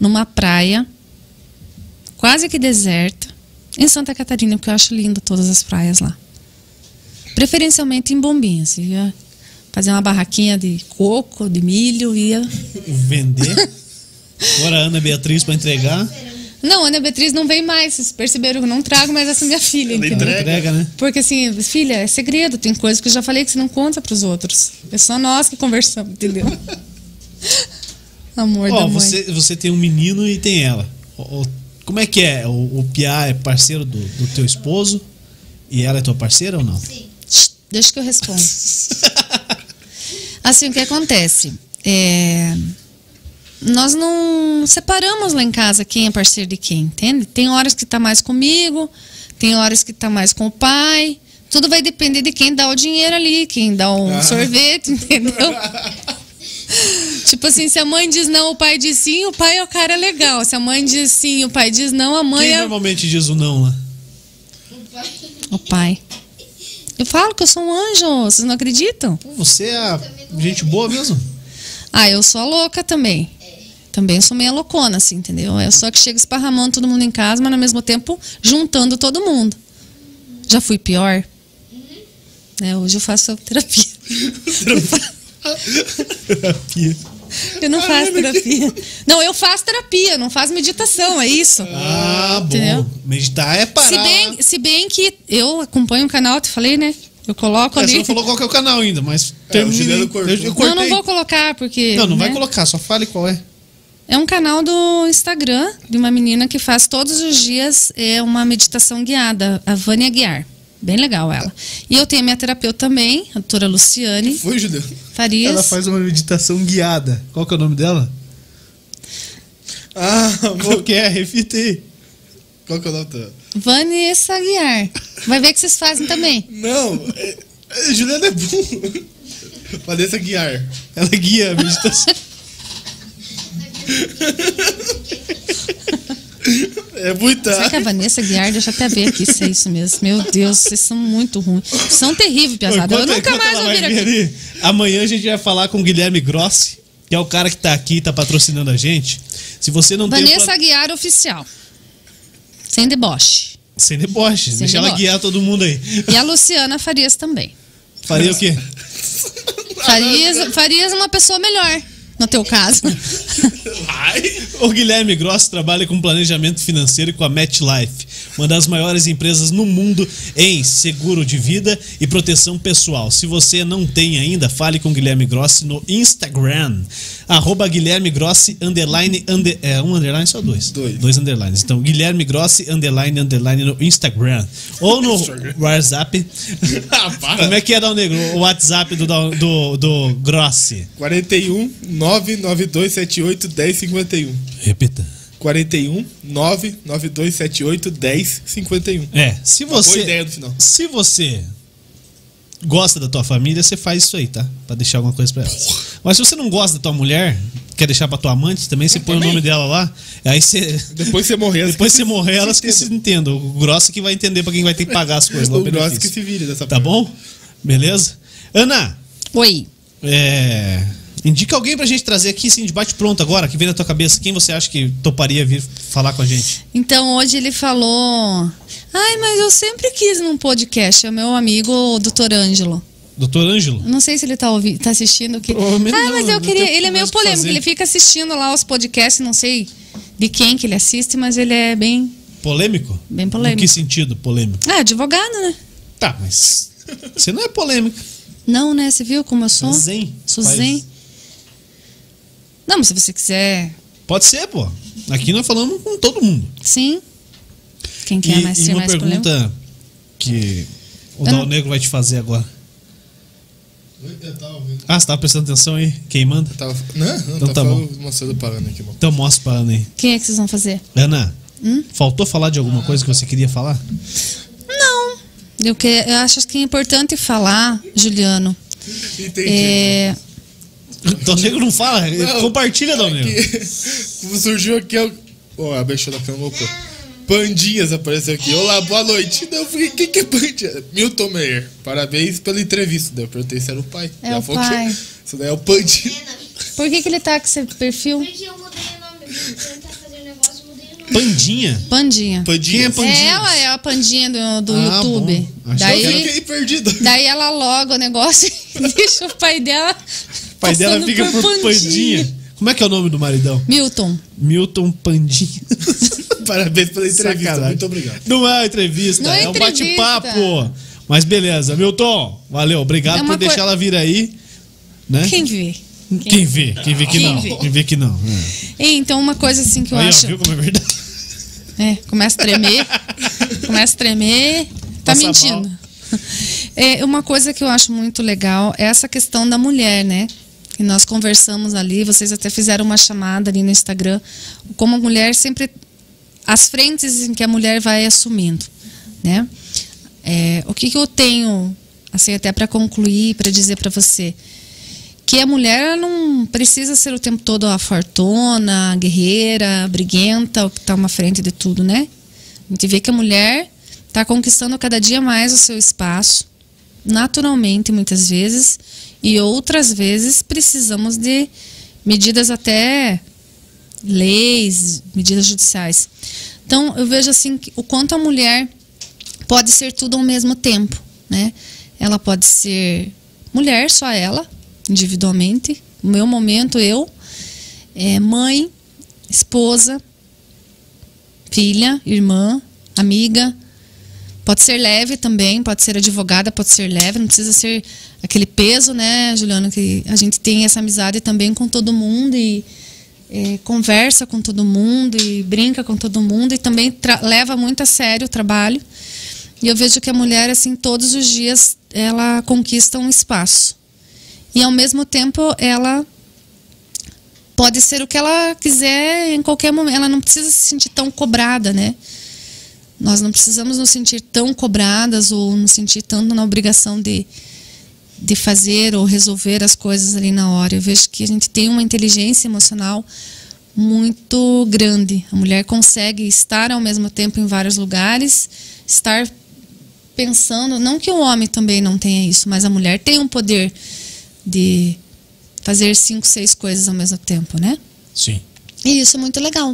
C: numa praia quase que deserta em Santa Catarina, porque eu acho lindo todas as praias lá. Preferencialmente em Bombinhas. Ia fazer uma barraquinha de coco, de milho, ia.
A: Vender? Agora a Ana Beatriz pra entregar.
C: Não, Ana Beatriz não vem mais. Vocês perceberam que eu não trago mais essa minha filha.
B: Ela
C: Então.
A: Ela
B: Entrega.
A: entrega, né?
C: Porque assim, filha, é segredo, tem coisa que eu já falei que você não conta pros outros. É só nós que conversamos, entendeu? Amor da
A: Ó,
C: mãe.
A: você, você tem um menino e tem ela. Ó, ó, como é que é? O, o Piá é parceiro do, do teu esposo e ela é tua parceira ou não?
C: Shh, Deixa que eu respondo. assim, o que acontece? É, Nós não separamos lá em casa quem é parceiro de quem, entende? Tem horas que tá mais comigo, tem horas que tá mais com o pai. Tudo vai depender de quem dá o dinheiro ali, quem dá um
B: Ah.
C: sorvete, entendeu? Tipo assim, se a mãe diz não, o pai diz sim, o pai é o cara legal. Se a mãe diz sim, o pai diz não, a mãe
A: Quem
C: é
A: normalmente diz o não né? lá?
C: o pai. Eu falo que eu sou um anjo, vocês não acreditam?
A: Pô, Você é a gente boa mesmo?
C: Ah, eu sou a louca também. Também sou meio loucona, assim, entendeu? Eu só que chego esparramando todo mundo em casa, mas ao mesmo tempo juntando todo mundo. Já fui pior. Né, hoje eu faço terapia.
A: Terapia.
C: Eu não faço terapia. Não, eu faço terapia, não faço meditação, é isso.
A: Ah, bom.
C: Entendeu?
A: Meditar é parar.
C: Se bem, se bem que eu acompanho o canal, te falei, né? Eu coloco
A: É,
C: ali.
A: você não falou qual que é o canal ainda, mas.
B: É,
A: termine.
B: o Juliano cortou.
A: Eu, eu
C: Não,
A: cortei.
C: eu não vou colocar, porque.
A: Não, não vai
C: né?
A: colocar, só fale qual é.
C: É um canal do Instagram de uma menina que faz todos os dias é, uma meditação guiada, a Vânia Guiar. Bem legal ela. E eu tenho a minha terapeuta também, a doutora Luciane
B: Foi, Juliano.
C: Farias.
A: uma meditação guiada. Qual que é o nome dela?
B: Ah, amor.
A: Qual que é? Refita aí.
B: Qual que é o nome dela?
C: Vanessa Guiar. Vai ver que vocês fazem também.
B: Não, é, é, Juliano é burro. Vanessa Guiar.
A: Ela guia a meditação.
B: É muita.
C: Será que é a Vanessa Guiar? Deixa eu até ver aqui se é isso mesmo. Meu Deus, vocês são muito ruins. São terríveis, piazada. Eu
A: Enquanto-
C: nunca
A: enquanto
C: mais
A: é- ela
C: vou
A: vai
C: vir
A: vir
C: aqui.
A: ali, Amanhã a gente vai falar com o Guilherme Grossi, que é o cara que tá aqui, tá patrocinando a gente. Se você não tem. o
C: Vanessa
A: plano-
C: Guiar oficial. Sem deboche.
A: Sem deboche,
C: Sem
A: deixa ela
C: deboche.
A: guiar todo mundo aí.
C: E a Luciana Farias também.
A: Faria o quê?
C: Farias, Farias é uma pessoa melhor, no teu caso.
A: O Guilherme Gross trabalha com planejamento financeiro e com a MetLife, uma das maiores empresas no mundo em seguro de vida e proteção pessoal. Se você não tem ainda, fale com o Guilherme Grossi no Instagram, arroba Guilherme Grossi, underline, under- é, um underline só dois.
B: Dois.
A: underlines. Então, Guilherme Grossi, underline, underline no Instagram. Ou no
B: Instagram.
A: WhatsApp.
B: Ah, para.
A: Como é que é, Dal Negro? O WhatsApp do, Dal- do, do Grossi.
B: 41 992 78 1051.
A: Repita.
B: 41 992 78 1051.
A: É, se você...
B: Boa ideia no final.
A: Se você gosta da tua família, você faz isso aí, tá? Pra deixar alguma coisa pra ela. Mas se você não gosta da tua mulher, quer deixar pra tua amante também, você põe o nome dela lá. Aí você.
B: Depois você morrer, as
A: Depois você morrer,
B: se
A: elas que se entendam. O grosso é que vai entender pra quem vai ter que pagar as coisas lá.
B: O
A: O
B: grosso é que
A: benefício.
B: se vire dessa
A: Tá bom? Beleza? Ana,
C: Oi.
A: é. Indica alguém pra gente trazer aqui, sim, de bate-pronto agora, que vem na tua cabeça. Quem você acha que toparia vir falar com a gente?
C: Então hoje ele falou: Ai, mas eu sempre quis num podcast. É o meu amigo, o Dr. Ângelo.
A: Doutor Ângelo?
C: Eu Não sei se ele tá, ouvindo, tá assistindo. Que...
A: Provavelmente
C: Ah,
A: não,
C: mas
A: não
C: eu queria.
A: tem
C: Ele é meio
A: mais o que
C: polêmico,
A: fazer.
C: ele fica assistindo lá os podcasts, não sei de quem que ele assiste, mas ele é bem.
A: Polêmico?
C: Bem polêmico.
A: Em que sentido polêmico?
C: Ah, advogado, né?
A: Tá, mas Você não é polêmica.
C: Não, né? Você viu como eu sou?
A: Zen.
C: Sou
A: Faz-
C: zen. Não, mas se você quiser,
A: Pode ser, pô. Aqui nós falamos com todo mundo.
C: sim. Quem quer
A: e,
C: mais
A: e
C: ser
A: uma
C: mais polêmico?
A: pergunta que o
C: Eu
A: Dal
C: não-
A: Negro vai te fazer agora.
B: Eu tava ouvindo.
A: Ah, você tava prestando atenção aí? Quem manda?
B: Eu tava, não, não,
A: Então
B: tava
A: tá bom.
B: falando uma coisa parando aqui, mano.
A: Então mostra pra Ana aí.
C: Quem é que vocês vão fazer?
A: Ana,
C: Hum?
A: faltou falar de alguma coisa que você queria falar?
C: Não. Eu, que, eu acho que é importante falar, Juliano.
B: Entendi.
C: É,
A: Dal Negro não fala?
B: Não.
A: Compartilha, Dal Negro.
B: Que- surgiu aqui. Ó, oh, a bicha da cama voltou. Pandinhas apareceu aqui. Olá, boa noite. Daí Eu fiquei, quem que é Pandinha? Milton Meyer, parabéns pela entrevista. Daí Eu perguntei se era o pai.
C: É
B: Ela
C: o
B: falou que-
C: pai.
B: Isso daí é o Pandinha.
D: Helena,
C: por que, que ele tá com esse perfil?
D: porque eu mudei o nome. Eu fui tentar fazer um negócio, eu mudei o nome.
A: Pandinha.
C: Pandinha.
A: Quem é Pandinha?
C: É ela é a pandinha do, do
A: Ah,
C: YouTube.
A: bom. Achei
B: Eu
C: Daí,
B: fiquei perdido.
C: daí ela loga o negócio e deixa o pai dela.
A: O pai dela
C: passando
A: fica por pandinha. Como é que é o nome do maridão?
C: Milton.
A: Milton Pandinha.
B: Parabéns pela entrevista.
A: Sacanagem.
B: Muito obrigado.
A: Não é uma entrevista,
C: Não é
A: é, um
C: entrevista.
A: bate-papo. Mas beleza, Milton, valeu, obrigado
C: É uma
A: por deixar
C: coi-
A: ela vir aí. Né?
C: Quem vê?
A: Quem vê? Quem vê que
C: Quem
A: não?
C: vê?
A: Quem vê que não? é.
C: Ei, então, uma coisa assim que eu
A: Aí, ó,
C: acho.
A: viu como é verdade?
C: É, começa a tremer. começa a tremer. Tá
A: Passa
C: mentindo.
A: mal.
C: É, uma coisa que eu acho muito legal é essa questão da mulher, né? E nós conversamos ali, vocês até fizeram uma chamada ali no Instagram. Como a mulher sempre. As frentes em que a mulher vai assumindo, né? É, o que, que eu tenho, assim, até para concluir, para dizer para você? que a mulher ela não precisa ser o tempo todo a fortona, a guerreira, a briguenta, o que está uma frente de tudo, né? A gente vê que a mulher está conquistando cada dia mais o seu espaço, naturalmente, muitas vezes, e outras vezes precisamos de medidas até leis, medidas judiciais. Então, eu vejo assim que- o quanto a mulher pode ser tudo ao mesmo tempo, né? Ela pode ser mulher, só ela, individualmente. No meu momento, eu, é, mãe, esposa, filha, irmã, amiga. Pode ser leve também, pode ser advogada, pode ser leve, não precisa ser aquele peso, né, Juliana? Que a gente tem essa amizade também com todo mundo e é, conversa com todo mundo e brinca com todo mundo e também tra- leva muito a sério o trabalho. E eu vejo que a mulher, assim, todos os dias ela conquista um espaço. E ao mesmo tempo ela pode ser o que ela quiser em qualquer momento. Ela não precisa se sentir tão cobrada, né? Nós não precisamos nos sentir tão cobradas ou nos sentir tanto na obrigação de, de fazer ou resolver as coisas ali na hora. Eu vejo que a gente tem uma inteligência emocional muito grande. A mulher consegue estar ao mesmo tempo em vários lugares, estar pensando, não que o homem também não tenha isso, mas a mulher tem um poder de fazer cinco, seis coisas ao mesmo tempo, né?
A: Sim.
C: E isso é muito legal.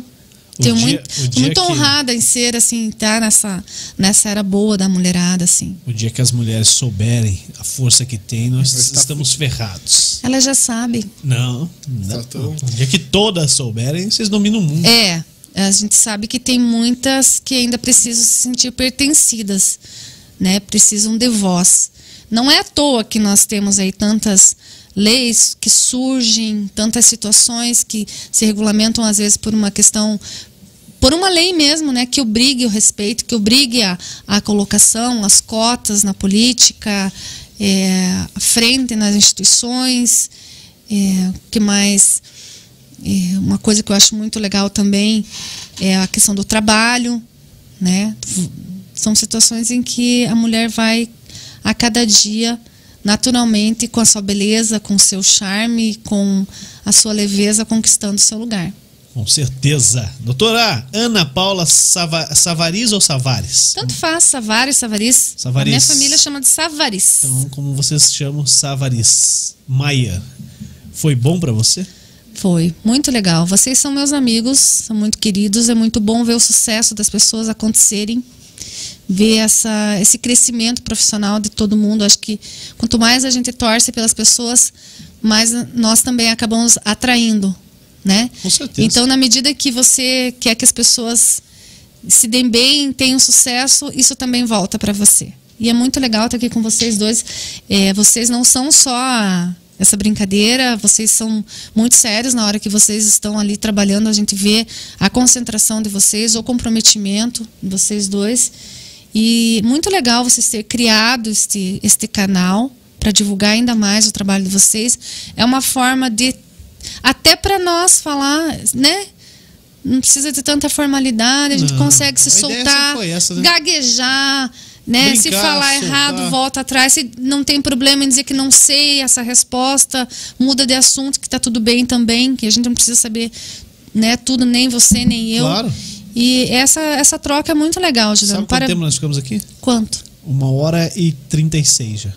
A: O
C: Tenho
A: dia-
C: muito,
A: o dia
C: muito
A: que-
C: honrada em ser assim, estar nessa nessa era boa da mulherada assim.
A: O dia que as mulheres souberem a força que tem, nós
B: Mas tá-
A: estamos ferrados.
C: Elas já sabem.
A: Não, não.
B: Tá tão-
A: O dia que todas souberem, vocês dominam o mundo.
C: É, a gente sabe que tem muitas que ainda precisam se sentir pertencidas, né? Precisam de voz. Não é à toa que nós temos aí tantas leis que surgem, tantas situações que se regulamentam às vezes por uma questão por uma lei mesmo, né, que obrigue o respeito, que obrigue a, a colocação, as cotas na política, é, a frente nas instituições, é, o que mais é, uma coisa que eu acho muito legal também é a questão do trabalho, né? V- São situações em que a mulher vai a cada dia naturalmente com a sua beleza, com o seu charme, com a sua leveza conquistando o seu lugar.
A: Com certeza. Doutora Ana Paula Sava- Savaris ou Savares?
C: Tanto faz, Savares, Savaris.
A: Savaris.
C: A minha família chama de Savaris.
A: Então, como vocês chamam, Savaris. Maia, foi bom pra você?
C: Foi, muito legal. Vocês são meus amigos, são muito queridos. É muito bom ver o sucesso das pessoas acontecerem, ver essa, esse crescimento profissional de todo mundo. Acho que quanto mais a gente torce pelas pessoas, mais nós também acabamos atraindo, né?
A: Com certeza.
C: Então, na medida que você quer que as pessoas se deem bem, tenham sucesso, isso também volta para você. E é muito legal estar aqui com vocês dois. É, vocês não são só essa brincadeira, vocês são muito sérios na hora que vocês estão ali trabalhando. A gente vê a concentração de vocês, o comprometimento de vocês dois. E muito legal vocês terem criado este, este canal para divulgar ainda mais o trabalho de vocês. É uma forma de, até para nós falar, né? Não precisa de tanta formalidade, a gente
A: Não,
C: consegue se
A: a ideia sempre
C: soltar,
A: foi essa, né?
C: gaguejar, né? se
B: Brincar,
C: falar
B: soltar.
C: errado, volta atrás. Se não tem problema em dizer que não sei essa resposta, muda de assunto, que tá tudo bem também, que a gente não precisa saber né, tudo, nem você, nem eu.
A: Claro.
C: E essa, essa troca é muito legal,
A: Sabe
C: Juliano.
A: quanto tempo nós ficamos aqui?
C: Quanto?
A: Uma hora e trinta e seis já.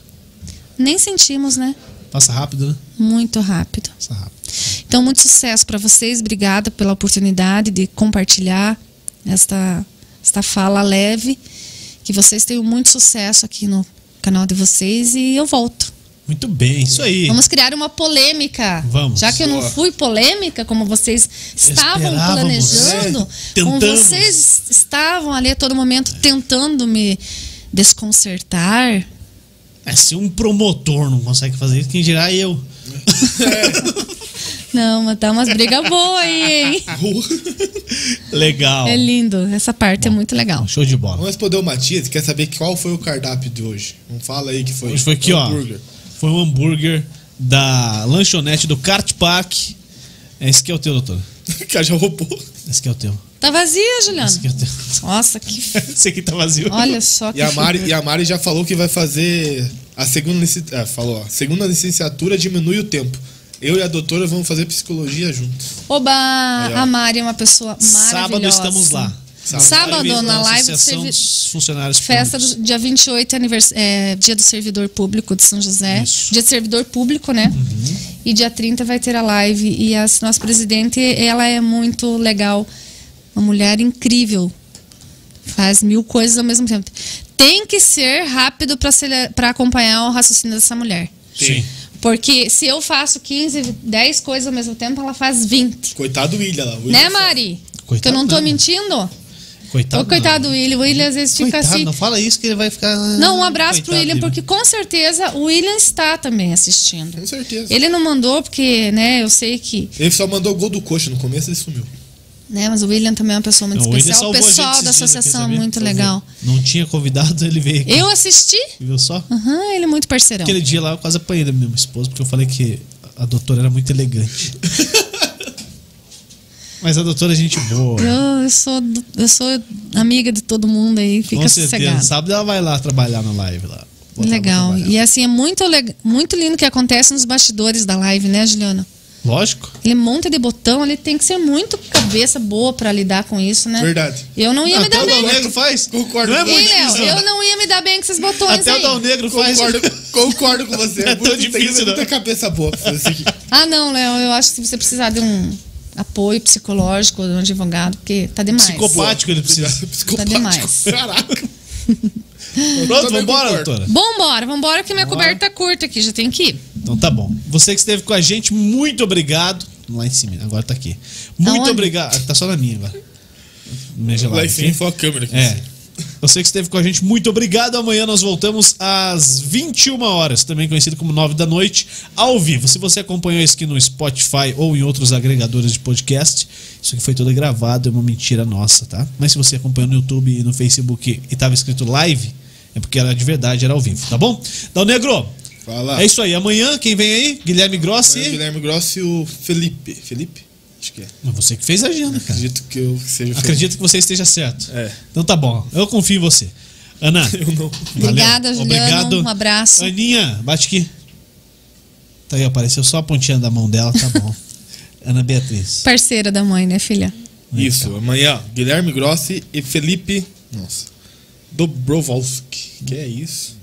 C: Nem sentimos, né?
A: Passa rápido, né?
C: Muito rápido.
A: Passa rápido.
C: Então, muito sucesso para vocês. Obrigada pela oportunidade de compartilhar esta, esta fala leve. Que vocês tenham muito sucesso aqui no canal de vocês e eu volto.
A: Muito bem, isso aí.
C: Vamos criar uma polêmica.
A: Vamos.
C: Já que eu não
B: Boa.
C: fui polêmica, como vocês estavam
A: Esperávamos,
C: planejando,
A: é.
C: como
A: Tentamos.
C: vocês estavam ali a todo momento tentando me desconcertar.
A: É, se um promotor não consegue fazer isso, quem dirá eu.
C: Não, mas dá umas brigas boas aí, hein?
A: Legal.
C: É lindo. Essa parte é muito legal.
A: Show de bola.
B: Vamos responder o Matias, que quer saber qual foi o cardápio de hoje. Não fala aí que foi.
A: Hoje foi aqui, ó.
B: hambúrguer.
A: Foi um hambúrguer da lanchonete do Kart Pack. Esse que é o teu, doutor.
B: que já roubou.
A: Esse que é o teu.
C: Tá vazia, Juliana?
A: Esse que é o teu.
C: Nossa, que. f-
A: Esse aqui tá vazio.
C: Olha só que.
B: E a Mari, e a Mari já falou que vai fazer a segunda licenciatura. falou, ó. Segunda licenciatura diminui o tempo. Eu e a doutora vamos fazer psicologia juntos.
C: Oba!
B: ó.
C: A Mari é uma pessoa maravilhosa.
A: Sábado estamos lá.
B: Sábado.
C: Sábado, na live do
A: Associação
C: servi-
A: dos funcionários
C: Festa
A: públicos.
C: do dia 28, anivers... é, dia do servidor público de São José.
A: Isso.
C: Dia do servidor público, né? E dia 30 vai ter a live. E a nossa presidente, ela é muito legal. Uma mulher incrível. Faz mil coisas ao mesmo tempo. Tem que ser rápido para acompanhar o raciocínio dessa mulher.
A: Sim.
C: Porque se eu faço 15, 10 coisas ao mesmo tempo, ela faz 20.
B: Coitado do William lá. o William
C: Né,
B: só-
C: Mari?
A: Coitado
C: que eu não tô
A: não.
C: mentindo?
A: Coitado.
C: Ô, coitado do William. O William às vezes
A: não.
C: fica
A: Coitado,
C: assim.
A: não fala isso que ele vai ficar.
C: Não, um abraço pro
A: Coitado
C: William,
A: dele.
C: porque com certeza o William está também assistindo.
B: Com certeza. Ele...
C: Ele não mandou, porque, né, eu sei que.
B: só mandou o gol do coxa no começo ele sumiu.
C: Né, mas o William também é uma pessoa muito
A: Não, o William
C: especial. O
A: salvou a gente
C: pessoal
A: esses
C: da
A: dias aqui,
C: associação é
A: sabia? Tá
C: muito
A: Salvou.
C: legal.
A: Não tinha convidado, ele veio aqui.
C: Eu assisti?
A: Viu só?
C: Aham, ele é muito parceirão.
A: Aquele dia lá eu quase apanhei da minha esposa, porque eu falei que a doutora era muito elegante. Mas a doutora é gente boa.
C: Eu, eu sou, do- eu sou amiga de todo mundo aí, fica
A: com certeza.
C: sossegado.
A: Sábado ela vai lá trabalhar na live lá. Botar
C: Legal.
A: pra trabalhar.
C: E assim, é muito, leg- muito lindo o que acontece nos bastidores da live, né, Juliana?
A: Lógico.
C: Ele monta de botão, ele tem que ser muito cabeça boa pra lidar com isso, né?
B: Verdade.
C: Eu não ia me
A: Até
C: dar
A: o Dal
C: bem.
A: Negro faz.
B: Concordo.
A: Não é
B: Ei,
A: muito
C: Ei,
A: difícil.
C: Léo, eu
A: né?
C: não ia me dar bem com esses botões
A: Até o
C: aí.
A: Dal Negro faz.
B: Concordo, concordo com você.
A: É
B: É
A: tão
B: muito, tem que ter
A: difícil, né?
B: muita cabeça boa pra fazer isso aqui.
C: Ah, não, Léo, eu acho que se você precisar de um apoio psicológico de um advogado, porque tá demais.
A: Psicopático ele precisa.
C: Tá
B: Psicopático.
C: demais.
B: Caraca.
A: Pronto,
B: Também
A: vambora,
B: concordo.
A: doutora.
C: Bom, bora, vambora, que minha coberta tá curta aqui, já tem que ir.
A: Então tá bom. Você que esteve com a gente, muito obrigado. Lá em cima, agora tá aqui. Muito
C: Aonde?
A: obrigado. Ah, Tá só na minha agora. Minha gelada
B: Lá em
A: aqui.
B: cima foi a câmera aqui.
A: É. Você que esteve com a gente, muito obrigado. Amanhã nós voltamos às 21 horas, também conhecido como 9 da noite, ao vivo. Se você acompanhou isso aqui no Spotify ou em outros agregadores de podcast, isso aqui foi tudo gravado, é uma mentira nossa, tá? Mas se você acompanhou no YouTube e no Facebook e tava escrito live, é porque era de verdade, era ao vivo, tá bom? Dal Negro,
B: Fala.
A: é isso aí. Amanhã, quem vem aí? Guilherme Grossi.
B: Foi o Guilherme Gross e o Felipe. Felipe? Acho que é.
A: Mas você que fez a agenda, cara.
B: Acredito que eu seja o Felipe.
A: Acredito que você esteja certo.
B: É.
A: Então tá bom, eu confio em você. Ana.
B: Eu
A: Valeu.
B: não.
C: Obrigada, Juliano,
A: Obrigado.
C: um abraço.
A: Aninha, bate aqui. Tá aí, apareceu só a pontinha da mão dela, tá bom. Ana Beatriz.
C: Parceira da mãe, né, filha?
B: Isso, amanhã, Guilherme Grossi e Felipe. Nossa. Dobrovolski. Que é isso?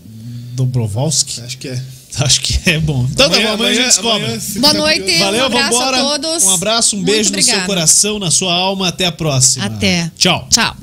A: Dobrovolski?
B: Acho que é.
A: Acho que é bom. Então tá bom, amanhã a gente descobre.
B: se
C: Boa
B: ficar
C: noite.
B: curioso-
C: Um
A: Valeu,
C: abraço
A: vambora.
C: a todos.
A: Um abraço, um
C: Muito
A: beijo no seu
C: obrigada.
A: coração, na sua alma. Até a próxima.
C: Até.
A: Tchau.
C: Tchau.